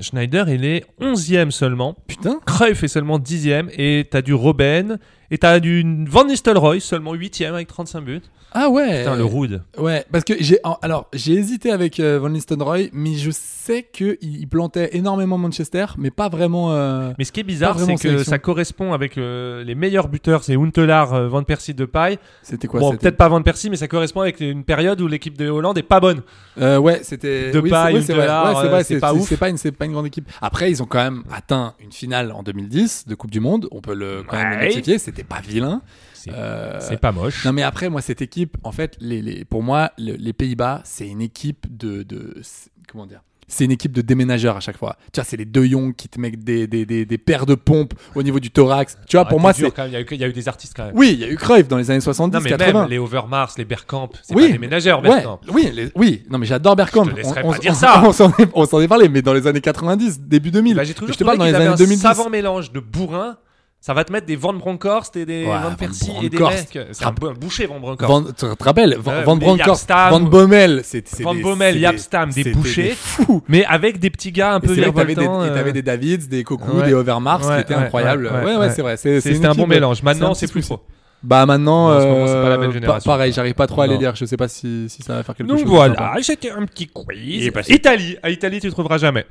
Speaker 1: Schneider, il est 11e seulement.
Speaker 2: Putain.
Speaker 1: Cruyff est seulement 10e. Et t'as du Robben. Et t'as du Van Nistelrooy, seulement 8e avec 35 buts.
Speaker 2: Ah ouais.
Speaker 1: Putain, le Rood.
Speaker 2: Ouais, parce que j'ai en- alors j'ai hésité avec euh, Van Nistelrooy, mais je sais que il il plantait énormément Manchester, mais pas vraiment. euh,
Speaker 1: Mais ce qui est bizarre,
Speaker 2: vraiment
Speaker 1: c'est que
Speaker 2: sélection.
Speaker 1: ça correspond avec euh, les meilleurs buteurs. C'est Huntelaar, euh, Van Persie, Depay.
Speaker 2: C'était quoi
Speaker 1: bon,
Speaker 2: c'était-
Speaker 1: peut-être pas Van Persie, mais ça correspond avec une période où l'équipe de Hollande est pas bonne.
Speaker 2: Euh, ouais, c'était.
Speaker 1: De
Speaker 2: oui,
Speaker 1: paille,
Speaker 2: c'est- oui,
Speaker 1: une
Speaker 2: c'est
Speaker 1: de
Speaker 2: vrai.
Speaker 1: l'art,
Speaker 2: Ouais, c'est
Speaker 1: euh,
Speaker 2: vrai,
Speaker 1: c'est
Speaker 2: c'est
Speaker 1: pas ouf.
Speaker 2: C'est pas une, c'est pas une grande équipe. Après, ils ont quand même atteint une finale en 2010 de Coupe du Monde. On peut le quand même le
Speaker 1: Ouais.
Speaker 2: notifier. C'était pas vilain.
Speaker 1: C'est
Speaker 2: Euh,
Speaker 1: c'est pas moche.
Speaker 2: Non mais après moi cette équipe en fait les, les- pour moi le- les Pays-Bas c'est une équipe de, de c'est- comment dire c'est une équipe de déménageurs à chaque fois. Tu vois, c'est les deux Young qui te mettent des, des, des, des paires de pompes au niveau du thorax. Tu vois,
Speaker 1: Ah,
Speaker 2: pour
Speaker 1: t'es
Speaker 2: moi,
Speaker 1: dur
Speaker 2: c'est.
Speaker 1: quand même, Il y, a eu- il y a eu des artistes quand même.
Speaker 2: Oui, il y a eu Cruyff dans les années 70,
Speaker 1: non, mais
Speaker 2: 80.
Speaker 1: même les Overmars, les Bergkamp, c'est
Speaker 2: Oui.
Speaker 1: pas des ménageurs,
Speaker 2: Ouais,
Speaker 1: Bergkamp.
Speaker 2: oui, les- oui, non mais j'adore Bergkamp.
Speaker 1: Je te laisserai
Speaker 2: On-
Speaker 1: pas
Speaker 2: on-
Speaker 1: dire
Speaker 2: on-
Speaker 1: ça.
Speaker 2: on s'en est- On s'en est parlé, mais dans les années 90, début 2000.
Speaker 1: Bah, j'ai toujours
Speaker 2: je te parle dans
Speaker 1: trouvé
Speaker 2: les
Speaker 1: qu'ils avaient
Speaker 2: années 2010.
Speaker 1: un savant mélange de bourrin. Ça va te mettre des Van Bronckhorst et des
Speaker 2: Ouais,
Speaker 1: Van
Speaker 2: Van
Speaker 1: Persie et des
Speaker 2: Bronckhorst.
Speaker 1: mecs. C'est un, bou- un boucher, Van Bronckhorst.
Speaker 2: Van, tu te rappelles, Van,
Speaker 1: Ouais,
Speaker 2: Van
Speaker 1: mais
Speaker 2: Bronckhorst,
Speaker 1: Yapstam,
Speaker 2: Van Bommel, c'est c'est
Speaker 1: Van
Speaker 2: des-
Speaker 1: Bommel,
Speaker 2: c'est des-
Speaker 1: Yapstam, des
Speaker 2: c'est
Speaker 1: bouchers.
Speaker 2: des fous.
Speaker 1: Mais avec des petits gars un
Speaker 2: Et
Speaker 1: peu
Speaker 2: c'est vrai que t'avais des,
Speaker 1: virevoltants.
Speaker 2: et t'avais
Speaker 1: euh,
Speaker 2: des Davids, des Cocou,
Speaker 1: ouais.
Speaker 2: des Overmars,
Speaker 1: Ouais,
Speaker 2: qui étaient
Speaker 1: ouais,
Speaker 2: incroyables.
Speaker 1: ouais,
Speaker 2: Ouais, ouais,
Speaker 1: ouais.
Speaker 2: c'est vrai. c'est- c'est
Speaker 1: C'était
Speaker 2: une
Speaker 1: un bon
Speaker 2: équipe-
Speaker 1: mélange. Maintenant,
Speaker 2: un
Speaker 1: c'est
Speaker 2: petit
Speaker 1: plus
Speaker 2: souci.
Speaker 1: trop.
Speaker 2: Bah maintenant,
Speaker 1: Non, en ce moment, c'est
Speaker 2: euh,
Speaker 1: pas la même
Speaker 2: pa-
Speaker 1: génération.
Speaker 2: pareil, j'arrive pas trop à les
Speaker 1: Non.
Speaker 2: lire. Je sais pas si, si ça va faire quelque
Speaker 1: Donc
Speaker 2: chose. de sympa.
Speaker 1: voilà, c'était un petit quiz. Italie, à Italie, tu ne trouveras jamais.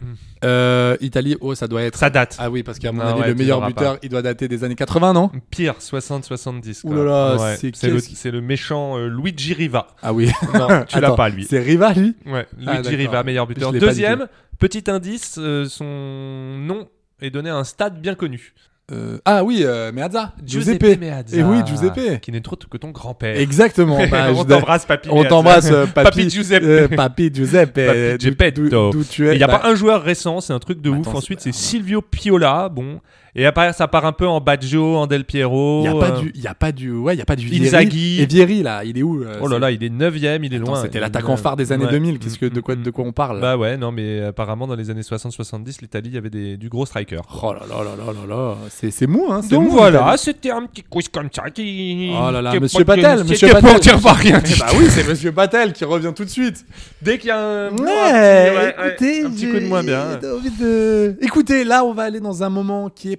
Speaker 2: Euh, Italie, oh, ça doit être.
Speaker 1: Ça date.
Speaker 2: Ah oui, parce qu'à mon
Speaker 1: Ah
Speaker 2: avis,
Speaker 1: ouais,
Speaker 2: le
Speaker 1: tu
Speaker 2: meilleur
Speaker 1: l'auras
Speaker 2: buteur, il doit dater des années 80, non
Speaker 1: Pire, 60-70.
Speaker 2: Ouh là là, c'est
Speaker 1: c'est le,
Speaker 2: qu'est-ce qui-
Speaker 1: c'est le méchant euh, Luigi Riva.
Speaker 2: Ah oui.
Speaker 1: Non, tu l'as
Speaker 2: Attends,
Speaker 1: pas, lui.
Speaker 2: C'est Riva, lui
Speaker 1: Ouais, Luigi
Speaker 2: Ah, d'accord.
Speaker 1: Riva, meilleur buteur.
Speaker 2: Je l'ai pas du
Speaker 1: Deuxième, petit indice, euh, son nom est donné à un stade bien connu.
Speaker 2: Euh, Ah oui, euh, Meazza. Giuseppe.
Speaker 1: Meazza.
Speaker 2: Eh oui, Giuseppe.
Speaker 1: Qui n'est autre que ton grand-père.
Speaker 2: Exactement. Bah,
Speaker 1: on
Speaker 2: je-
Speaker 1: t'embrasse, papy.
Speaker 2: On
Speaker 1: Meazza.
Speaker 2: t'embrasse, euh, papi,
Speaker 1: Papi Giuseppe.
Speaker 2: euh, papi Giuseppe. euh, d'où-
Speaker 1: Geppetto.
Speaker 2: d'où- D'où tu es.
Speaker 1: Il n'y a
Speaker 2: bah,
Speaker 9: bah-
Speaker 1: pas un joueur récent, c'est un truc de ouf.
Speaker 2: Attends,
Speaker 1: Ensuite,
Speaker 2: c'est-
Speaker 1: c'est Silvio Piola, bon. Et après, ça part un peu en Baggio, en Del Piero.
Speaker 2: Il y a pas
Speaker 1: euh,
Speaker 2: du, il y a pas du, ouais, il y a pas du Vieri.
Speaker 1: Inzaghi.
Speaker 2: Et Vieri là, il est où euh,
Speaker 1: Oh là
Speaker 2: c'est-
Speaker 1: là, il est 9ème, il est
Speaker 2: Attends,
Speaker 1: loin.
Speaker 2: C'était
Speaker 1: Il est
Speaker 2: l'attaquant
Speaker 1: neuf.
Speaker 2: phare des années
Speaker 1: Ouais.
Speaker 2: 2000. Qu'est-ce que de quoi
Speaker 1: Mm, mm,
Speaker 2: de quoi on parle là
Speaker 1: Bah ouais, non, mais apparemment, dans les années 60-70, l'Italie, il y avait des, du gros striker.
Speaker 2: Oh là là là là là là, c'est c'est mou hein. c'est
Speaker 1: Donc
Speaker 2: mou,
Speaker 1: voilà, Ah, c'était un petit quiz comme ça qui.
Speaker 2: l'Italie. Oh là là,
Speaker 1: qui-
Speaker 2: Monsieur
Speaker 1: qui-
Speaker 2: Patel,
Speaker 1: qui-
Speaker 2: Monsieur
Speaker 1: qui-
Speaker 2: Patel.
Speaker 1: pour dire pas rien.
Speaker 2: Eh Bah oui, c'est Monsieur Patel qui revient tout de suite.
Speaker 1: Dès qu'il y a un.
Speaker 2: Ouais, écoutez,
Speaker 1: un petit
Speaker 2: j'ai
Speaker 1: coup de moins bien.
Speaker 2: envie de- Écoutez, là, on va aller dans un moment qui est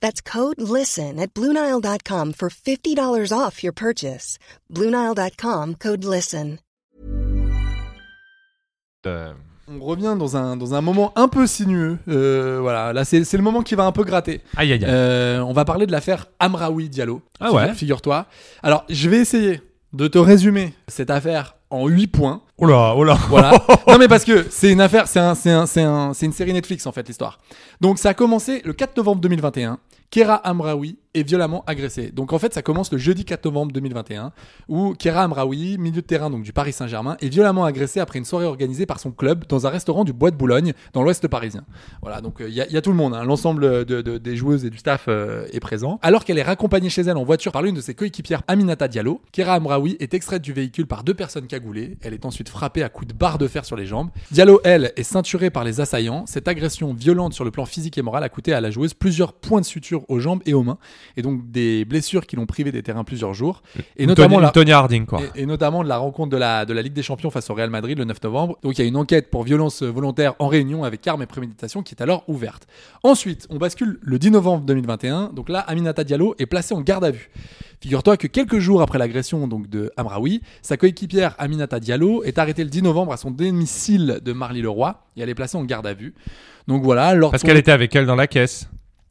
Speaker 10: That's code LISTEN at Bluenile.com for $50 off your purchase. Bluenile.com code LISTEN.
Speaker 2: On revient dans un, dans un moment un peu sinueux. Euh, voilà, là, c'est c'est le moment qui va un peu gratter.
Speaker 1: Aïe aïe aïe.
Speaker 2: Euh, on va parler de l'affaire Amraoui Diallo.
Speaker 1: Ah ouais.
Speaker 2: Figure- Figure-toi. Alors, je vais essayer de te résumer cette affaire en 8 points.
Speaker 1: Oh là, oh là.
Speaker 2: Voilà. non, mais parce que c'est une affaire, c'est un, c'est un, c'est un- c'est une série Netflix, en fait, l'histoire. Donc, ça a commencé le 4 novembre 2021. Kera Amraoui est violemment agressé. Donc, en fait, ça commence le jeudi 4 novembre 2021, où Kera Amraoui, milieu de terrain donc du Paris Saint-Germain, est violemment agressé après une soirée organisée par son club dans un restaurant du Bois de Boulogne, dans l'ouest parisien. Voilà, donc il y, a- y a tout le monde. hein. L'ensemble de- de- des joueuses et du staff euh, est présent. Alors qu'elle est raccompagnée chez elle en voiture par l'une de ses coéquipières, Aminata Diallo, Kera Amraoui est extraite du véhicule par deux personnes cagoulées. Elle est ensuite frappée à coups de barre de fer sur les jambes. Diallo, elle, est ceinturée par les assaillants. Cette agression violente sur le plan physique et moral a coûté à la joueuse plusieurs points de suture aux jambes et aux mains, et donc des blessures qui l'ont privée des terrains plusieurs jours. Et notamment
Speaker 1: Tony,
Speaker 2: la...
Speaker 1: Tony Harding, quoi.
Speaker 2: Et, et notamment de la rencontre de la, de la Ligue des Champions face au Real Madrid le 9 novembre. Donc il y a une enquête pour violence volontaire en réunion avec armes et préméditation qui est alors ouverte. Ensuite, on bascule le 10 novembre 2021. Donc là, Aminata Diallo est placée en garde à vue. Figure-toi que quelques jours après l'agression donc de Amraoui, sa coéquipière Aminata Diallo est arrêtée le 10 novembre à son domicile de Marly-le-Roi et elle est placée en garde à vue. Donc voilà, lors de
Speaker 1: Parce
Speaker 2: son-
Speaker 1: qu'elle était avec elle dans la caisse.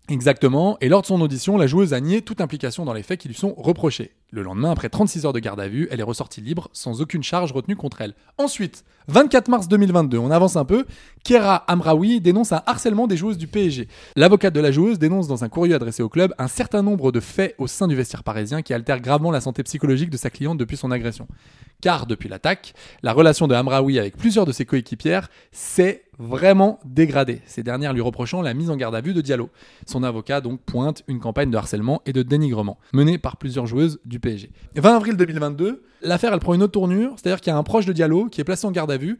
Speaker 2: Exactement, et lors de son audition, la joueuse a nié toute implication dans les faits qui lui sont reprochés. Le lendemain, après 36 heures de garde à vue, elle est ressortie libre, sans aucune charge retenue contre elle. Ensuite, 24 mars 2022, on avance un peu, Kera Amraoui dénonce un harcèlement des joueuses du PSG. L'avocate de la joueuse dénonce dans un courrier adressé au club un certain nombre de faits au sein du vestiaire parisien qui altèrent gravement la santé psychologique de sa cliente depuis son agression. Car depuis l'attaque, la relation de Hamraoui avec plusieurs de ses coéquipières s'est vraiment dégradée, ces dernières lui reprochant la mise en garde à vue de Diallo. Son avocat donc pointe une campagne de harcèlement et de dénigrement menée par plusieurs joueuses du PSG. 20 avril 2022, l'affaire elle prend une autre tournure, c'est-à-dire qu'il y a un proche de Diallo qui est placé en garde à vue,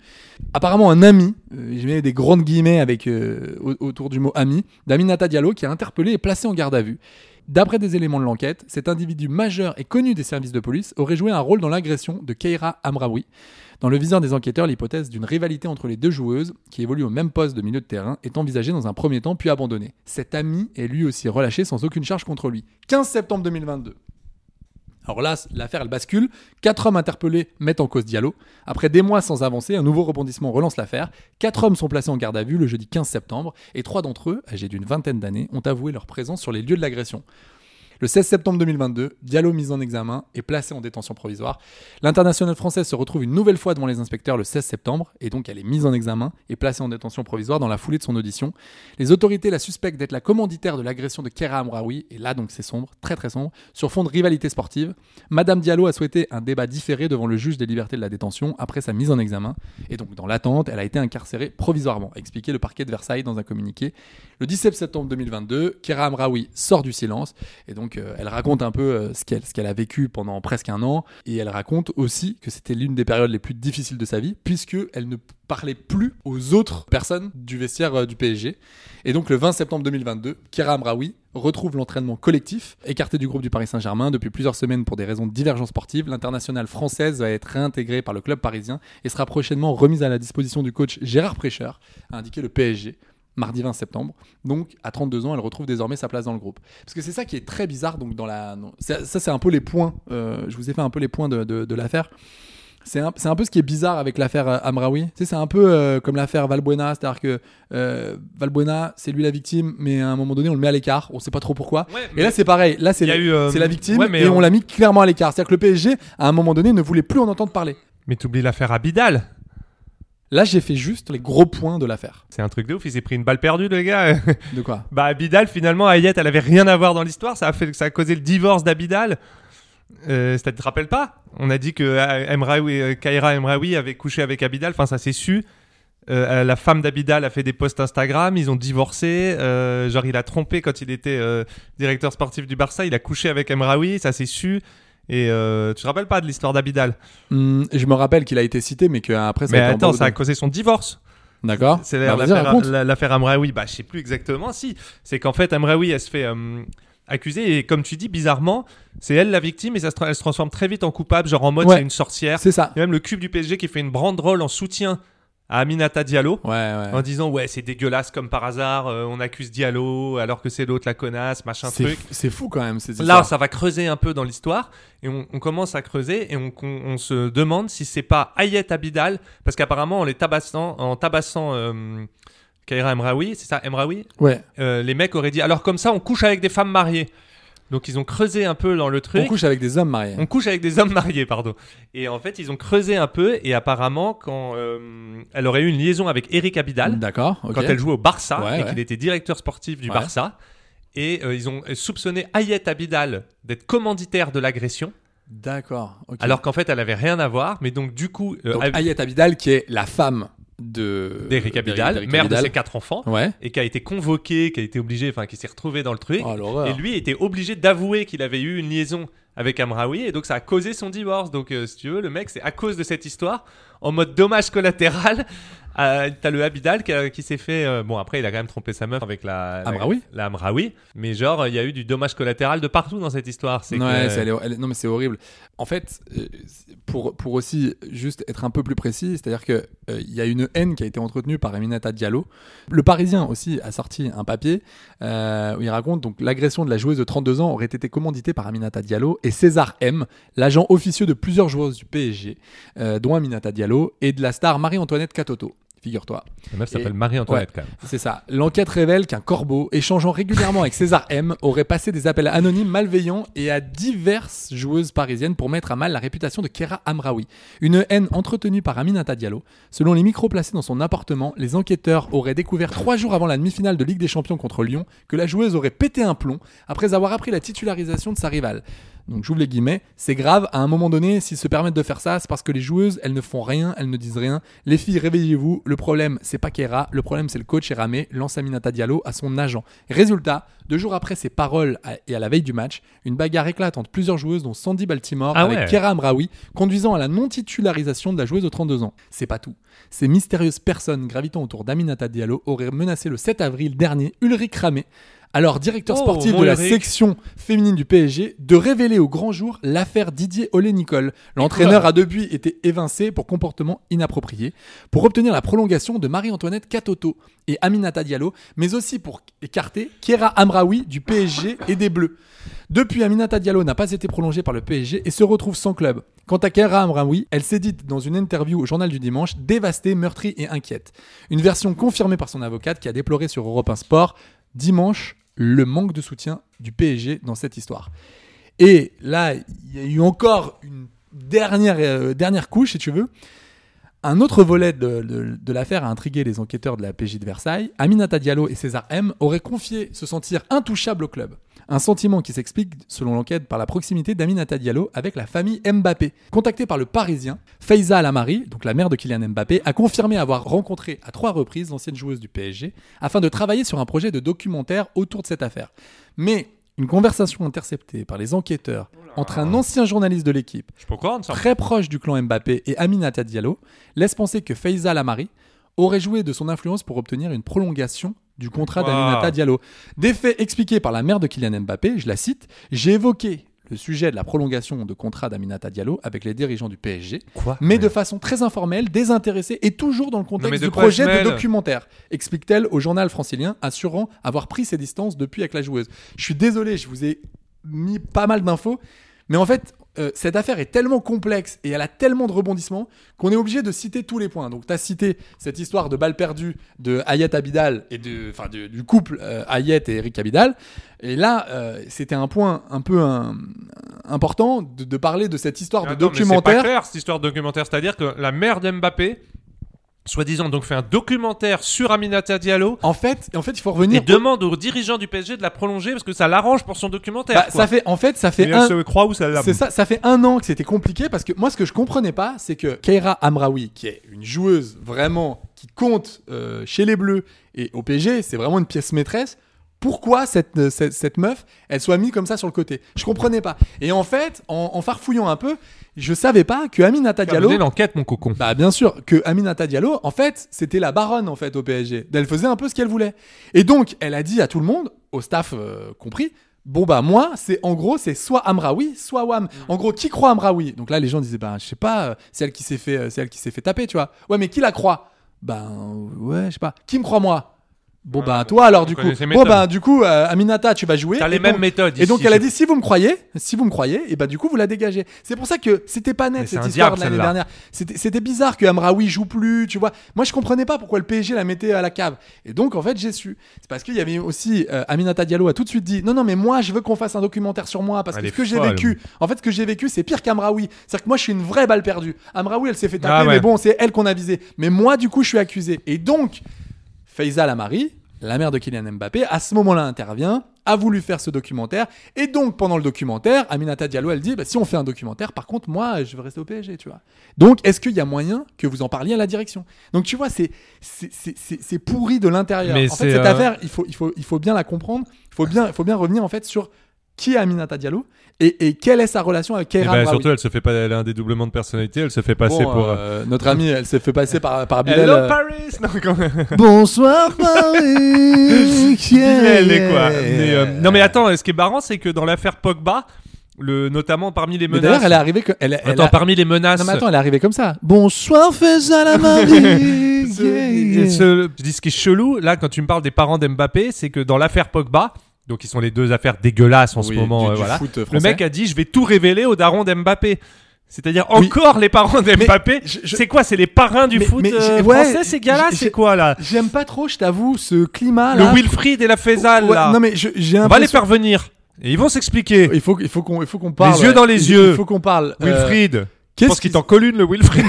Speaker 2: apparemment un ami, euh, je mets des grandes guillemets avec euh, au- autour du mot ami, d'Aminata Diallo qui est interpellé et placé en garde à vue. D'après des éléments de l'enquête, cet individu majeur et connu des services de police aurait joué un rôle dans l'agression de Keira Amraoui. Dans le viseur des enquêteurs, l'hypothèse d'une rivalité entre les deux joueuses, qui évoluent au même poste de milieu de terrain, est envisagée dans un premier temps puis abandonnée. Cet ami est lui aussi relâché sans aucune charge contre lui. 15 septembre 2022. Alors là, l'affaire, elle bascule. Quatre hommes interpellés mettent en cause Diallo. Après des mois sans avancer, un nouveau rebondissement relance l'affaire. Quatre hommes sont placés en garde à vue le jeudi 15 septembre et trois d'entre eux, âgés d'une vingtaine d'années, ont avoué leur présence sur les lieux de l'agression. Le 16 septembre 2022, Diallo mis en examen et placé en détention provisoire. L'internationale française se retrouve une nouvelle fois devant les inspecteurs le 16 septembre et donc elle est mise en examen et placée en détention provisoire dans la foulée de son audition. Les autorités la suspectent d'être la commanditaire de l'agression de Kera Amraoui et là donc c'est sombre, très très sombre, sur fond de rivalité sportive. Madame Diallo a souhaité un débat différé devant le juge des libertés de la détention après sa mise en examen et donc dans l'attente, elle a été incarcérée provisoirement, a expliqué le parquet de Versailles dans un communiqué. Le 17 septembre 2022, Kera Amraoui sort du silence et donc donc, euh, elle raconte un peu euh, ce qu'elle ce qu'elle a vécu pendant presque un an et elle raconte aussi que c'était l'une des périodes les plus difficiles de sa vie puisque elle ne parlait plus aux autres personnes du vestiaire euh, du PSG. Et donc le 20 septembre 2022, Kira Amraoui retrouve l'entraînement collectif. Écarté du groupe du Paris Saint-Germain depuis plusieurs semaines pour des raisons de divergence sportive, l'internationale française va être réintégrée par le club parisien et sera prochainement remise à la disposition du coach Gérard Prêcheur, a indiqué le PSG mardi 20 septembre. Donc, à 32 ans, elle retrouve désormais sa place dans le groupe. Parce que c'est ça qui est très bizarre. Donc, dans la, non, ça, ça, c'est un peu les points. euh, je vous ai fait un peu les points de, de- de l'affaire. C'est un, c'est un peu ce qui est bizarre avec l'affaire euh, Amraoui. Tu sais, c'est un peu euh, comme l'affaire Valbuena, c'est-à-dire que euh, Valbuena, c'est lui la victime, mais à un moment donné, on le met à l'écart, on sait pas trop pourquoi.
Speaker 1: Ouais,
Speaker 2: et
Speaker 1: mais-
Speaker 2: là, c'est pareil, là, c'est
Speaker 1: Il y a
Speaker 2: le-
Speaker 1: eu, euh,
Speaker 2: c'est la victime,
Speaker 1: ouais, mais
Speaker 2: et
Speaker 1: on-
Speaker 2: on l'a mis clairement à l'écart. C'est-à-dire que le PSG, à un moment donné, ne voulait plus en entendre parler.
Speaker 1: Mais t'oublies l'affaire Abidal.
Speaker 2: Là, j'ai fait juste les gros points de l'affaire.
Speaker 1: C'est un truc de ouf, il s'est pris une balle perdue, le gars.
Speaker 2: De quoi
Speaker 1: bah, Abidal, finalement, Ayet, elle avait rien à voir dans l'histoire. Ça a, fait, ça a causé le divorce d'Abidal. Euh, ça te rappelle pas On a dit que euh, Emraoui, euh, Kaira Emraoui avait couché avec Abidal. Enfin, ça s'est su. Euh, euh, la femme d'Abidal a fait des posts Instagram. Ils ont divorcé. Euh, genre, il a trompé quand il était euh, directeur sportif du Barça. Il a couché avec Emraoui. Ça s'est su. Et euh, tu te rappelles pas de l'histoire d'Abidal
Speaker 2: Hum, Je me rappelle qu'il a été cité, mais qu'après, ça
Speaker 1: Mais
Speaker 2: a été en
Speaker 1: attends,
Speaker 2: bande
Speaker 1: ça a
Speaker 2: de-
Speaker 1: causé son divorce.
Speaker 2: D'accord.
Speaker 1: C'est
Speaker 2: Bah,
Speaker 1: la-
Speaker 2: vas-y,
Speaker 1: l'affaire
Speaker 2: raconte.
Speaker 1: la- l'affaire Amraoui. Bah, je sais plus exactement. Si, c'est qu'en fait, Amraoui, elle se fait euh, accuser et comme tu dis, bizarrement, c'est elle la victime et ça se tra- elle se transforme très vite en coupable, genre en mode
Speaker 2: Ouais.
Speaker 1: c'est une sorcière.
Speaker 2: C'est ça.
Speaker 1: Et même le cube du PSG qui fait une banderole en soutien à Aminata Diallo.
Speaker 2: Ouais, ouais.
Speaker 1: En disant ouais c'est dégueulasse comme par hasard euh, on accuse Diallo alors que c'est l'autre la connasse machin
Speaker 2: C'est,
Speaker 1: truc
Speaker 2: c'est fou quand même. Ces
Speaker 1: là
Speaker 2: histoires.
Speaker 1: ça va creuser un peu dans l'histoire et on, on commence à creuser et on, on- on se demande si c'est pas Ayet Abidal parce qu'apparemment en les tabassant en tabassant euh, Kaira Emraoui c'est ça Emraoui
Speaker 2: ouais.
Speaker 1: Euh, les mecs auraient dit alors comme ça on couche avec des femmes mariées donc ils ont creusé un peu dans le truc
Speaker 2: On couche avec des hommes mariés.
Speaker 1: on couche avec des hommes mariés, pardon. Et en fait, ils ont creusé un peu, et apparemment, quand euh, elle aurait eu une liaison avec Eric Abidal,
Speaker 2: D'accord. ok.
Speaker 1: quand elle jouait au Barça,
Speaker 2: Ouais,
Speaker 1: et
Speaker 2: ouais.
Speaker 1: qu'il était directeur sportif du
Speaker 2: Ouais.
Speaker 1: Barça, et euh, ils ont soupçonné Ayet Abidal d'être commanditaire de l'agression,
Speaker 2: D'accord. ok.
Speaker 1: alors qu'en fait, elle avait rien à voir, mais donc du coup, euh,
Speaker 2: donc,
Speaker 1: Ab-
Speaker 2: Ayette Abidal, qui est la femme de
Speaker 1: d'Eric Abidal,
Speaker 2: d'Eric
Speaker 1: mère de
Speaker 2: Abidal.
Speaker 1: ses quatre enfants,
Speaker 2: Ouais.
Speaker 1: et qui a été convoqué, qui a été obligé, enfin, qui s'est retrouvé dans le truc,
Speaker 2: Oh, l'horreur.
Speaker 1: Et lui était obligé d'avouer qu'il avait eu une liaison avec Amraoui et donc ça a causé son divorce. Donc euh, si tu veux, le mec, c'est à cause de cette histoire, en mode dommage collatéral, euh, t'as le Abidal qui, a- qui s'est fait... euh, bon après, il a quand même trompé sa meuf avec la... la-
Speaker 2: Amraoui
Speaker 1: La Amraoui. Mais genre, il y a eu du dommage collatéral de partout dans cette histoire. C'est
Speaker 2: Ouais,
Speaker 1: que-
Speaker 2: c'est- elle est- elle est- non mais c'est horrible. En fait, euh, c'est- pour, pour aussi juste être un peu plus précis, c'est-à-dire que euh, il y a une haine qui a été entretenue par Aminata Diallo. Le Parisien aussi a sorti un papier euh, où il raconte donc l'agression de la joueuse de 32 ans aurait été commanditée par Aminata Diallo et César M, l'agent officieux de plusieurs joueuses du PSG, euh, dont Aminata Diallo et de la star Marie-Antoinette Catoto. Figure-toi.
Speaker 1: La meuf
Speaker 2: Et-
Speaker 1: s'appelle Marie-Antoinette quand même.
Speaker 2: C'est ça. L'enquête révèle qu'un corbeau, échangeant régulièrement avec César M, aurait passé des appels anonymes malveillants et à diverses joueuses parisiennes pour mettre à mal la réputation de Kera Amraoui. Une haine entretenue par Aminata Diallo. Selon les micros placés dans son appartement, les enquêteurs auraient découvert trois jours avant la demi-finale de Ligue des Champions contre Lyon que la joueuse aurait pété un plomb après avoir appris la titularisation de sa rivale. Donc j'ouvre les guillemets, c'est grave, à un moment donné, s'ils se permettent de faire ça, c'est parce que les joueuses, elles ne font rien, elles ne disent rien. Les filles, réveillez-vous, le problème, c'est pas Kera, le problème, c'est le coach Ramé, lance Aminata Diallo à son agent. Résultat, deux jours après ces paroles à- et à la veille du match, une bagarre éclate entre plusieurs joueuses, dont Sandy Baltimore
Speaker 1: Ah
Speaker 2: avec
Speaker 1: ouais.
Speaker 2: Kera Amraoui, conduisant à la non-titularisation de la joueuse aux 32 ans. C'est pas tout. Ces mystérieuses personnes gravitant autour d'Aminata Diallo auraient menacé le 7 avril dernier Ulrich Ramé, alors directeur
Speaker 1: Oh,
Speaker 2: sportif
Speaker 1: mon
Speaker 2: de la
Speaker 1: Ulrich.
Speaker 2: section section féminine du PSG de révéler au grand jour l'affaire Didier Olé-Nicole. L'entraîneur a depuis été évincé pour comportement inapproprié, pour obtenir la prolongation de Marie-Antoinette Katoto et Aminata Diallo, mais aussi pour écarter Kera Amraoui du PSG et des Bleus. Depuis, Aminata Diallo n'a pas été prolongée par le PSG et se retrouve sans club. Quant à Kera Amraoui, elle s'est dite dans une interview au Journal du Dimanche dévastée, meurtrie et inquiète. Une version confirmée par son avocate qui a déploré sur Europe 1 Sport dimanche le manque de soutien du PSG dans cette histoire. Et là, il y a eu encore une dernière, euh, dernière couche, si tu veux. Un autre volet de, de- de l'affaire a intrigué les enquêteurs de la PJ de Versailles. Aminata Diallo et César M auraient confié se sentir intouchables au club. Un sentiment qui s'explique, selon l'enquête, par la proximité d'Aminata Diallo avec la famille Mbappé. Contactée par le Parisien, Faiza Alamari, donc la mère de Kylian Mbappé, a confirmé avoir rencontré à trois reprises l'ancienne joueuse du PSG afin de travailler sur un projet de documentaire autour de cette affaire. Mais une conversation interceptée par les enquêteurs entre un ancien journaliste de l'équipe
Speaker 1: Je peux comprendre ça.
Speaker 2: très proche du clan Mbappé et Aminata Diallo, laisse penser que Faiza Lamari aurait joué de son influence pour obtenir une prolongation du contrat
Speaker 1: Wow.
Speaker 2: d'Aminata Diallo. Des faits expliqués par la mère de Kylian Mbappé, je la cite, j'ai évoqué le sujet de la prolongation de contrat d'Aminata Diallo avec les dirigeants du PSG,
Speaker 1: Quoi
Speaker 2: mais de façon très informelle, désintéressée et toujours dans le
Speaker 1: Non, mais
Speaker 2: contexte
Speaker 1: de
Speaker 2: du
Speaker 1: quoi
Speaker 2: projet
Speaker 1: elle se
Speaker 2: de
Speaker 1: mêle
Speaker 2: documentaire, explique-t-elle au journal francilien, assurant avoir pris ses distances depuis avec la joueuse. Je suis désolé, je vous ai mis pas mal d'infos, mais en fait, euh, cette affaire est tellement complexe et elle a tellement de rebondissements qu'on est obligé de citer tous les points. Donc, tu as cité cette histoire de balle perdue de Hayat Abidal et de, enfin, de- du couple euh, Hayat et Eric Abidal. Et là, euh, c'était un point un peu un- important de, de parler de cette histoire de
Speaker 1: Attends, mais C'est pas
Speaker 2: documentaire.
Speaker 1: clair cette histoire de documentaire, c'est-à-dire que la mère d'Mbappé, soi-disant, donc fait un documentaire sur Aminata Diallo
Speaker 2: En fait, en fait, il faut
Speaker 1: et
Speaker 2: revenir. au-
Speaker 1: demande aux dirigeants du PSG de la prolonger parce que ça l'arrange pour son documentaire.
Speaker 2: Bah,
Speaker 1: quoi.
Speaker 2: ça fait, en fait, ça fait
Speaker 1: Et
Speaker 2: un,
Speaker 1: elle se croit où ça l'a
Speaker 2: C'est ça, ça fait un an que c'était compliqué parce que moi, ce que je comprenais pas, c'est que Keira Amraoui, qui est une joueuse vraiment qui compte euh, chez les Bleus et au PSG, c'est vraiment une pièce maîtresse. Pourquoi cette, euh, cette, cette meuf, elle soit mise comme ça sur le côté Je comprenais pas. Et en fait, en, en farfouillant un peu, je savais pas que Aminata Diallo.
Speaker 1: Terminez l'enquête, mon cocon.
Speaker 2: Bah bien sûr que Aminata Diallo, en fait, c'était la baronne en fait au PSG. Elle faisait un peu ce qu'elle voulait. Et donc, elle a dit à tout le monde, au staff euh, compris, bon bah moi, c'est en gros, c'est soit Amraoui, soit Wam.
Speaker 1: Mm.
Speaker 2: En gros, qui croit Amraoui Donc là, les gens disaient, bah je sais pas, euh, c'est elle qui s'est fait, euh, c'est elle qui s'est fait taper, tu vois. Ouais, mais qui la croit Ben ouais, je sais pas. Qui me croit moi Bon bah toi alors du
Speaker 1: on
Speaker 2: coup.
Speaker 1: connaît ces
Speaker 2: Bon
Speaker 1: méthodes.
Speaker 2: bah du coup, euh, Aminata, tu vas jouer.
Speaker 1: T'as les
Speaker 2: Et
Speaker 1: mêmes
Speaker 2: donc-
Speaker 1: méthodes
Speaker 2: Et donc
Speaker 1: ici,
Speaker 2: elle a
Speaker 1: je-
Speaker 2: dit, si vous me croyez, si vous me croyez, et bah du coup vous la dégagez. C'est pour ça que c'était pas net
Speaker 1: Mais c'est
Speaker 2: cette
Speaker 1: un diable,
Speaker 2: histoire de l'année
Speaker 1: celle-là.
Speaker 2: dernière dernière. C'était c'était bizarre que Amraoui joue plus, tu vois. Moi, je comprenais pas pourquoi le PSG la mettait à la cave. Et donc, en fait, j'ai su. C'est parce qu'il y avait aussi euh, Aminata Diallo a tout de suite dit non, non, mais moi, je veux qu'on fasse un documentaire sur moi parce
Speaker 1: Elle
Speaker 2: que
Speaker 1: est
Speaker 2: ce que j'ai
Speaker 1: folle.
Speaker 2: vécu, en fait, ce que j'ai vécu, c'est pire qu'Amraoui. C'est-à-dire que moi, je suis une vraie balle perdue. Amraoui, elle s'est fait taper,
Speaker 1: Ah ouais.
Speaker 2: mais bon, c'est elle qu'on a visée. Mais moi, du coup, je suis accusé. Et donc, Faiza Lamari, la mère de Kylian Mbappé, à ce moment-là intervient, a voulu faire ce documentaire. Et donc, pendant le documentaire, Aminata Diallo, elle dit bah, si on fait un documentaire, par contre, moi, je veux rester au PSG, tu vois. Donc, est-ce qu'il y a moyen que vous en parliez à la direction Donc, tu vois, c'est c'est- c'est- c'est- c'est pourri de l'intérieur.
Speaker 1: Mais
Speaker 2: En fait,
Speaker 1: c'est,
Speaker 2: cette
Speaker 1: euh,
Speaker 2: affaire, il faut, il, faut, il faut bien la comprendre. Il faut bien, il faut bien revenir, en fait, sur qui est Aminata Diallo et, et quelle est sa relation avec
Speaker 1: Et
Speaker 2: Keira
Speaker 1: bah,
Speaker 2: Amraoui.
Speaker 1: surtout, elle se fait pas, elle a un dédoublement de personnalité, elle se fait
Speaker 2: Bon,
Speaker 1: passer pour. euh,
Speaker 2: euh, notre amie, elle s'est fait passer par, par Bilal,
Speaker 1: Hello
Speaker 2: euh,
Speaker 1: Paris! Non, quand même.
Speaker 2: Bonsoir Paris
Speaker 1: Bilal et quoi. Mais, euh, non, mais attends, ce qui est marrant, c'est que dans l'affaire Pogba, le, notamment parmi les
Speaker 2: Mais
Speaker 1: menaces.
Speaker 2: d'ailleurs, elle est arrivée que- elle, elle
Speaker 1: Attends,
Speaker 2: a-
Speaker 1: parmi les menaces.
Speaker 2: Non, mais attends, elle est arrivée comme ça. Bonsoir Faiza la Marie
Speaker 1: Ce- ce- je dis ce qui est chelou, là, quand tu me parles des parents d'Mbappé, c'est que dans l'affaire Pogba, donc ils sont les deux affaires dégueulasses en ce
Speaker 2: Oui,
Speaker 1: moment,
Speaker 2: du-
Speaker 1: euh,
Speaker 2: du
Speaker 1: voilà.
Speaker 2: foot
Speaker 1: le
Speaker 2: français.
Speaker 1: mec a dit, je vais tout révéler aux darons d'Mbappé. C'est-à-dire
Speaker 2: Oui.
Speaker 1: encore les parents d'Mbappé.
Speaker 2: je- je-
Speaker 1: C'est quoi C'est les parrains du
Speaker 2: Mais-
Speaker 1: foot
Speaker 2: mais
Speaker 1: euh,
Speaker 2: j'ai- ouais,
Speaker 1: français ces gars-là
Speaker 2: j'ai-
Speaker 1: C'est quoi là
Speaker 2: J'aime pas trop, je t'avoue, ce climat
Speaker 1: Le
Speaker 2: là.
Speaker 1: Wilfried et la Faisal
Speaker 2: Ouais,
Speaker 1: là.
Speaker 2: Non mais je- j'ai
Speaker 1: On va les
Speaker 2: l'impression-
Speaker 1: faire venir et ils vont s'expliquer.
Speaker 2: Il faut, il faut qu'on, il faut qu'on parle.
Speaker 1: yeux dans les
Speaker 2: Il-
Speaker 1: yeux.
Speaker 2: Il faut qu'on parle. Euh,
Speaker 1: Wilfried. Je
Speaker 2: qu'est-ce
Speaker 1: pense qu'il
Speaker 2: qui-
Speaker 1: t'en colle une, le Wilfried.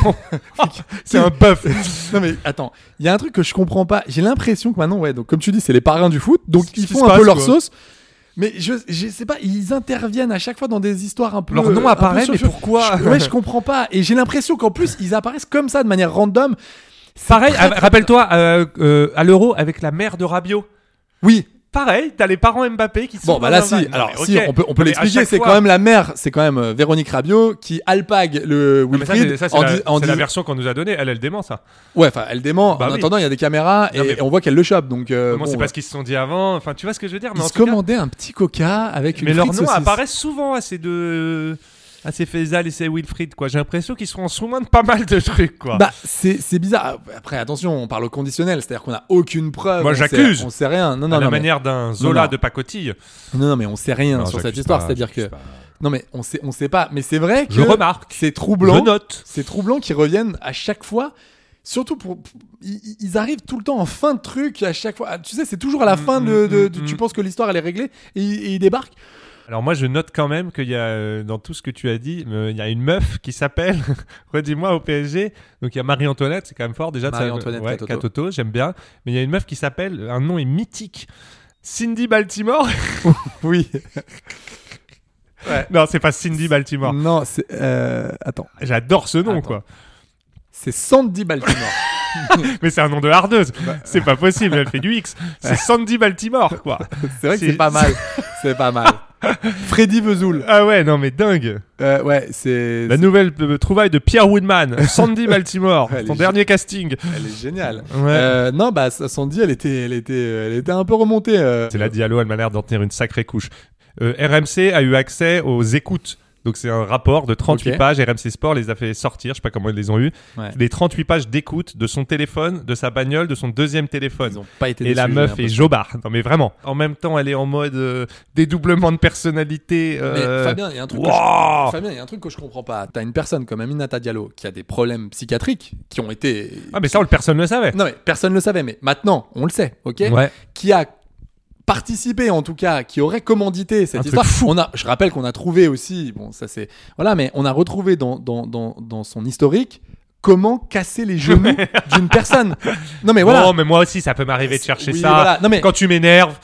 Speaker 1: c'est un bœuf.
Speaker 2: Non mais attends, il y a un truc que je comprends pas. J'ai l'impression que maintenant, ouais, donc comme tu dis, c'est les parrains du foot, donc
Speaker 1: C'est ce
Speaker 2: ils
Speaker 1: qui
Speaker 2: font
Speaker 1: se
Speaker 2: un peu
Speaker 1: passe,
Speaker 2: leur
Speaker 1: quoi.
Speaker 2: sauce. Mais je, je sais pas, ils interviennent à chaque fois dans des histoires un peu.
Speaker 1: Leur nom
Speaker 2: un peu
Speaker 1: apparaît, mais
Speaker 2: surfaites.
Speaker 1: pourquoi
Speaker 2: Je- Ouais, je comprends pas. Et j'ai l'impression qu'en plus, ils apparaissent comme ça de manière random. C'est
Speaker 1: Pareil,
Speaker 2: très,
Speaker 1: ah,
Speaker 2: très-
Speaker 1: rappelle-toi euh, euh, à l'Euro avec la mère de Rabiot.
Speaker 2: Oui.
Speaker 1: Pareil, t'as les parents Mbappé qui sont.
Speaker 2: Bon, bah là,
Speaker 1: dans
Speaker 2: si.
Speaker 1: un- Non,
Speaker 2: Alors,
Speaker 1: mais
Speaker 2: si,
Speaker 1: ok.
Speaker 2: on peut, on peut
Speaker 1: Mais à
Speaker 2: l'expliquer.
Speaker 1: chaque
Speaker 2: C'est
Speaker 1: fois-
Speaker 2: quand même la mère, c'est quand même euh, Véronique Rabiot qui alpague le
Speaker 1: Non, mais ça,
Speaker 2: Wilfried.
Speaker 1: c'est- ça, c'est
Speaker 2: en
Speaker 1: la,
Speaker 2: dis- en
Speaker 1: c'est la
Speaker 2: dis-
Speaker 1: version qu'on nous a donnée. Elle, elle dément ça.
Speaker 2: Ouais, enfin, elle dément.
Speaker 1: Bah
Speaker 2: en
Speaker 1: oui.
Speaker 2: attendant, il y a des caméras et,
Speaker 1: Non, mais-
Speaker 2: et on voit qu'elle le chope. Donc, euh,
Speaker 1: Comment
Speaker 2: bon,
Speaker 1: c'est
Speaker 2: euh,
Speaker 1: pas ce qu'ils se sont dit avant Enfin, tu vois ce que je veux dire
Speaker 2: ils
Speaker 1: Mais, en
Speaker 2: se
Speaker 1: tout cas-
Speaker 2: commandaient un petit coca avec une
Speaker 1: mais leurs
Speaker 2: frite
Speaker 1: noms
Speaker 2: saucisse.
Speaker 1: apparaissent souvent à ces deux. Ah, c'est Faisal et c'est Wilfried, quoi. J'ai l'impression qu'ils sont en sous-main de pas mal de trucs, quoi.
Speaker 2: Bah, c'est c'est bizarre. Après, attention, on parle au conditionnel, c'est-à-dire qu'on n'a aucune preuve.
Speaker 1: Moi,
Speaker 2: on sait-
Speaker 1: j'accuse.
Speaker 2: On sait rien. Non,
Speaker 1: à
Speaker 2: non,
Speaker 1: la
Speaker 2: non. mais-
Speaker 1: manière d'un Zola
Speaker 2: non.
Speaker 1: de pacotille.
Speaker 2: Non, non, mais on sait rien
Speaker 1: Non,
Speaker 2: sur cette
Speaker 1: j'accuse
Speaker 2: histoire.
Speaker 1: pas,
Speaker 2: C'est-à-dire que
Speaker 1: j'accuse pas.
Speaker 2: non, mais on sait, on sait pas. Mais c'est vrai que
Speaker 1: Je remarque.
Speaker 2: c'est troublant.
Speaker 1: Je note.
Speaker 2: C'est troublant qu'ils reviennent à chaque fois. Surtout pour, ils, ils arrivent tout le temps en fin de truc à chaque fois. Ah, Tu sais, c'est toujours à
Speaker 1: Mm,
Speaker 2: la fin de. de- de- Tu penses que l'histoire elle est réglée et, ils- et ils débarquent.
Speaker 1: Alors moi, je note quand même qu'il y a, euh, dans tout ce que tu as dit, euh, il y a une meuf qui s'appelle, redis-moi, au PSG. Donc il y a Marie-Antoinette, c'est quand même fort déjà. de savoir-
Speaker 2: Marie-Antoinette
Speaker 1: ouais,
Speaker 2: Catoto.
Speaker 1: Catoto, j'aime bien. Mais il y a une meuf qui s'appelle, un nom est mythique. Cindy Baltimore
Speaker 2: Oui.
Speaker 1: Non, c'est pas Cindy Baltimore.
Speaker 2: Non, c'est euh, attends,
Speaker 1: J'adore ce nom,
Speaker 2: Attends.
Speaker 1: quoi.
Speaker 2: c'est Sandy Baltimore.
Speaker 1: Mais c'est un nom de hardeuse.
Speaker 2: Bah.
Speaker 1: C'est pas possible, elle fait du X. C'est Sandy Baltimore, quoi.
Speaker 2: c'est vrai que
Speaker 1: C'est-
Speaker 2: c'est pas mal. C'est pas mal. Freddy Vesoul.
Speaker 1: Ah ouais, non, mais dingue.
Speaker 2: Euh, ouais, c'est.
Speaker 1: La nouvelle euh, trouvaille de Pierre Woodman, Sandy Baltimore,
Speaker 2: Elle est
Speaker 1: son
Speaker 2: gé-
Speaker 1: dernier casting.
Speaker 2: Elle est géniale.
Speaker 1: Ouais.
Speaker 2: Euh, non, bah ça, Sandy, elle était, elle était, elle était un peu remontée. euh.
Speaker 1: C'est la Diallo, elle m'a l'air d'en tenir une sacrée couche. Euh, RMC a eu accès aux écoutes. Donc c'est un rapport de 38
Speaker 2: Ok.
Speaker 1: pages. RMC Sport les a fait sortir, je sais pas comment ils les ont eu.
Speaker 2: Ouais.
Speaker 1: Les 38 pages d'écoute de son téléphone, de sa bagnole, de son deuxième téléphone.
Speaker 2: Ils ont pas été
Speaker 1: Et la
Speaker 2: déçus,
Speaker 1: meuf
Speaker 2: j'ai
Speaker 1: est
Speaker 2: l'impression.
Speaker 1: jobard. Non mais vraiment. En même temps, elle est en mode euh, dédoublement de personnalité.
Speaker 2: Mais
Speaker 1: euh,
Speaker 2: Fabien, il y a un truc. que
Speaker 1: wouah
Speaker 2: je- Fabien, il y a un truc que je comprends pas. T'as une personne comme Aminata Diallo qui a des problèmes psychiatriques qui ont été.
Speaker 1: Ah mais ça, on le personne ne le savait.
Speaker 2: Non mais personne le savait, mais maintenant on le sait, ok
Speaker 1: Ouais.
Speaker 2: Qui a participé en tout cas, qui aurait commandité cette
Speaker 1: Un truc
Speaker 2: histoire. On a, je rappelle qu'on a trouvé aussi, bon ça c'est, voilà, mais on a retrouvé dans dans, dans, dans son historique comment casser les genoux d'une personne. Non mais voilà.
Speaker 1: Non Oh, mais moi aussi, ça peut m'arriver de chercher
Speaker 2: Oui,
Speaker 1: ça.
Speaker 2: voilà. Non, mais-
Speaker 1: Quand tu m'énerves,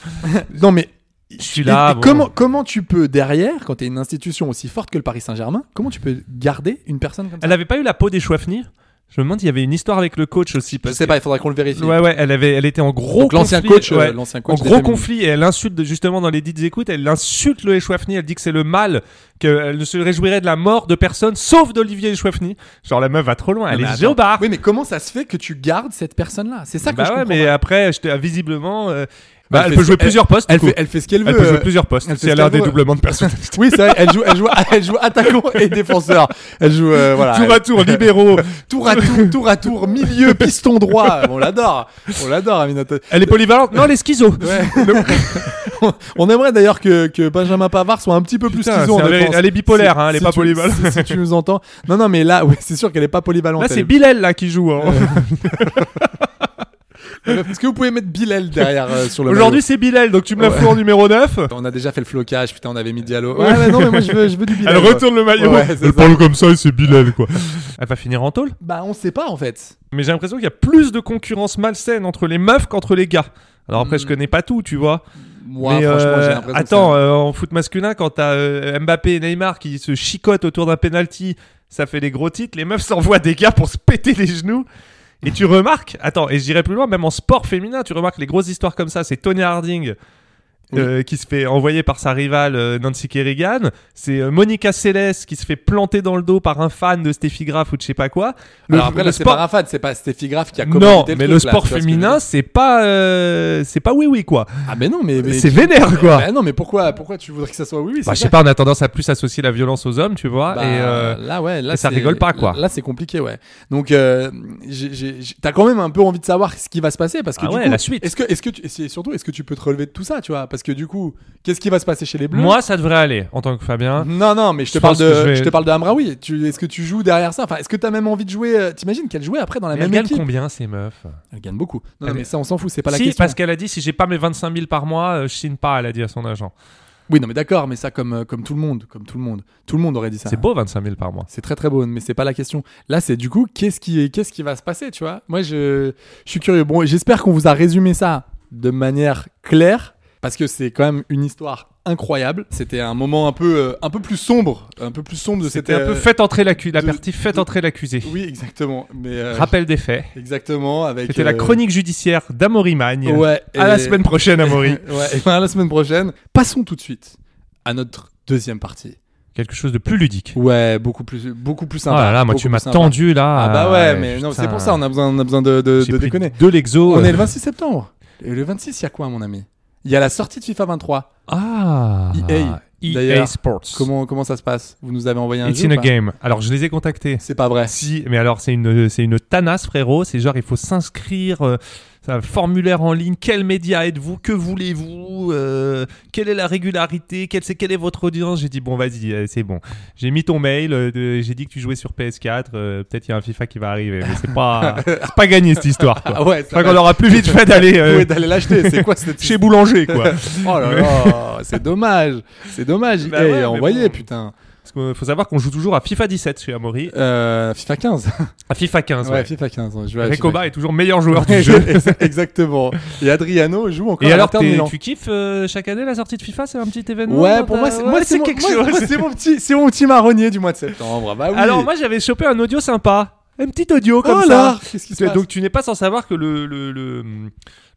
Speaker 2: Non mais
Speaker 1: je suis là.
Speaker 2: Et- et
Speaker 1: bon.
Speaker 2: comment, comment tu peux, derrière, quand tu es une institution aussi forte que le Paris Saint-Germain, comment tu peux garder une personne comme ça
Speaker 1: Elle avait pas eu la peau des Chouafni Je me demande, il y avait une histoire avec le coach aussi.
Speaker 2: Je
Speaker 1: parce
Speaker 2: sais
Speaker 1: que-
Speaker 2: pas, il faudra qu'on le vérifie.
Speaker 1: Ouais, ouais, elle, avait, elle était en gros
Speaker 2: Donc, l'ancien
Speaker 1: conflit,
Speaker 2: coach, euh,
Speaker 1: ouais,
Speaker 2: l'ancien coach
Speaker 1: en
Speaker 2: des
Speaker 1: gros
Speaker 2: féminines.
Speaker 1: conflit, et elle insulte justement dans les dites écoutes, elle insulte le Echouafni, elle dit que c'est le mal, qu'elle ne se réjouirait de la mort de personne sauf d'Olivier Echouafni. Genre la meuf va trop loin,
Speaker 2: Non,
Speaker 1: elle
Speaker 2: mais
Speaker 1: est
Speaker 2: attends.
Speaker 1: jobard.
Speaker 2: Oui, mais comment ça se fait que tu gardes cette personne-là C'est ça que
Speaker 1: bah
Speaker 2: je
Speaker 1: ouais,
Speaker 2: comprends
Speaker 1: mais
Speaker 2: pas.
Speaker 1: après, je te- visiblement, euh, bah,
Speaker 2: Bah,
Speaker 1: elle,
Speaker 2: fait
Speaker 1: peut
Speaker 2: ce-
Speaker 1: jouer plusieurs postes.
Speaker 2: Elle
Speaker 1: euh, du coup.
Speaker 2: fait, elle fait ce qu'elle veut.
Speaker 1: Elle peut
Speaker 2: euh,
Speaker 1: jouer plusieurs postes.
Speaker 2: elle fait
Speaker 1: si
Speaker 2: ce
Speaker 1: elle a un
Speaker 2: qu'elle veut.
Speaker 1: dédoublement de personnalité.
Speaker 2: Oui, c'est vrai, elle joue, elle, joue, elle joue attaquant et défenseur. Elle joue, euh, voilà.
Speaker 1: Tour à tour, libéraux.
Speaker 2: tour à tour, tour à tour, milieu, piston droit. On l'adore. On l'adore, Aminata.
Speaker 1: Elle est polyvalente. Non, elle est schizo.
Speaker 2: Ouais. on aimerait d'ailleurs que, que Benjamin Pavard soit un petit peu plus
Speaker 1: Putain,
Speaker 2: schizo en
Speaker 1: c'est un-
Speaker 2: défense.
Speaker 1: elle est bipolaire, hein, elle est pas
Speaker 2: tu-
Speaker 1: polyvalente.
Speaker 2: Si, si tu nous entends. Non, non, mais là, ouais, c'est sûr qu'elle est pas polyvalente.
Speaker 1: Là,
Speaker 2: elle
Speaker 1: c'est
Speaker 2: est-
Speaker 1: Bilal là, qui joue. hein.
Speaker 2: Est-ce que vous pouvez mettre Bilal derrière euh, sur le
Speaker 1: Aujourd'hui, c'est Bilal, donc tu me la fous en numéro 9.
Speaker 2: maillot on a déjà fait le flocage, putain, on avait mis Diallo. Ouais, ouais, non, mais moi je veux, je veux du Bilal.
Speaker 1: Elle retourne le maillot.
Speaker 2: Ouais, c'est
Speaker 1: elle
Speaker 2: ça.
Speaker 1: parle comme ça et c'est Bilal, quoi. Elle va finir en tôle.
Speaker 2: Bah, on sait pas en fait.
Speaker 1: Mais j'ai l'impression qu'il y a plus de concurrence malsaine entre les meufs qu'entre les gars. Alors après, je connais pas tout, tu vois.
Speaker 2: Moi,
Speaker 1: Mais
Speaker 2: Hmm. franchement,
Speaker 1: euh,
Speaker 2: j'ai l'impression. que
Speaker 1: attends, euh, en foot masculin, quand t'as euh, Mbappé et Neymar qui se chicotent autour d'un penalty, ça fait des gros titres. Les meufs s'envoient des gars pour se péter les genoux. Et tu remarques, attends, et j'irai plus loin, même en sport féminin, tu remarques les grosses histoires comme ça. C'est Tonya Harding euh, qui se fait envoyer par sa rivale euh, Nancy Kerrigan. C'est euh, Monica Seles qui se fait planter dans le dos par un fan de Steffi Graf ou de je sais pas quoi.
Speaker 2: c'est- Alors après,
Speaker 1: le
Speaker 2: là, c'est
Speaker 1: sport-
Speaker 2: pas Rafat, c'est pas Stéphie Graff qui a commandé
Speaker 1: non,
Speaker 2: le
Speaker 1: mais
Speaker 2: truc,
Speaker 1: le
Speaker 2: là,
Speaker 1: sport
Speaker 2: tu vois ce que je veux
Speaker 1: féminin,
Speaker 2: dire
Speaker 1: c'est pas, euh, c'est pas oui oui quoi.
Speaker 2: Ah, mais non, mais. mais-
Speaker 1: c'est vénère quoi.
Speaker 2: Bah non, mais pourquoi, pourquoi tu voudrais que ça soit oui, oui
Speaker 1: Bah,
Speaker 2: c'est
Speaker 1: je
Speaker 2: ça.
Speaker 1: sais pas, on a tendance à plus associer la violence aux hommes, tu vois.
Speaker 2: Bah,
Speaker 1: et euh,
Speaker 2: là, ouais, là,
Speaker 1: et ça
Speaker 2: c'est-
Speaker 1: rigole pas, quoi.
Speaker 2: Là, c'est compliqué, ouais. Donc, euh, j'ai- j'ai- j'ai- t'as quand même un peu envie de savoir ce qui va se passer parce que
Speaker 1: Ah
Speaker 2: du
Speaker 1: ouais,
Speaker 2: coup,
Speaker 1: la suite.
Speaker 2: Est-ce que, est-ce que, tu- et surtout, est-ce que tu peux te relever de tout ça, tu vois Parce que du coup, qu'est-ce qui va se passer chez les Bleus
Speaker 1: moi, ça devrait aller en tant que Fabien.
Speaker 2: Non, non, mais je te
Speaker 1: Je
Speaker 2: parle
Speaker 1: pense que
Speaker 2: de,
Speaker 1: je
Speaker 2: je,
Speaker 1: vais-
Speaker 2: te parle de Hamraoui. Tu, est-ce que tu joues derrière ça Enfin, est-ce que t'as même envie de jouer euh, T'imagines qu'elle jouait après dans la
Speaker 1: Mais elles
Speaker 2: même
Speaker 1: gagnent
Speaker 2: équipe
Speaker 1: combien ces meufs
Speaker 2: Elle gagne beaucoup. Non,
Speaker 1: Elle-
Speaker 2: mais ça, on s'en fout. C'est pas la
Speaker 1: Si,
Speaker 2: question.
Speaker 1: parce qu'elle a dit si j'ai pas mes 25 000 par mois, euh, je signe pas. Elle a dit à son agent.
Speaker 2: Oui, non, mais d'accord, mais ça, comme, euh, comme tout le monde, comme tout le monde, tout le monde aurait dit ça.
Speaker 1: C'est beau 25 000 par mois.
Speaker 2: C'est très très beau, mais c'est pas la question. Là, c'est du coup, qu'est-ce qui, qu'est-ce qui va se passer, tu vois Moi, je, je suis curieux. Bon, j'espère qu'on vous a résumé ça de manière claire, parce que c'est quand même une histoire incroyable. C'était un moment un peu, euh, un peu plus sombre, un peu plus sombre de cette.
Speaker 1: C'était un peu
Speaker 2: euh,
Speaker 1: faites entrer l'accusé, la
Speaker 2: de-
Speaker 1: partie faites
Speaker 2: de-
Speaker 1: entrer l'accusé.
Speaker 2: Oui, exactement. Mais euh,
Speaker 1: Rappel des faits.
Speaker 2: exactement avec.
Speaker 1: C'était la
Speaker 2: euh,
Speaker 1: chronique judiciaire d'Amaury Magne.
Speaker 2: Ouais.
Speaker 1: À la
Speaker 2: et-
Speaker 1: semaine prochaine, Amaury.
Speaker 2: ouais. Et ben, à la semaine prochaine. Passons tout de suite à notre deuxième partie.
Speaker 1: Quelque chose de plus ludique.
Speaker 2: Ouais, beaucoup plus, beaucoup plus
Speaker 1: Ah
Speaker 2: sympa.
Speaker 1: là là, moi
Speaker 2: beaucoup
Speaker 1: tu
Speaker 2: plus
Speaker 1: m'as
Speaker 2: sympa.
Speaker 1: tendu là.
Speaker 2: Ah bah ouais, mais
Speaker 1: putain.
Speaker 2: non, c'est pour ça, on a besoin, on a besoin de, de,
Speaker 1: J'ai
Speaker 2: de
Speaker 1: pris
Speaker 2: déconner.
Speaker 1: De l'exo.
Speaker 2: On
Speaker 1: euh.
Speaker 2: est le 26 septembre. Et le 26, il y E a quoi, mon ami Il y a la sortie de FIFA 23.
Speaker 1: Ah.
Speaker 2: EA.
Speaker 1: EA
Speaker 2: D'ailleurs,
Speaker 1: Sports.
Speaker 2: Comment, bah? comment ça se passe Vous nous avez envoyé un
Speaker 1: It's
Speaker 2: jeu
Speaker 1: in
Speaker 2: ou
Speaker 1: a
Speaker 2: pas
Speaker 1: game. Alors, je les ai contactés.
Speaker 2: C'est pas vrai.
Speaker 1: Si, mais alors c'est une c'est une tanasse frérot, c'est genre il faut s'inscrire euh, c'est un formulaire en ligne, quel média êtes-vous, que voulez-vous, Euh, quelle est la régularité, quelle c'est quelle est votre audience J'ai dit bon vas-y, euh, c'est bon. J'ai mis ton mail, euh, de- j'ai dit que tu jouais sur PS4, euh, peut-être il y a un FIFA qui va arriver, mais c'est pas c'est pas gagné cette histoire quoi.
Speaker 2: Ah ouais, ça
Speaker 1: Enfin,
Speaker 2: va.
Speaker 1: qu'on aura plus vite fait d'aller euh,
Speaker 2: Où est d'aller l'acheter C'est quoi cette
Speaker 1: chez boulanger quoi.
Speaker 2: Oh là là, c'est dommage, c'est dommage.
Speaker 1: Bah
Speaker 2: Eh,
Speaker 1: ouais, mais
Speaker 2: envoyez,
Speaker 1: bon.
Speaker 2: putain.
Speaker 1: Parce qu'il faut savoir qu'on joue toujours à FIFA 17 chez Amaury,
Speaker 2: Euh, FIFA 15.
Speaker 1: à FIFA 15.
Speaker 2: Ouais,
Speaker 1: Ouais,
Speaker 2: FIFA 15. ouais, Je vais à FIFA
Speaker 1: Recoba est toujours meilleur joueur
Speaker 2: 15.
Speaker 1: du jeu.
Speaker 2: Exactement. Et Adriano joue encore
Speaker 1: Et
Speaker 2: à
Speaker 1: alors,
Speaker 2: l'Inter
Speaker 1: t'es-
Speaker 2: Milan.
Speaker 1: tu kiffes euh, chaque année la sortie de FIFA C'est un petit événement
Speaker 2: Ouais,
Speaker 1: dans
Speaker 2: pour
Speaker 1: ta-
Speaker 2: moi, c'est
Speaker 1: Ouais,
Speaker 2: moi, c'est mon-
Speaker 1: quelque
Speaker 2: moi,
Speaker 1: chose.
Speaker 2: moi, c'est mon petit, c'est mon petit marronnier du mois de septembre. Ah Bah oui.
Speaker 1: Alors, moi, j'avais chopé un audio sympa. Un petit audio comme ça.
Speaker 2: oh là, qu'est-ce qui se
Speaker 1: Tu-
Speaker 2: passe
Speaker 1: Donc, tu n'es pas sans savoir que le, le, le,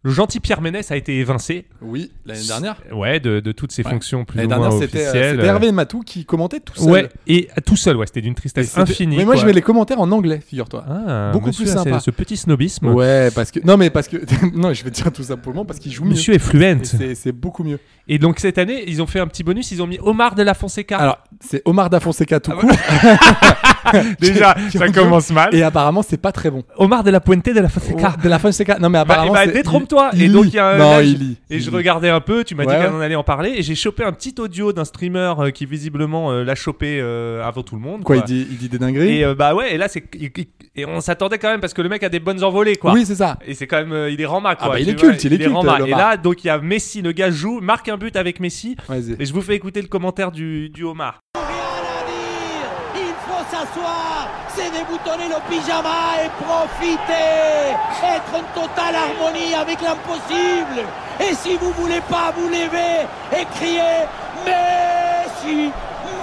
Speaker 1: le gentil Pierre Ménès a été évincé.
Speaker 2: oui, l'année dernière.
Speaker 1: Ouais, de, de toutes ses
Speaker 2: Ouais.
Speaker 1: fonctions plus
Speaker 2: L'année
Speaker 1: ou
Speaker 2: dernière,
Speaker 1: moins
Speaker 2: c'était euh,
Speaker 1: officielles.
Speaker 2: c'était Hervé Matou qui commentait tout seul.
Speaker 1: ouais, et euh, tout seul, ouais, c'était d'une
Speaker 2: Et
Speaker 1: tristesse
Speaker 2: c'était-
Speaker 1: infinie.
Speaker 2: Mais moi,
Speaker 1: quoi.
Speaker 2: je mets les commentaires en anglais, figure-toi.
Speaker 1: Ah,
Speaker 2: beaucoup
Speaker 1: monsieur
Speaker 2: plus
Speaker 1: a ce-
Speaker 2: sympa.
Speaker 1: Ce petit snobisme.
Speaker 2: Ouais, parce que non, mais parce que non, je vais dire tout simplement parce qu'il joue mieux.
Speaker 1: Monsieur est
Speaker 2: Et
Speaker 1: fluent.
Speaker 2: C'est c'est beaucoup mieux.
Speaker 1: Et, donc, cette année, ils ont fait un petit bonus. Ils ont mis Omar de la Fonseca.
Speaker 2: Alors, c'est Omar Da Fonseca tout court.
Speaker 1: Ah Déjà,
Speaker 2: qui-
Speaker 1: ça
Speaker 2: qui-
Speaker 1: commence mal. Oh.
Speaker 2: Et apparemment, c'est pas très bon. Oh.
Speaker 1: Omar de la Puente de la Fonseca.
Speaker 2: De la Fonseca. Non, mais
Speaker 1: Bah,
Speaker 2: apparemment.
Speaker 1: eh bah,
Speaker 2: c'est-
Speaker 1: détrompe-toi.
Speaker 2: il-
Speaker 1: Et
Speaker 2: il
Speaker 1: donc,
Speaker 2: lit.
Speaker 1: il y a un-
Speaker 2: Non,
Speaker 1: là, je-
Speaker 2: il lit.
Speaker 1: Et
Speaker 2: Il
Speaker 1: je
Speaker 2: lit.
Speaker 1: regardais un peu, tu m'as
Speaker 2: Ouais,
Speaker 1: dit qu'on
Speaker 2: ouais.
Speaker 1: en allait en parler, et j'ai chopé un petit audio d'un streamer euh, qui visiblement euh, l'a chopé euh, avant tout le monde.
Speaker 2: Quoi,
Speaker 1: Quoi,
Speaker 2: il dit, il dit des dingueries
Speaker 1: Et euh, bah ouais, et là c'est il- il- et on s'attendait quand même parce que le mec a des bonnes envolées quoi.
Speaker 2: Oui, c'est ça.
Speaker 1: Et c'est quand même euh, il est rama quoi.
Speaker 2: Ah bah, il
Speaker 1: Tu
Speaker 2: est
Speaker 1: vois,
Speaker 2: culte, il est culte,
Speaker 1: rama.
Speaker 2: le
Speaker 1: Et
Speaker 2: Omar.
Speaker 1: là donc il y a Messi, le gars joue, marque un but avec Messi,
Speaker 2: Vas-y.
Speaker 1: et je vous fais écouter le commentaire du du Omar.
Speaker 4: Il faut s'asseoir, se déboutonner le pyjama et profiter, être en totale harmonie avec l'impossible. Et si vous voulez pas vous lever et crier Messi,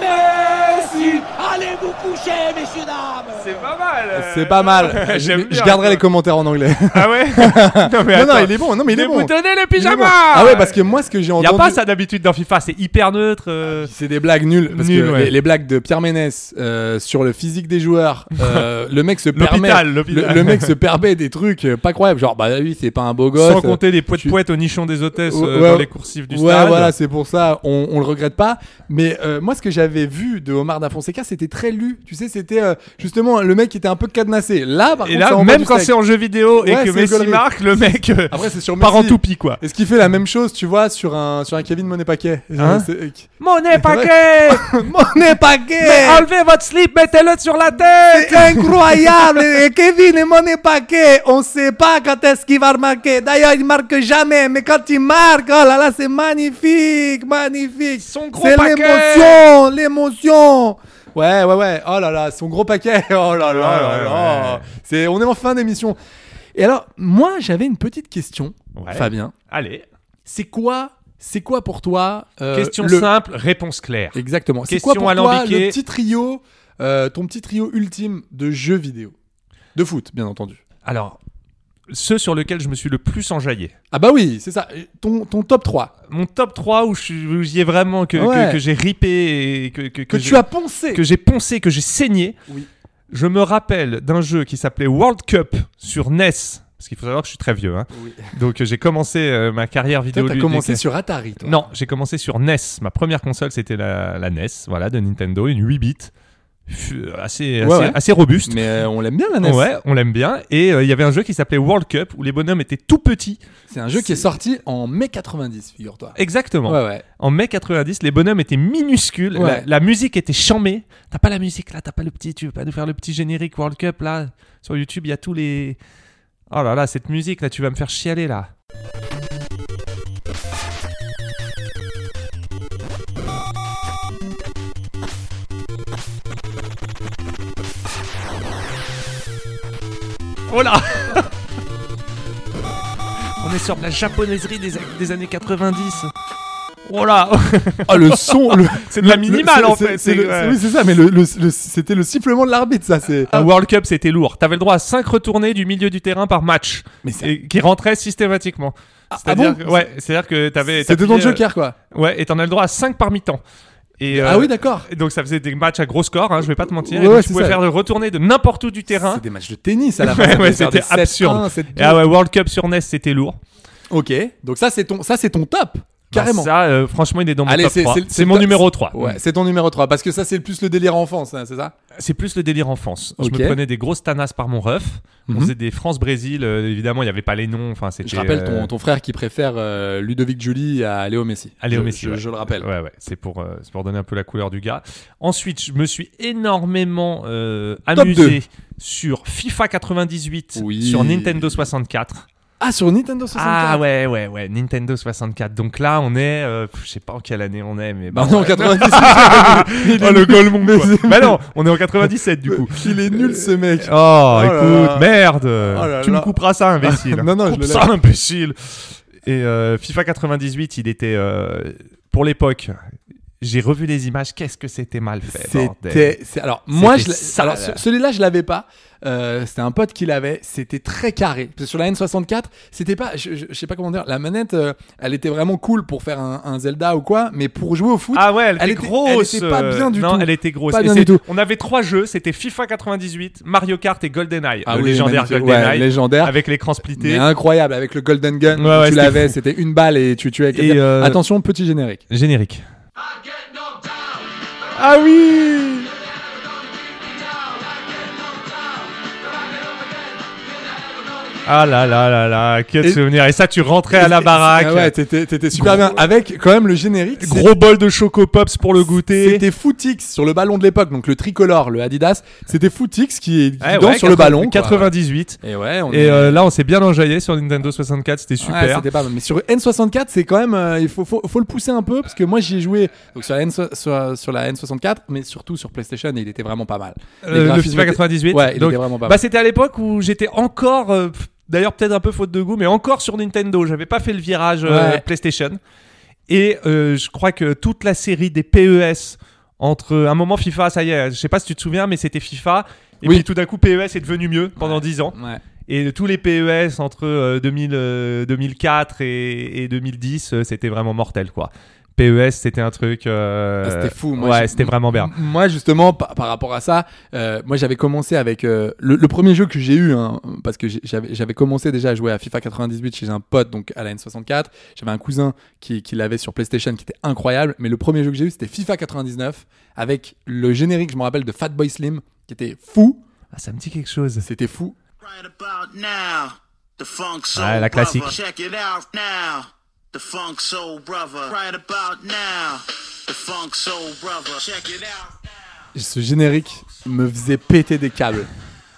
Speaker 4: Messi, allez vous coucher, messieurs dames.
Speaker 1: C'est pas mal. euh.
Speaker 2: C'est pas mal.
Speaker 1: J'aime
Speaker 2: Je-
Speaker 1: bien,
Speaker 2: Je garderai
Speaker 1: quoi.
Speaker 2: les commentaires en anglais.
Speaker 1: Ah ouais. non mais
Speaker 2: Non, non,
Speaker 1: attends.
Speaker 2: il est bon. Non, mais il est bon.
Speaker 1: Déboutonnez le
Speaker 2: Il est bon.
Speaker 1: pyjama.
Speaker 2: Ah ouais, parce que moi, ce que j'ai
Speaker 1: Il n'y a
Speaker 2: entendu. Ah,
Speaker 1: pas ça d'habitude dans FIFA, c'est hyper neutre. euh.
Speaker 2: C'est des blagues nulles. Parce
Speaker 1: Nulles,
Speaker 2: que
Speaker 1: ouais.
Speaker 2: les, les blagues de Pierre Ménès euh, sur le physique des joueurs, euh, le mec se permet.
Speaker 1: L'hôpital,
Speaker 2: Le,
Speaker 1: l'hôpital.
Speaker 2: le mec se permet des trucs euh, pas croyables. Genre, bah oui, c'est pas un beau gosse.
Speaker 1: Sans compter les
Speaker 2: tu-
Speaker 1: poètes-poètes au nichon des hôtesses
Speaker 2: Ouais,
Speaker 1: euh,
Speaker 2: ouais.
Speaker 1: dans les coursives du
Speaker 2: ouais,
Speaker 1: stade.
Speaker 2: voilà, c'est pour ça, on, on le regrette pas. Mais euh, moi, ce que j'avais vu de Omar Da Fonseca, c'était très lu. Tu sais, c'était euh, justement le mec qui était un peu cadenassé. Là, par
Speaker 1: Et
Speaker 2: contre, ça
Speaker 1: là,
Speaker 2: envoie
Speaker 1: même
Speaker 2: du
Speaker 1: quand
Speaker 2: steak.
Speaker 1: c'est en jeu vidéo et
Speaker 2: Ouais,
Speaker 1: que
Speaker 2: c'est
Speaker 1: Messi
Speaker 2: gaulerie.
Speaker 1: marque, le mec euh,
Speaker 2: Après, c'est sur
Speaker 1: part en
Speaker 2: Messi.
Speaker 1: toupie, quoi.
Speaker 2: Est-ce qu'il fait la même chose, tu vois, sur un, sur un Kevin Monet Paquet
Speaker 1: Hein Monnaie
Speaker 2: paquet Monet Paquet
Speaker 1: Enlevez votre slip, mettez-le sur la tête
Speaker 2: Incroyable Et Kevin et Monet Paquet, on sait pas quand est-ce qu'il va remarquer. D'ailleurs, il marque jamais, mais quand il marque, oh là là, c'est magnifique, magnifique
Speaker 1: Son gros
Speaker 2: C'est
Speaker 1: paquet
Speaker 2: l'émotion, l'émotion. Ouais, ouais, ouais. Oh là là, son gros paquet. Oh là là là
Speaker 1: ouais,
Speaker 2: là.
Speaker 1: ouais.
Speaker 2: C'est, on est en fin d'émission. Et alors, moi, j'avais une petite question,
Speaker 1: Ouais.
Speaker 2: Fabien.
Speaker 1: Allez,
Speaker 2: C'est quoi, c'est quoi pour toi euh,
Speaker 1: question
Speaker 2: le-
Speaker 1: simple, réponse claire.
Speaker 2: Exactement. C'est
Speaker 1: Question
Speaker 2: quoi pour toi
Speaker 1: alambiquée.
Speaker 2: le petit trio, euh, ton petit trio ultime de jeux vidéo, de foot, bien entendu.
Speaker 1: Alors, ceux sur lesquels je me suis le plus enjaillé.
Speaker 2: Ah bah oui, c'est ça. Ton, ton top 3
Speaker 1: Mon top 3 où je suis- où j'y ai vraiment, que, que-
Speaker 2: Ouais.
Speaker 1: que, j'ai ripé et que, que, que
Speaker 2: que,
Speaker 1: j'ai-
Speaker 2: tu as poncé.
Speaker 1: que j'ai poncé, que j'ai saigné.
Speaker 2: Oui.
Speaker 1: Je me rappelle d'un jeu qui s'appelait World Cup sur NES. Parce qu'il faut savoir que je suis très vieux. hein. Donc euh, j'ai commencé euh, ma carrière
Speaker 2: Toi,
Speaker 1: vidéo.
Speaker 2: t'as commencé sur Atari. Toi.
Speaker 1: Non, j'ai commencé sur NES. Ma première console, c'était la, la NES, voilà, de Nintendo, une 8 bits, Fu- assez,
Speaker 2: Ouais,
Speaker 1: assez,
Speaker 2: ouais.
Speaker 1: assez robuste.
Speaker 2: Mais euh, on l'aime bien la NES.
Speaker 1: Ouais, on l'aime bien. Et euh, il y avait un jeu qui s'appelait World Cup où les bonhommes étaient tout petits.
Speaker 2: C'est un jeu qui est sorti en mai 90, figure-toi.
Speaker 1: Exactement.
Speaker 2: Ouais, ouais.
Speaker 1: En mai 90, les bonhommes étaient minuscules.
Speaker 2: Ouais.
Speaker 1: La, la musique était chamée. T'as pas la musique là, t'as pas le petit, tu veux pas nous faire le petit générique World Cup là Sur YouTube, il y a tous les. Oh là là, cette musique là, tu vas me faire chialer là. Oh là On est sur de la japonaiserie des, des années 90. Oh là
Speaker 2: Ah, le son, le,
Speaker 1: C'est de la
Speaker 2: le-
Speaker 1: minimale
Speaker 2: c'est-
Speaker 1: en
Speaker 2: c'est-
Speaker 1: fait.
Speaker 2: c'est le-
Speaker 1: ouais.
Speaker 2: c'est- Oui, c'est ça, mais le, le- le- c'était le sifflement de l'arbitre, ça. C'est.
Speaker 1: Un World Cup, c'était lourd. T'avais le droit à 5 retournées du milieu du terrain par match
Speaker 2: Mais c'est-
Speaker 1: et qui rentraient systématiquement.
Speaker 2: ah
Speaker 1: C'est-à-dire
Speaker 2: bon
Speaker 1: que, ouais, c'est-à-dire que t'avais.
Speaker 2: C'était
Speaker 1: t'appuyais,
Speaker 2: dans le Joker, quoi.
Speaker 1: euh, Ouais, et t'en as le droit à 5 par mi-temps. Et, euh,
Speaker 2: Ah oui, d'accord.
Speaker 1: et donc ça faisait des matchs à gros score, hein, je vais pas te mentir. et
Speaker 2: Ouais,
Speaker 1: donc,
Speaker 2: ouais,
Speaker 1: tu
Speaker 2: c'est
Speaker 1: pouvais
Speaker 2: ça.
Speaker 1: faire de retournées de n'importe où du terrain.
Speaker 2: C'est des matchs de tennis à la fin. ça
Speaker 1: Ouais, ouais,
Speaker 2: devait faire
Speaker 1: c'était
Speaker 2: des 7-1,
Speaker 1: absurde.
Speaker 2: 7-2.
Speaker 1: Et ah ouais, World Cup sur NES, c'était lourd.
Speaker 2: Ok. Donc ça, c'est ton, ça, c'est ton top. Carrément.
Speaker 1: Bah, ça, euh, franchement, il est dans mon
Speaker 2: Allez,
Speaker 1: top
Speaker 2: c'est-
Speaker 1: 3.
Speaker 2: c'est- c'est
Speaker 1: C'est mon
Speaker 2: ta-
Speaker 1: numéro 3.
Speaker 2: Ouais, c'est ton numéro 3 parce que ça c'est plus le délire enfance, hein, c'est ça
Speaker 1: C'est plus le délire enfance.
Speaker 2: Ok.
Speaker 1: Je me prenais des grosses tanasses par mon ref.
Speaker 2: Mhm.
Speaker 1: On faisait des France-Brésil. euh, évidemment, il n'y avait pas les noms. Enfin, c'était.
Speaker 2: Je rappelle
Speaker 1: euh,
Speaker 2: ton, ton frère qui préfère euh, Ludovic Julie à Léo Messi.
Speaker 1: à Léo
Speaker 2: Je-
Speaker 1: Messi,
Speaker 2: je,
Speaker 1: ouais.
Speaker 2: je le rappelle.
Speaker 1: Ouais, ouais. C'est pour, euh, c'est pour donner un peu la couleur du gars. Ensuite, je me suis énormément euh, amusé sur FIFA 98,
Speaker 2: Oui.
Speaker 1: sur Nintendo 64.
Speaker 2: Ah sur Nintendo 64.
Speaker 1: Ah ouais, ouais, ouais. Nintendo 64. Donc là, on est. euh, je sais pas en quelle année on est, mais.
Speaker 2: Bah
Speaker 1: bon,
Speaker 2: non,
Speaker 1: ouais.
Speaker 2: 90.
Speaker 1: oh, le Golemon, quoi. bah non, on est en 97 du coup.
Speaker 2: il est nul ce mec.
Speaker 1: Oh, écoute,
Speaker 2: là là.
Speaker 1: merde.
Speaker 2: là
Speaker 1: tu
Speaker 2: là.
Speaker 1: me couperas ça, imbécile.
Speaker 2: Non, non, je
Speaker 1: Coupe
Speaker 2: le
Speaker 1: ça, imbécile. Et euh, FIFA 98, il était euh, pour l'époque. J'ai revu les images. Qu'est-ce que c'était mal fait. Oh, bordel.
Speaker 2: C'était, c'est- alors moi, je
Speaker 1: C'était
Speaker 2: l'a-
Speaker 1: sale.
Speaker 2: alors, ce- celui-là je l'avais pas. Euh, c'était un pote qui l'avait. C'était très carré. Parce que sur la N64, c'était pas, je, je- je sais pas comment dire. La manette, euh, elle était vraiment cool pour faire un, un Zelda ou quoi, mais pour jouer au foot.
Speaker 1: Ah ouais, elle,
Speaker 2: Elle
Speaker 1: était
Speaker 2: était-
Speaker 1: grosse. euh,
Speaker 2: elle était pas bien du
Speaker 1: non,
Speaker 2: tout.
Speaker 1: elle était grosse.
Speaker 2: Pas
Speaker 1: Et
Speaker 2: bien
Speaker 1: c'est-
Speaker 2: du tout.
Speaker 1: On avait trois jeux. C'était FIFA 98, Mario Kart et GoldenEye.
Speaker 2: Ah
Speaker 1: le
Speaker 2: oui,
Speaker 1: légendaire
Speaker 2: magnifique. Ouais,
Speaker 1: GoldenEye.
Speaker 2: légendaire.
Speaker 1: Avec l'écran
Speaker 2: Mais
Speaker 1: splitté.
Speaker 2: incroyable avec le Golden Gun.
Speaker 1: Ouais, ouais,
Speaker 2: tu
Speaker 1: c'était
Speaker 2: l'avais,
Speaker 1: fou.
Speaker 2: c'était une balle et tu tuais.
Speaker 1: Et, euh,
Speaker 2: Attention, petit générique.
Speaker 1: Générique. Ah oui Ah là là là là, que de
Speaker 2: Et-
Speaker 1: souvenirs. Et ça, tu rentrais à la baraque.
Speaker 2: Ah ouais, t'étais, t'étais super
Speaker 1: Gros-
Speaker 2: bien. Avec quand même le générique. c'est-
Speaker 1: Gros bol de Choco Pops pour le goûter.
Speaker 2: C'était Footix sur le ballon de l'époque, donc le tricolore, le Adidas. C'était Footix qui, qui
Speaker 1: Ouais,
Speaker 2: danse
Speaker 1: ouais,
Speaker 2: sur
Speaker 1: 80,
Speaker 2: le ballon. quoi.
Speaker 1: 98.
Speaker 2: Et ouais, Eh on
Speaker 1: Et
Speaker 2: est-
Speaker 1: euh, là, on s'est bien enjaillé sur Nintendo 64. C'était
Speaker 2: Ouais,
Speaker 1: super.
Speaker 2: c'était pas mal. Mais sur N64, c'est quand même. euh, il faut, faut, faut le pousser un peu parce que moi j'y ai joué donc sur, la N, so- sur, sur la N64, mais surtout sur PlayStation et il était vraiment pas mal. Les
Speaker 1: Euh, le
Speaker 2: graphismes
Speaker 1: FIFA
Speaker 2: étaient-
Speaker 1: 98.
Speaker 2: Ouais, il
Speaker 1: Donc,
Speaker 2: était vraiment pas
Speaker 1: Bah,
Speaker 2: mal.
Speaker 1: c'était à l'époque où j'étais encore, euh, pff, d'ailleurs peut-être un peu faute de goût, mais encore sur Nintendo. J'avais pas fait le virage euh,
Speaker 2: Ouais.
Speaker 1: PlayStation. Et euh, je crois que toute la série des PES entre un moment FIFA, ça y est, je sais pas si tu te souviens, mais c'était FIFA. Et
Speaker 2: Oui.
Speaker 1: puis tout d'un coup, PES est devenu mieux pendant 10 ans.
Speaker 2: Ouais.
Speaker 1: Et tous les PES entre euh, 2000, euh, 2004 et, et 2010, euh, c'était vraiment mortel, quoi. PES, c'était un truc. euh,
Speaker 2: Ah, c'était fou. Moi, j'ai-
Speaker 1: ouais, c'était vraiment bien.
Speaker 2: M- Moi, justement, pa- par rapport à ça, euh, moi j'avais commencé avec euh, le, le premier jeu que j'ai eu, hein, parce que j'ai- j'avais j'avais commencé déjà à jouer à FIFA 98 chez un pote, donc à la N64. J'avais un cousin qui, qui l'avait sur PlayStation qui était incroyable, mais le premier jeu que j'ai eu c'était FIFA 99 avec le générique, je me rappelle, de Fatboy Slim qui était fou.
Speaker 1: Ah, ça me dit quelque chose.
Speaker 2: C'était fou.
Speaker 11: Right about now, the funk soul
Speaker 1: Ah, la
Speaker 11: brother.
Speaker 1: classique.
Speaker 11: Check it out now, the funk soul brother. Right about now, the funk soul brother. Check it out.
Speaker 2: Ce générique me faisait péter des câbles.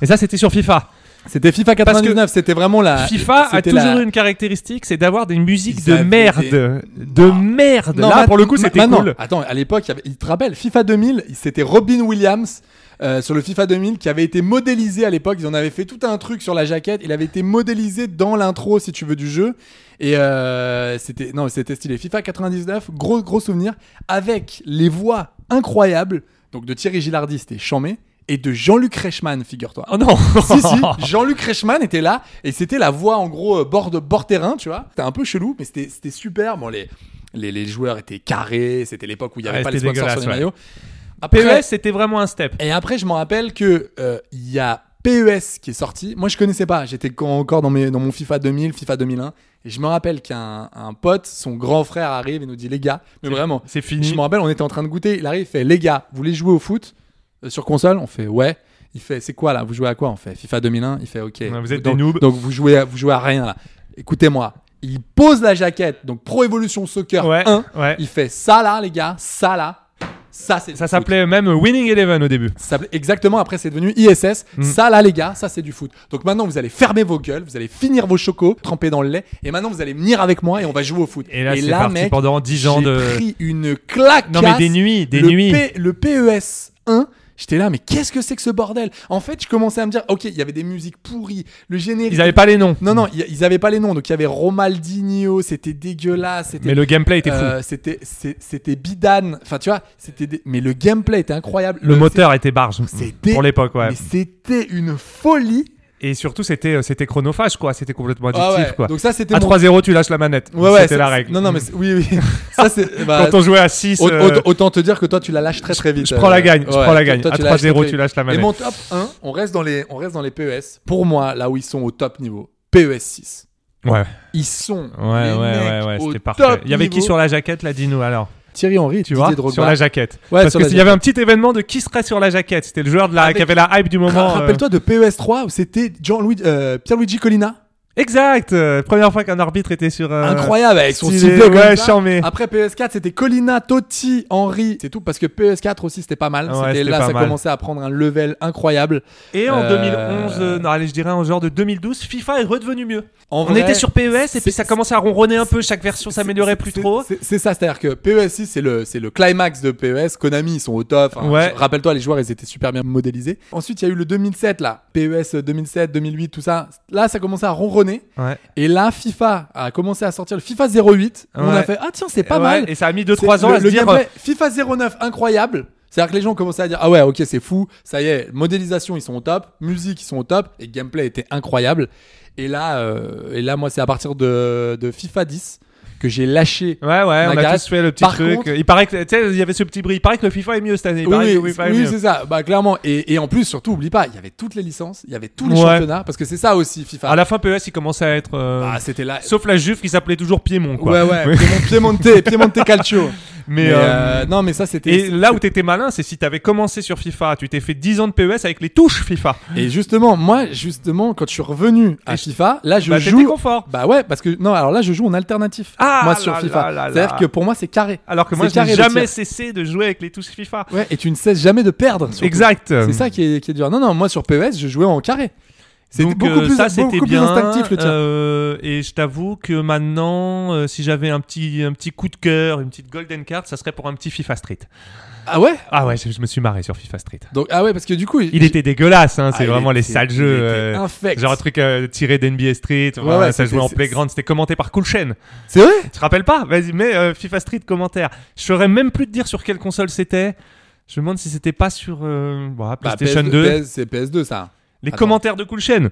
Speaker 1: Et ça, c'était sur FIFA.
Speaker 2: C'était FIFA 99, c'était vraiment la.
Speaker 1: FIFA a
Speaker 2: Ah, c'était
Speaker 1: toujours
Speaker 2: la-
Speaker 1: une caractéristique, c'est d'avoir des musiques
Speaker 2: Ils
Speaker 1: de
Speaker 2: avaient
Speaker 1: merde.
Speaker 2: des- Ah.
Speaker 1: De merde.
Speaker 2: Non,
Speaker 1: Là,
Speaker 2: ma-
Speaker 1: pour le coup,
Speaker 2: ma-
Speaker 1: c'était
Speaker 2: maintenant.
Speaker 1: cool.
Speaker 2: Attends, à l'époque, il y avait- il te rappelle, FIFA 2000, c'était Robin Williams euh, sur le FIFA 2000 qui avait été modélisé à l'époque. Ils en avaient fait tout un truc sur la jaquette. Il avait été modélisé dans l'intro, si tu veux, du jeu. Et euh, c'était non, c'était stylé. FIFA 99, gros gros souvenir avec les voix incroyables. Donc de Thierry Gilardi, c'était Chamé. Et de Jean-Luc Reichmann, figure-toi.
Speaker 1: Oh non.
Speaker 2: si, si, Jean-Luc Reichmann était là et c'était la voix en gros euh, bord, de- bord terrain, tu vois. C'était un peu chelou, mais c'était c'était super. Bon, les, les, les joueurs étaient carrés, c'était l'époque où il n'y avait
Speaker 1: Ouais,
Speaker 2: pas les
Speaker 1: c'était
Speaker 2: sponsors sur
Speaker 1: dégueulasse,
Speaker 2: les
Speaker 1: ouais.
Speaker 2: maillots. Après-
Speaker 1: PES, E c'était vraiment un step.
Speaker 2: et après, je me rappelle que euh, il y a PES qui est sorti. Moi, je connaissais pas. J'étais quand- encore dans, mes, dans mon FIFA 2000, FIFA 2001. Et je me rappelle qu'un un pote, son grand frère arrive et nous dit les gars, mais vraiment,
Speaker 1: c'est fini.
Speaker 2: Je me rappelle, on était en train de goûter. Il arrive, il fait les gars, vous voulez jouer au foot euh, sur console On fait ouais. Il fait c'est quoi là Vous jouez à quoi On fait FIFA 2001. Il fait ok.
Speaker 1: Ouais, vous êtes
Speaker 2: donc,
Speaker 1: des noobs.
Speaker 2: Donc vous jouez à, vous jouez à rien là. Écoutez-moi. Il pose la jaquette. Donc Pro Evolution Soccer
Speaker 1: Ouais,
Speaker 2: 1.
Speaker 1: ouais.
Speaker 2: Il fait ça là les gars, ça là. Ça, c'est du
Speaker 1: Ça
Speaker 2: foot.
Speaker 1: s'appelait même Winning Eleven au début.
Speaker 2: Ça s'appelait- exactement, après c'est devenu ISS.
Speaker 1: Mm.
Speaker 2: Ça là les gars, ça c'est du foot. Donc maintenant vous allez fermer vos gueules, vous allez finir vos chocos, tremper dans le lait, et maintenant vous allez venir avec moi et on va jouer au foot.
Speaker 1: Et là, c'est parti
Speaker 2: mec,
Speaker 1: pendant 10 ans
Speaker 2: j'ai
Speaker 1: de-
Speaker 2: pris une claque.
Speaker 1: Non, mais des nuits, des
Speaker 2: le
Speaker 1: nuits.
Speaker 2: P- le PES 1. J'étais là, mais qu'est-ce que c'est que ce bordel En fait, je commençais à me dire, ok, il y avait des musiques pourries, le générique.
Speaker 1: Ils avaient pas les noms.
Speaker 2: Non, non, y- ils avaient pas les noms. Donc il y avait Romaldinho, c'était dégueulasse. c'était-
Speaker 1: Mais le gameplay était fou.
Speaker 2: euh, C'était c'est- c'était bidane. Enfin, tu vois, c'était. des- Mais le gameplay était incroyable.
Speaker 1: Le
Speaker 2: Euh,
Speaker 1: moteur était barge.
Speaker 2: c'était
Speaker 1: Pour l'époque, ouais.
Speaker 2: mais c'était une folie.
Speaker 1: Et surtout, c'était euh, c'était chronophage, quoi. C'était complètement addictif,
Speaker 2: Ah ouais.
Speaker 1: quoi.
Speaker 2: Donc ça, c'était
Speaker 1: à
Speaker 2: mon-
Speaker 1: 3-0, tu lâches la manette.
Speaker 2: Ouais, ouais,
Speaker 1: c'était la
Speaker 2: c'est-
Speaker 1: règle.
Speaker 2: Non, non, mais c'est- oui, oui. ça, c'est. bah,
Speaker 1: Quand on jouait à 6.
Speaker 2: au- au-
Speaker 1: euh,
Speaker 2: Autant te dire que toi, tu la lâches très très vite.
Speaker 1: je prends la gagne, je prends la
Speaker 2: toi-
Speaker 1: gagne.
Speaker 2: toi,
Speaker 1: À
Speaker 2: tu lâches
Speaker 1: 3-0,
Speaker 2: très
Speaker 1: tu
Speaker 2: vite.
Speaker 1: lâches la manette.
Speaker 2: Et mon E top 1, on reste dans les, on reste dans les PES. Pour moi, là où ils sont au top niveau, PES 6.
Speaker 1: Ouais.
Speaker 2: E Ils sont
Speaker 1: Ouais,
Speaker 2: les
Speaker 1: ouais,
Speaker 2: mecs
Speaker 1: ouais, ouais,
Speaker 2: au
Speaker 1: c'était
Speaker 2: top
Speaker 1: parfait. Il y avait qui
Speaker 2: niveau.
Speaker 1: sur la jaquette, là, dis-nous alors
Speaker 2: Thierry Henry,
Speaker 1: Tu vois, sur la jaquette. Ah, Parce qu'il y avait un petit événement de qui serait sur la jaquette. C'était le joueur de la,
Speaker 2: Avec-
Speaker 1: qui avait la hype du moment. euh.
Speaker 2: Rappelle-toi de PES 3 où c'était Jean-Louis euh, Pierluigi Colina.
Speaker 1: Exact. euh, première fois qu'un arbitre était sur. euh,
Speaker 2: Incroyable avec son
Speaker 1: stylé,
Speaker 2: sifflet comme
Speaker 1: ouais,
Speaker 2: ça.
Speaker 1: charmé.
Speaker 2: Après PS4, c'était Colina, Totti, Henry, c'est tout parce que PS4 aussi c'était pas mal.
Speaker 1: Ouais,
Speaker 2: c'était
Speaker 1: c'était
Speaker 2: là
Speaker 1: pas
Speaker 2: ça
Speaker 1: mal.
Speaker 2: commençait à prendre un level incroyable.
Speaker 1: Et en
Speaker 2: Euh,
Speaker 1: 2011, euh, non, allez, je dirais en genre de 2012, FIFA est redevenu mieux.
Speaker 2: En
Speaker 1: On
Speaker 2: vrai,
Speaker 1: était sur PES et
Speaker 2: c'est-
Speaker 1: puis ça commençait à ronronner un peu. Chaque version s'améliorait plus
Speaker 2: c'est-
Speaker 1: trop.
Speaker 2: c'est- C'est ça, c'est-à-dire que PES 6 c'est le c'est le climax de PES. Konami ils sont au top. Enfin,
Speaker 1: Ouais.
Speaker 2: je- Rappelle-toi les joueurs ils étaient super bien modélisés. Ensuite il y a eu le 2007 là, E PES 2007, 2008 tout ça. Là ça commençait à ronronner.
Speaker 1: Ouais.
Speaker 2: Et là FIFA a commencé à sortir le FIFA 08. On
Speaker 1: Ouais.
Speaker 2: a fait ah tiens c'est pas
Speaker 1: Ouais,
Speaker 2: mal.
Speaker 1: Et ça a mis 2-3 ans
Speaker 2: le,
Speaker 1: à se
Speaker 2: le
Speaker 1: dire. euh,
Speaker 2: gameplay, FIFA 09 incroyable. C'est-à-dire que les gens commençaient à dire ah ouais ok c'est fou ça y est modélisation ils sont au top musique ils sont au top et gameplay était incroyable et là euh, et là moi c'est à partir de, de FIFA 10 que j'ai lâché
Speaker 1: euh, Ouais, ouais, on a
Speaker 2: Nagas.
Speaker 1: tous fait le petit
Speaker 2: Par
Speaker 1: truc.
Speaker 2: contre-
Speaker 1: Il paraît que, tu sais, il y avait ce petit bruit. Il paraît que le FIFA est mieux cette année. Il
Speaker 2: oui,
Speaker 1: paraît que
Speaker 2: oui,
Speaker 1: le FIFA est
Speaker 2: oui,
Speaker 1: mieux.
Speaker 2: c'est ça bah clairement et, et en plus surtout oublie pas il y avait toutes les licences il y avait tous les
Speaker 1: Ouais.
Speaker 2: championnats parce que c'est ça aussi FIFA
Speaker 1: À la fin, PES, il commençait à être. euh,
Speaker 2: Ah, c'était là
Speaker 1: Sauf la Juve qui s'appelait toujours Piémont, quoi.
Speaker 2: ouais ouais Piémont- Piemonte Piemonte Calcio
Speaker 1: Mais,
Speaker 2: Mais,
Speaker 1: euh,
Speaker 2: euh, non mais ça c'était
Speaker 1: Et là où t'étais malin, c'est si t'avais commencé sur FIFA, tu t'es fait 10 ans de PES avec les touches FIFA.
Speaker 2: Et justement, moi, justement, quand je suis revenu à FIFA, là, je
Speaker 1: bah, t'étais
Speaker 2: joue.
Speaker 1: confort.
Speaker 2: Bah ouais, parce que non, alors là, je joue en alternatif.
Speaker 1: Ah
Speaker 2: moi
Speaker 1: là
Speaker 2: sur
Speaker 1: là
Speaker 2: FIFA,
Speaker 1: là là.
Speaker 2: c'est-à-dire que pour moi, c'est carré.
Speaker 1: Alors que moi,
Speaker 2: C'est
Speaker 1: je n'ai
Speaker 2: carré le
Speaker 1: jamais
Speaker 2: tir.
Speaker 1: cessé de jouer avec les touches FIFA.
Speaker 2: Ouais, et tu ne cesses jamais de perdre. surtout.
Speaker 1: Exact.
Speaker 2: C'est ça qui est, qui est dur. Non, non, moi sur PES, je jouais en carré. C'était
Speaker 1: Donc,
Speaker 2: beaucoup
Speaker 1: euh,
Speaker 2: plus,
Speaker 1: ça,
Speaker 2: beaucoup
Speaker 1: c'était
Speaker 2: plus
Speaker 1: bien.
Speaker 2: instinctif le tir.
Speaker 1: Euh, et je t'avoue que maintenant, euh, si j'avais un petit, un petit coup de cœur, une petite golden card, ça serait pour un petit FIFA Street.
Speaker 2: Ah ouais.
Speaker 1: Ah ouais, je, je me suis marré sur FIFA Street.
Speaker 2: Donc ah ouais, parce que du coup,
Speaker 1: Il était dégueulasse, hein,
Speaker 2: Ah,
Speaker 1: c'est
Speaker 2: il
Speaker 1: vraiment les
Speaker 2: était-
Speaker 1: sales
Speaker 2: il
Speaker 1: jeux.
Speaker 2: était
Speaker 1: euh,
Speaker 2: infect.
Speaker 1: genre un truc euh, tiré d'NBA Street, voilà,
Speaker 2: ouais,
Speaker 1: ça
Speaker 2: c'était-
Speaker 1: jouait en
Speaker 2: c'est-
Speaker 1: playground, c'était commenté par Cool Chain.
Speaker 2: C'est vrai.
Speaker 1: Tu te rappelles pas Vas-y, mets euh, FIFA Street commentaire. Je saurais même plus te dire sur quelle console c'était. Je me demande si c'était pas sur euh, bah,
Speaker 2: Bah,
Speaker 1: PlayStation
Speaker 2: PS2,
Speaker 1: 2.
Speaker 2: PS, c'est PS2 ça.
Speaker 1: Les
Speaker 2: Attends.
Speaker 1: commentaires de Cool Chain.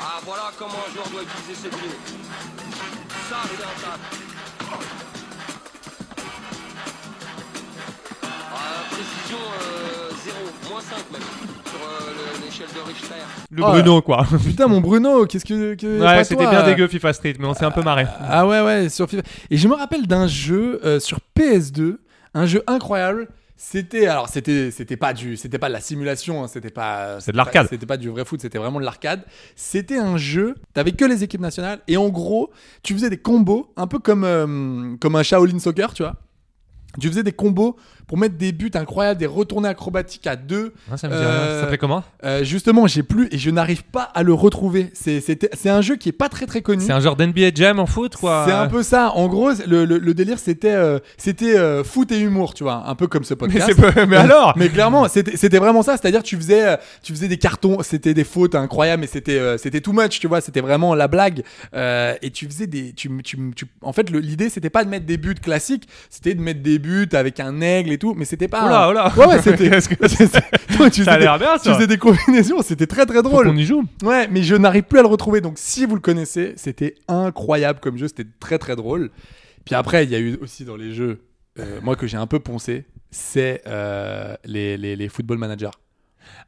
Speaker 5: Ah, voilà comment un joueur doit utiliser ses pieds. Ça, c'est un tacle. Ah, précision euh, 0, moins 5 même, sur euh, le- l'échelle de Richter.
Speaker 1: Le
Speaker 2: Oh là.
Speaker 1: Bruno, quoi.
Speaker 2: Putain, mon Bruno, qu'est-ce que,
Speaker 1: ouais,
Speaker 2: que pas
Speaker 1: c'était
Speaker 2: toi,
Speaker 1: bien
Speaker 2: euh,
Speaker 1: dégueu FIFA Street, mais on s'est un peu marré.
Speaker 2: Ah ouais, ouais, sur FIFA. Et je me rappelle d'un jeu euh, sur PS2, un jeu incroyable. C'était alors c'était c'était pas du c'était pas de la simulation, hein, c'était pas
Speaker 1: C'est de l'arcade.
Speaker 2: pas- C'était pas du vrai foot, c'était vraiment de l'arcade. C'était un jeu, t'avais que les équipes nationales et en gros, tu faisais des combos un peu comme euh, comme un Shaolin Soccer, tu vois. Tu faisais des combos pour mettre des buts incroyables, des retournées acrobatiques à deux.
Speaker 1: Hein, ça me dit
Speaker 2: Euh,
Speaker 1: rien. Ça s'appelait comment
Speaker 2: euh, justement, j'ai plus et je n'arrive pas à le retrouver. C'est c'était- c'est un jeu qui est pas très très connu.
Speaker 1: C'est un genre d'NBA Jam en foot, quoi.
Speaker 2: C'est un peu ça. En gros, le, le- le délire, c'était euh, c'était euh, foot et humour, tu vois, un peu comme ce
Speaker 1: Mais,
Speaker 2: podcast.
Speaker 1: c'est pas- mais alors
Speaker 2: Mais clairement, c'était c'était vraiment ça. C'est-à-dire, tu faisais euh, tu faisais des cartons, c'était des fautes incroyables, mais c'était euh, c'était too much, tu vois. C'était vraiment la blague. Euh, et tu faisais des tu tu, tu- en fait le- l'idée, c'était pas de mettre des buts classiques, c'était de mettre des buts avec un aigle et tout, mais c'était pas.
Speaker 1: Oh là,
Speaker 2: un-
Speaker 1: oh là.
Speaker 2: Ouais, ouais, c'était.
Speaker 1: Qu'est-ce que
Speaker 2: tu faisais
Speaker 1: Ça a l'air
Speaker 2: des-
Speaker 1: bien, ça.
Speaker 2: Tu faisais des combinaisons, c'était très très
Speaker 1: Faut
Speaker 2: drôle.
Speaker 1: qu'on y joue.
Speaker 2: Ouais, mais je n'arrive plus à le retrouver. Donc, si vous le connaissez, c'était incroyable comme jeu. C'était très, très drôle. Puis après, il y a eu aussi dans les jeux, euh, moi, que j'ai un peu poncé, c'est euh, les, les, les football managers.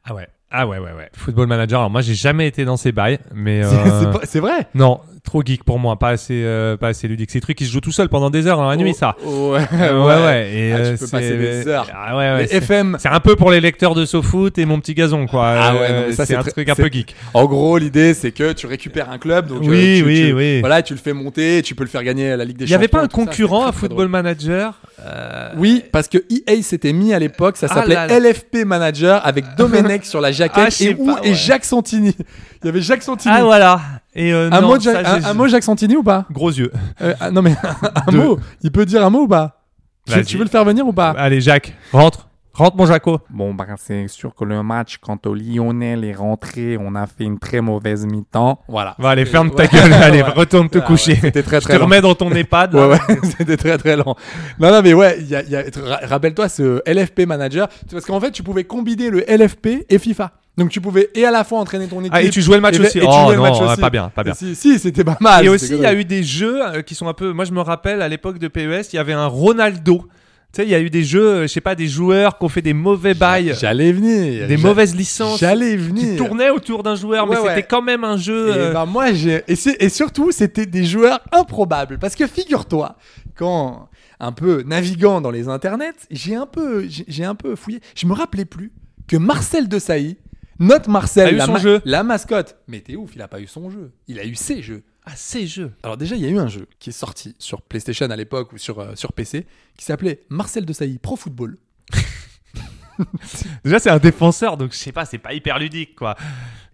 Speaker 1: Ah ouais. Ah ouais, ouais, ouais. Football Manager. Alors moi, j'ai jamais été dans ces bails, mais.
Speaker 2: C'est-
Speaker 1: euh,
Speaker 2: c'est pas- C'est vrai
Speaker 1: Non, trop geek pour moi, pas assez, euh, pas assez ludique. C'est des trucs qui se jouent tout seul pendant des heures dans la nuit,
Speaker 2: Oh,
Speaker 1: ça.
Speaker 2: Ouais,
Speaker 1: Euh, ouais, ouais. Et,
Speaker 2: Ah, tu
Speaker 1: euh,
Speaker 2: peux
Speaker 1: c'est-
Speaker 2: passer des heures.
Speaker 1: Ah ouais, ouais.
Speaker 2: Les
Speaker 1: c'est-
Speaker 2: FM.
Speaker 1: C'est un peu pour les lecteurs de SoFoot et mon petit gazon, quoi.
Speaker 2: Ah ouais,
Speaker 1: Euh,
Speaker 2: non, mais ça,
Speaker 1: c'est
Speaker 2: c'est
Speaker 1: un
Speaker 2: très-
Speaker 1: truc un
Speaker 2: c'est-
Speaker 1: peu geek.
Speaker 2: En gros, l'idée, c'est que tu récupères un club. Donc,
Speaker 1: Oui,
Speaker 2: euh, tu-
Speaker 1: oui,
Speaker 2: tu-
Speaker 1: oui.
Speaker 2: Voilà, tu le fais monter, tu peux le faire gagner à la Ligue des
Speaker 1: Il
Speaker 2: Champions.
Speaker 1: n'y avait pas un
Speaker 2: tout ça,
Speaker 1: concurrent
Speaker 2: c'était
Speaker 1: à
Speaker 2: très, très
Speaker 1: Football
Speaker 2: drôle.
Speaker 1: Manager euh,
Speaker 2: Oui, parce que EA s'était mis à l'époque, ça
Speaker 1: Ah
Speaker 2: s'appelait
Speaker 1: là là.
Speaker 2: LFP Manager avec Domenech sur la jaquette
Speaker 1: Ah, je sais
Speaker 2: et, où-
Speaker 1: pas,
Speaker 2: et
Speaker 1: ouais.
Speaker 2: Jacques Santini. Il y avait Jacques Santini.
Speaker 1: Ah voilà. Et euh,
Speaker 2: Un,
Speaker 1: non,
Speaker 2: mot, de Ja-
Speaker 1: ça,
Speaker 2: un,
Speaker 1: j'ai-
Speaker 2: un mot Jacques Santini ou pas
Speaker 1: Gros yeux.
Speaker 2: Euh, ah, Non mais un
Speaker 1: Deux.
Speaker 2: mot, il peut dire un mot ou pas Tu-
Speaker 1: Vas-y.
Speaker 2: tu veux le faire venir ou pas
Speaker 1: Allez, Jacques, rentre. Rentre, mon Jaco.
Speaker 12: Bon, bah, c'est sûr que le match, quand au Lionel est rentré, on a fait une très mauvaise mi-temps.
Speaker 2: Voilà.
Speaker 1: Va, allez, ferme ta
Speaker 2: Ouais.
Speaker 1: gueule. Allez,
Speaker 2: Ouais.
Speaker 1: retourne te
Speaker 2: Ah, ouais,
Speaker 1: coucher.
Speaker 2: C'était très
Speaker 1: Je
Speaker 2: très
Speaker 1: te
Speaker 2: lent.
Speaker 1: remets dans ton EHPAD.
Speaker 2: Ouais,
Speaker 1: là.
Speaker 2: ouais, c'était très très lent. Non, non, mais ouais, il y a- il y a- ra- rappelle-toi ce LFP manager. C'est Parce qu'en fait, tu pouvais combiner le LFP et FIFA. Donc tu pouvais et à la fois entraîner ton équipe.
Speaker 1: Ah, et tu jouais le match
Speaker 2: et-
Speaker 1: aussi.
Speaker 2: et tu
Speaker 1: Oh
Speaker 2: jouais le
Speaker 1: non,
Speaker 2: match
Speaker 1: ouais,
Speaker 2: aussi.
Speaker 1: pas bien, pas bien.
Speaker 2: Si, si, c'était pas mal.
Speaker 1: et
Speaker 2: c'était
Speaker 1: aussi, il y a
Speaker 2: correct.
Speaker 1: E eu des jeux euh, qui sont un peu. Moi, je me rappelle à l'époque de PES, il y avait un Ronaldo. Tu sais, il y a eu des jeux, je sais pas, des joueurs qui ont fait des mauvais bails,
Speaker 2: J'allais venir.
Speaker 1: euh, des
Speaker 2: J'a-
Speaker 1: mauvaises licences
Speaker 2: J'allais
Speaker 1: qui
Speaker 2: venir.
Speaker 1: tournaient autour d'un joueur, mais
Speaker 2: Ouais, ouais.
Speaker 1: c'était quand même un jeu.
Speaker 2: Et
Speaker 1: euh,
Speaker 2: ben moi j'ai et, c'est- et surtout c'était des joueurs improbables parce que figure-toi quand un peu naviguant dans les internets j'ai un peu j'ai j'ai un peu fouillé je me rappelais plus que Marcel de Sailly notre Marcel
Speaker 1: A eu
Speaker 2: la,
Speaker 1: son jeu.
Speaker 2: la mascotte mais t'es ouf il a pas eu son jeu il a eu ses jeux
Speaker 1: Ah, ces jeux.
Speaker 2: alors déjà il y a eu un jeu qui est sorti sur PlayStation à l'époque ou sur euh, sur PC qui s'appelait Marcel de Sailly Pro Football
Speaker 1: Déjà, c'est un défenseur, donc je sais pas, c'est pas hyper ludique, quoi.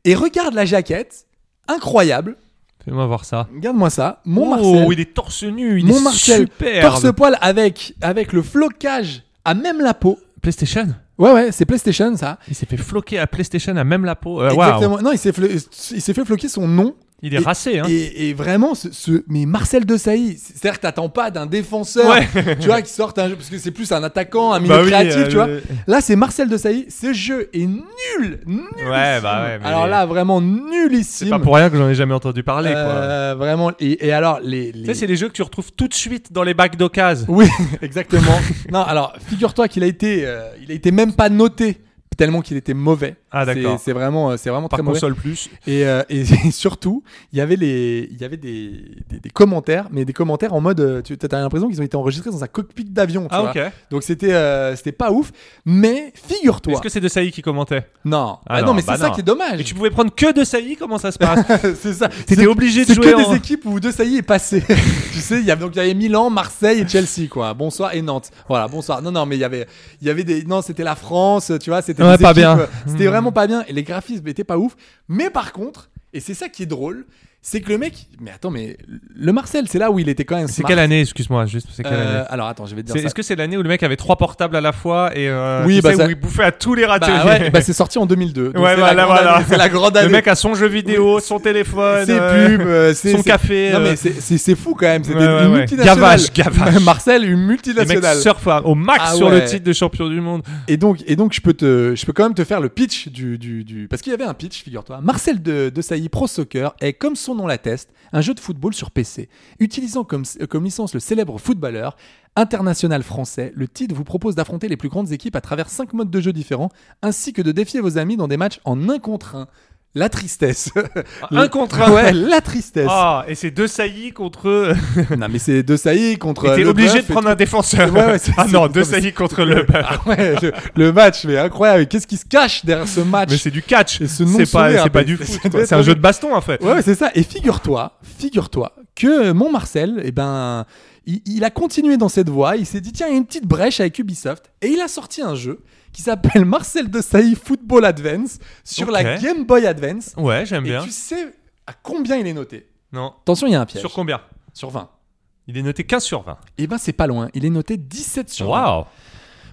Speaker 2: et regarde la jaquette incroyable
Speaker 1: Fais-moi voir ça.
Speaker 2: regarde-moi ça mon
Speaker 1: oh,
Speaker 2: Marcel
Speaker 1: il est torse nu, il
Speaker 2: Mon
Speaker 1: est
Speaker 2: Marcel,
Speaker 1: superbe.
Speaker 2: torse-poil avec, avec le flocage à même la peau.
Speaker 1: PlayStation
Speaker 2: Ouais, ouais, c'est PlayStation, ça.
Speaker 1: Il s'est fait floquer à PlayStation à même la peau. Euh, waouh.
Speaker 2: Exactement. Non, il s'est, flo- il s'est fait floquer son nom.
Speaker 1: Il est
Speaker 2: Et-
Speaker 1: racé, hein.
Speaker 2: Et, et vraiment, ce, ce- mais Marcel de Sailly, c'est- c'est-à-dire que t'attends pas d'un défenseur, tu vois, qui sorte un jeu, parce que c'est plus un attaquant, un milieu
Speaker 1: Bah oui,
Speaker 2: créatif,
Speaker 1: euh,
Speaker 2: tu vois.
Speaker 1: le-
Speaker 2: Là, c'est Marcel de Sailly, ce jeu est nul, nul.
Speaker 1: Ouais, bah ouais. mais
Speaker 2: Alors là, vraiment nullissime.
Speaker 1: c'est pas pour rien que j'en ai jamais entendu parler, quoi.
Speaker 2: Euh, vraiment. Et, et alors, les. les-
Speaker 1: Tu sais, c'est les jeux que tu retrouves tout de suite dans les bacs d'occasion.
Speaker 2: Oui, exactement. non, alors figure-toi qu'il a été, euh, il a été même pas noté tellement qu'il était mauvais.
Speaker 1: Ah, d'accord.
Speaker 2: C'est c'est vraiment, euh, c'est vraiment
Speaker 1: Par
Speaker 2: très mauvais.
Speaker 1: console plus.
Speaker 2: Et, euh, et surtout, il y avait les, il y avait des, des, des commentaires, mais des commentaires en mode, euh, tu as l'impression qu'ils ont été enregistrés dans un cockpit d'avion. tu
Speaker 1: Ah,
Speaker 2: vois.
Speaker 1: ok.
Speaker 2: Donc c'était, euh, c'était pas ouf. Mais figure-toi.
Speaker 1: Est-ce que c'est de Saï qui commentait
Speaker 2: Non.
Speaker 1: Ah
Speaker 2: Bah non,
Speaker 1: non,
Speaker 2: mais
Speaker 1: bah
Speaker 2: c'est ça
Speaker 1: non.
Speaker 2: qui est dommage.
Speaker 1: Et tu pouvais prendre que de Saï Comment ça se passe
Speaker 2: c'est ça.
Speaker 1: T'étais
Speaker 2: C'est-
Speaker 1: obligé de
Speaker 2: c'est
Speaker 1: jouer
Speaker 2: que
Speaker 1: en-
Speaker 2: des équipes où De Sailly est passé. tu sais, il y avait donc il y avait Milan, Marseille et Chelsea quoi. Bonsoir et Nantes. Voilà, bonsoir. Non non, mais il y avait il y avait des non, c'était la France, tu vois, c'était
Speaker 1: Ouais,
Speaker 2: des
Speaker 1: pas
Speaker 2: équipes,
Speaker 1: bien. Hmm.
Speaker 2: euh, C'était vraiment pas bien et les graphismes étaient pas ouf, mais par contre, et c'est ça qui est drôle, c'est que le mec mais attends mais le Marcel, c'est là où il était quand même
Speaker 1: C'est
Speaker 2: smart.
Speaker 1: quelle année, excuse-moi, juste c'est quelle
Speaker 2: Euh,
Speaker 1: année
Speaker 2: alors attends, je vais te dire
Speaker 1: C'est-
Speaker 2: ça.
Speaker 1: Est-ce que c'est l'année où le mec avait trois portables à la fois et euh,
Speaker 2: Oui,
Speaker 1: tu
Speaker 2: bah
Speaker 1: sais,
Speaker 2: ça-
Speaker 1: où il bouffait à tous les râteliers
Speaker 2: Bah ouais, bah c'est sorti en 2002. donc
Speaker 1: Ouais,
Speaker 2: c'est la
Speaker 1: voilà,
Speaker 2: grande
Speaker 1: voilà.
Speaker 2: année, C'est la grande année.
Speaker 1: Le mec a son jeu vidéo, son téléphone,
Speaker 2: ses
Speaker 1: euh,
Speaker 2: pubs, euh, ses-
Speaker 1: son
Speaker 2: ses-
Speaker 1: café.
Speaker 2: Non
Speaker 1: euh,
Speaker 2: mais c'est- c'est c'est fou quand même, c'était
Speaker 1: Ouais, ouais,
Speaker 2: une
Speaker 1: ouais.
Speaker 2: multinationale.
Speaker 1: Gavage, gavage.
Speaker 2: Marcel, une
Speaker 1: les mecs
Speaker 2: multinationale.
Speaker 1: surfent à- au max
Speaker 2: Ah
Speaker 1: sur
Speaker 2: ouais.
Speaker 1: le titre de champion du monde.
Speaker 2: Et donc et donc je peux te je peux quand même te faire le pitch du du, du... parce qu'il y avait un pitch, figure-toi. Marcel de, de Sailly Pro Soccer est comme son nom l'atteste, un jeu de football sur PC, utilisant comme euh, comme licence le célèbre footballeur international français. Le titre vous propose d'affronter les plus grandes équipes à travers cinq modes de jeu différents ainsi que de défier vos amis dans des matchs en un contre un. La tristesse.
Speaker 1: Ah, un contre un.
Speaker 2: Ouais, la tristesse.
Speaker 1: Ah, et c'est deux saillies contre.
Speaker 2: Non, mais c'est De Sailly contre.
Speaker 1: T'es
Speaker 2: Le
Speaker 1: obligé
Speaker 2: Bœuf
Speaker 1: de
Speaker 2: et
Speaker 1: prendre un défenseur.
Speaker 2: Ouais, ouais, c'est-
Speaker 1: ah
Speaker 2: c'est-
Speaker 1: non,
Speaker 2: c'est-
Speaker 1: deux
Speaker 2: c'est-
Speaker 1: saillies contre le.
Speaker 2: Ah ouais, le, le match, mais incroyable. Qu'est-ce qui se cache derrière ce match
Speaker 1: Mais c'est du catch.
Speaker 2: Et ce nom
Speaker 1: C'est pas,
Speaker 2: sonné,
Speaker 1: c'est
Speaker 2: hein,
Speaker 1: pas
Speaker 2: mais-
Speaker 1: du
Speaker 2: c'est-
Speaker 1: foot.
Speaker 2: c'est-
Speaker 1: quoi. C'est un jeu de baston en fait.
Speaker 2: Ouais, ouais, c'est ça. Et figure-toi, figure-toi que Montmarcel, eh ben, il, il a continué dans cette voie. Il s'est dit tiens, il y a une petite brèche avec Ubisoft, et il a sorti un jeu qui s'appelle Marcel de Sailly Football Advance sur la
Speaker 1: Ok.
Speaker 2: Game Boy Advance.
Speaker 1: Ouais, j'aime
Speaker 2: Et
Speaker 1: bien.
Speaker 2: tu sais à combien il est noté
Speaker 1: Non.
Speaker 2: Attention, il y a un piège.
Speaker 1: Sur combien
Speaker 2: Sur 20.
Speaker 1: Il est noté 15 sur 20.
Speaker 2: Et ben, c'est pas loin. Il est noté 17 sur 20.
Speaker 1: Waouh.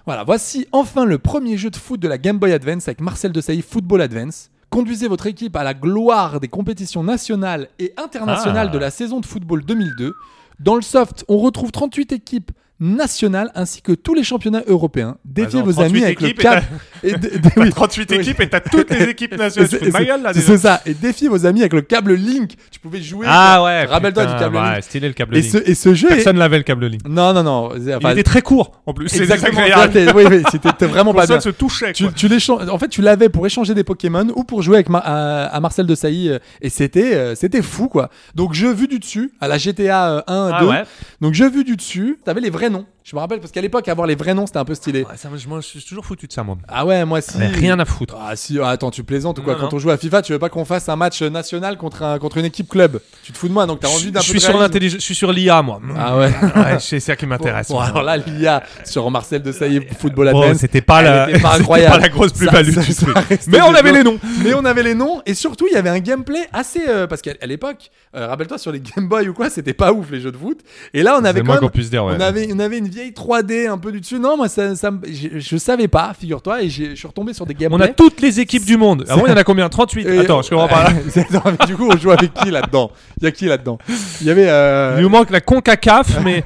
Speaker 2: Voilà, voici enfin le premier jeu de foot de la Game Boy Advance avec Marcel de Sailly Football Advance. Conduisez votre équipe à la gloire des compétitions nationales et internationales
Speaker 1: Ah.
Speaker 2: de la saison de football 2002. Dans le soft, on retrouve 38 équipes nationales ainsi que tous les championnats européens. Défiez
Speaker 1: non,
Speaker 2: vos
Speaker 1: 38
Speaker 2: amis avec le
Speaker 1: équipes et
Speaker 2: cap. et d- d- oui.
Speaker 1: 38
Speaker 2: Oui.
Speaker 1: équipes et t'as toutes les équipes nationales. Tu
Speaker 2: C'est-
Speaker 1: fais de ma gueule, là
Speaker 2: c'est-
Speaker 1: déjà.
Speaker 2: c'est ça. Et défiez vos amis avec le câble Link. Tu pouvais jouer.
Speaker 1: Ah ouais.
Speaker 2: Rappelle-toi du
Speaker 1: putain,
Speaker 2: câble
Speaker 1: Ouais,
Speaker 2: Link.
Speaker 1: stylé le câble
Speaker 2: Et
Speaker 1: ligne.
Speaker 2: ce, et ce jeu est-
Speaker 1: Personne l'avait le câble ligne.
Speaker 2: Non, non, non.
Speaker 1: Il était très court en plus. C'est
Speaker 2: Exactement.
Speaker 1: désagréable.
Speaker 2: Toi, t'es- oui, oui, c'était t'es vraiment pas
Speaker 1: Personne
Speaker 2: bien.
Speaker 1: se touchait.
Speaker 2: Tu,
Speaker 1: quoi.
Speaker 2: tu l'échanges- en fait, tu l'avais pour échanger des Pokémon ou pour jouer avec Ma- à, à Marcel de Sailly euh, et c'était euh, c'était fou quoi. Donc jeu vu du dessus à la GTA euh, 1
Speaker 1: Ah
Speaker 2: 2.
Speaker 1: ouais.
Speaker 2: Donc jeu vu du dessus, t'avais les vrais noms. Je me rappelle parce qu'à l'époque avoir les vrais noms c'était un peu stylé.
Speaker 1: Ouais, ça, moi, je- moi, je suis toujours foutu de ça, moi.
Speaker 2: Ah ouais, moi si.
Speaker 1: Mais rien à foutre.
Speaker 2: Ah si, ah, attends, tu plaisantes ou quoi
Speaker 1: Non,
Speaker 2: Quand
Speaker 1: non.
Speaker 2: on joue à FIFA, tu veux pas qu'on fasse un match national contre un contre une équipe club Tu te fous de moi donc t'as envie
Speaker 1: Je-
Speaker 2: d'un
Speaker 1: je
Speaker 2: peu
Speaker 1: suis
Speaker 2: de
Speaker 1: sur
Speaker 2: réalisme.
Speaker 1: l'intelligence, je suis sur l'IA, moi.
Speaker 2: Ah ouais.
Speaker 1: Ouais, c'est ça qui
Speaker 2: Bon,
Speaker 1: m'intéresse.
Speaker 2: bon,
Speaker 1: moi.
Speaker 2: alors là, l'IA sur Marcel de Sailly Football
Speaker 1: Bon,
Speaker 2: Advance,
Speaker 1: c'était pas la,
Speaker 2: Elle était pas
Speaker 1: c'était
Speaker 2: incroyable.
Speaker 1: pas la grosse
Speaker 2: Ça-
Speaker 1: plus-value
Speaker 2: ça-
Speaker 1: du
Speaker 2: ça
Speaker 1: truc.
Speaker 2: restait
Speaker 1: Mais on
Speaker 2: des
Speaker 1: avait
Speaker 2: noms.
Speaker 1: les noms.
Speaker 2: Mais on avait les noms et surtout il y avait un gameplay assez euh, parce qu'à à l'époque, euh, rappelle-toi sur les Game Boy ou quoi, c'était pas ouf les jeux de foot. Et là on avait
Speaker 1: le
Speaker 2: quand
Speaker 1: moins
Speaker 2: même,
Speaker 1: qu'on puisse dire, ouais.
Speaker 2: on avait on avait une vieille 3D un peu du dessus. Non moi ça, ça me- je, je savais pas, figure-toi et j'ai- je suis retombé sur des gameplays.
Speaker 1: On a toutes les équipes du monde. Avant, il y en a combien 38.
Speaker 2: Et-
Speaker 1: Attends, je comprends pas.
Speaker 2: C'est- non, mais du coup on joue avec qui là-dedans Il y a qui là-dedans Il y avait euh,
Speaker 1: Il nous manque la CONCACAF, mais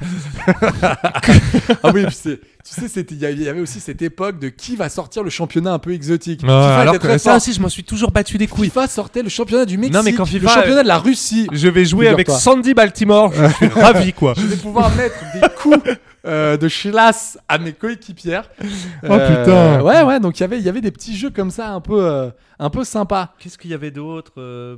Speaker 2: ah oui puis c'est- tu sais, c'était- il y avait- il y avait aussi cette époque de qui va sortir le championnat un peu exotique.
Speaker 1: Ouais, alors
Speaker 2: était
Speaker 1: que
Speaker 2: très
Speaker 1: ça
Speaker 2: fort.
Speaker 1: aussi, je m'en suis toujours battu des couilles.
Speaker 2: FIFA sortait le championnat du Mexique,
Speaker 1: Non, mais quand
Speaker 2: le
Speaker 1: FIFA,
Speaker 2: championnat de la Russie.
Speaker 1: Je vais jouer avec
Speaker 2: Figure-toi.
Speaker 1: Sandy Baltimore, je suis ravi quoi.
Speaker 2: Je vais pouvoir mettre des coups euh, de chlasse à mes coéquipières. Euh,
Speaker 1: Oh, putain.
Speaker 2: Ouais, ouais, donc il y avait- il y avait des petits jeux comme ça un peu, euh, un peu sympas.
Speaker 6: Qu'est-ce qu'il y avait d'autre euh,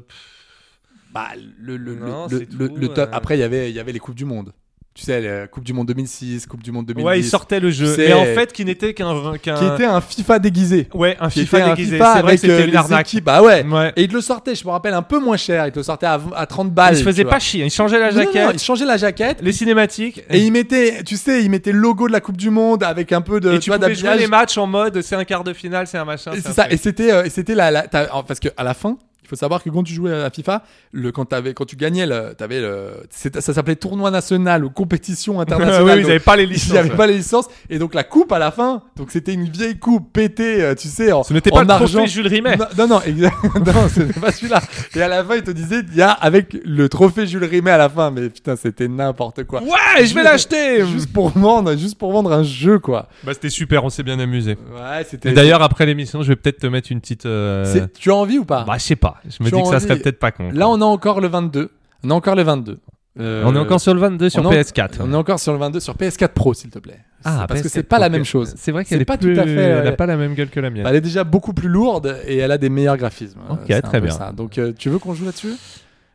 Speaker 2: Bah, le, le,
Speaker 6: Non,
Speaker 2: le-
Speaker 6: c'est
Speaker 2: le-
Speaker 6: tout,
Speaker 2: le top.
Speaker 6: euh.
Speaker 2: Après, il y avait- il y avait les Coupes du Monde. Tu sais, la Coupe du Monde 2006, Coupe du Monde 2010.
Speaker 1: Ouais, il sortait le jeu.
Speaker 2: Tu sais,
Speaker 1: Mais en fait, qui n'était qu'un. qu'un-
Speaker 2: Qui était un FIFA déguisé.
Speaker 1: Ouais, un
Speaker 2: Qui
Speaker 1: FIFA
Speaker 2: était
Speaker 1: déguisé.
Speaker 2: FIFA
Speaker 1: C'est vrai
Speaker 2: avec,
Speaker 1: que c'était
Speaker 2: euh,
Speaker 1: une
Speaker 2: les
Speaker 1: arnaque.
Speaker 2: équipes. Ah ouais.
Speaker 1: Ouais.
Speaker 2: Et il te le sortait, je me rappelle, un peu moins cher. Il te le sortait à, v- à 30 balles.
Speaker 1: Il se faisait
Speaker 2: tu vois.
Speaker 1: pas chier, il changeait la
Speaker 2: Non, non, non,
Speaker 1: jaquette,
Speaker 2: il changeait la jaquette.
Speaker 1: les cinématiques.
Speaker 2: Et il mettait, tu sais, il mettait le logo de la Coupe du Monde avec un peu de.
Speaker 1: Et tu
Speaker 2: euh, vois,
Speaker 1: pouvais jouer
Speaker 2: d'habillage.
Speaker 1: les matchs hein, en mode c'est un quart de finale, c'est un machin.
Speaker 2: Et
Speaker 1: un
Speaker 2: c'est ça.
Speaker 1: truc.
Speaker 2: Et c'était, euh, et c'était la, la- t'as- en- parce que à la fin, il faut savoir que quand tu jouais à FIFA, le quand t'avais, quand tu gagnais, le, t'avais le, c'est- ça s'appelait tournoi national ou compétition internationale.
Speaker 1: Oui, oui, ils
Speaker 2: Donc,
Speaker 1: avaient pas les
Speaker 2: Ils
Speaker 1: licences,
Speaker 2: n'avaient
Speaker 1: ouais.
Speaker 2: pas les licences. Et donc la coupe à la fin, donc c'était une vieille coupe pétée, euh, tu sais, en,
Speaker 1: Ce n'était pas
Speaker 2: en
Speaker 1: le trophée
Speaker 2: argent.
Speaker 1: Jules Rimet.
Speaker 2: Non, non, non, exact- non, c'était pas celui-là. Et à la fin, ils te disaient, il y a avec le trophée Jules Rimet à la fin, mais putain, c'était n'importe quoi.
Speaker 1: Ouais, je vais l'acheter.
Speaker 2: Juste pour vendre, juste pour vendre un jeu, quoi.
Speaker 1: Bah c'était super, on s'est bien amusé.
Speaker 2: Ouais, c'était.
Speaker 1: Et d'ailleurs après l'émission, je vais peut-être te mettre une petite. euh,
Speaker 2: C'est- tu as envie ou pas
Speaker 1: Bah je sais pas. Je me
Speaker 2: Tu
Speaker 1: dis
Speaker 2: as
Speaker 1: que ça
Speaker 2: envie-
Speaker 1: serait peut-être pas con.
Speaker 2: Là, on a encore le 22. On a encore le 22. Euh,
Speaker 1: on est encore sur le 22 sur
Speaker 2: on est en-
Speaker 1: PS4.
Speaker 2: On est encore sur le 22 sur PS4 Pro, s'il te plaît. C'est- parce que
Speaker 1: PS4,
Speaker 2: c'est pas la
Speaker 1: ok.
Speaker 2: même chose.
Speaker 1: C'est vrai
Speaker 2: C'est
Speaker 1: qu'elle est
Speaker 2: pas
Speaker 1: plus-
Speaker 2: tout à fait,
Speaker 1: Elle
Speaker 2: euh,
Speaker 1: a pas la même gueule que la mienne.
Speaker 2: Elle est déjà beaucoup plus lourde et elle a des meilleurs graphismes.
Speaker 1: Ok,
Speaker 2: Euh, c'est un
Speaker 1: très
Speaker 2: peu
Speaker 1: bien.
Speaker 2: ça. Donc, euh, tu veux qu'on joue là-dessus
Speaker 1: Et bien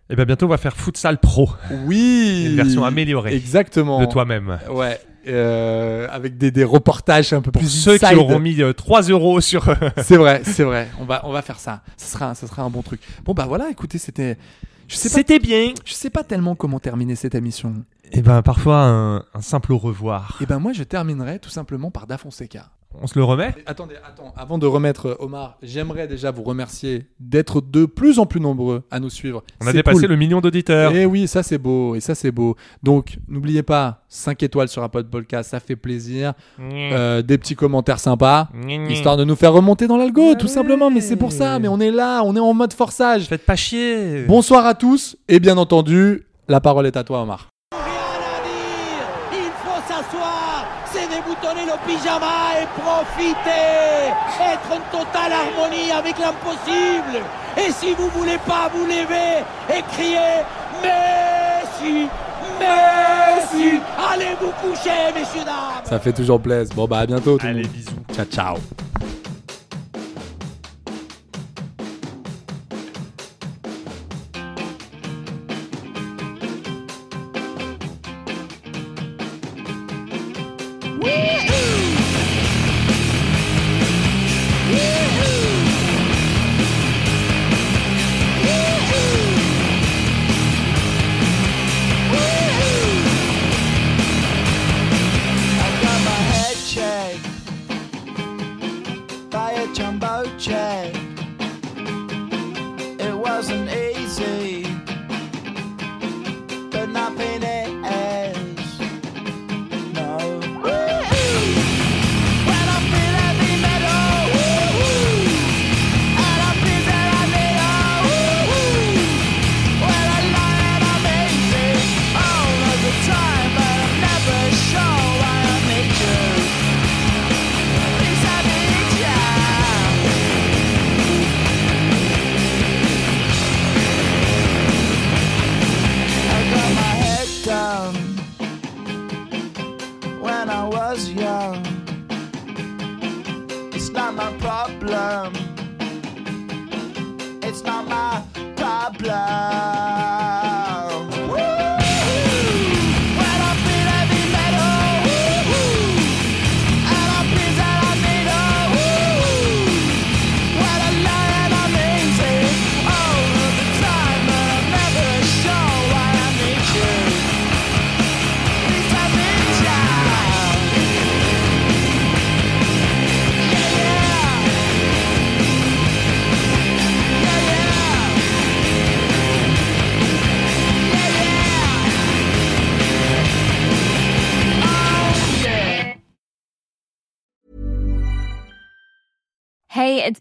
Speaker 1: Eh ben, bientôt on va faire Futsal Pro,
Speaker 2: Oui.
Speaker 1: une version améliorée
Speaker 2: Exactement.
Speaker 1: de toi-même.
Speaker 2: Ouais. Euh, avec des, des reportages un peu
Speaker 1: Pour
Speaker 2: plus
Speaker 1: ceux qui
Speaker 2: inside.
Speaker 1: auront mis euh, 3 euros sur.
Speaker 2: C'est vrai, c'est vrai. On va, on va faire ça. Ce sera, un- ce sera un bon truc. Bon bah voilà. Écoutez, c'était. Je sais pas.
Speaker 1: bien.
Speaker 2: Je sais pas tellement comment terminer cette émission.
Speaker 1: Et ben parfois un, un simple au revoir.
Speaker 2: Et ben moi, je terminerai tout simplement par Da Fonseca.
Speaker 1: On se le remet.
Speaker 2: Attendez, attends, avant de remettre euh, Omar, j'aimerais déjà vous remercier d'être de plus en plus nombreux à nous suivre.
Speaker 1: On a dépassé le million d'auditeurs.
Speaker 2: Eh oui, ça c'est beau, et ça c'est beau. Donc, n'oubliez pas, 5 étoiles sur un podcast, ça fait plaisir.
Speaker 1: Mmh.
Speaker 2: Euh, des petits commentaires sympas, histoire de nous faire remonter dans l'algo, tout simplement. Mais c'est pour ça, mais on est là, on est en mode forçage.
Speaker 1: Faites pas chier.
Speaker 2: Bonsoir à tous, et bien entendu, la parole est à toi, Omar.
Speaker 4: Rien à dire, il faut s'asseoir, c'est déboutonner le pyjama et profiter, être en totale harmonie avec l'impossible. Et si vous voulez pas vous lever et crier Messi, Messi, allez vous coucher, messieurs dames.
Speaker 2: Ça fait toujours plaisir. Bon, bah à bientôt. tout le monde.
Speaker 1: bisous.
Speaker 2: Ciao, ciao.
Speaker 11: I got my head checked by a jumbo check. It wasn't easy, but nothing is. No. When I feel heavy metal, and I feel that I need a when I lie and I'm easy all of the time, but I'm never sure why I need you. Please I need ya. I got my head down when I was young. It's not my problem. It's not my problem. Woo! When I feel heavy metal, woo-hoo, and I feel that I need a woo-hoo, when I lie and I'm easy all of the time, but I'm never sure why I need you. Please I need you. Yeah, yeah.
Speaker 13: Hey, it's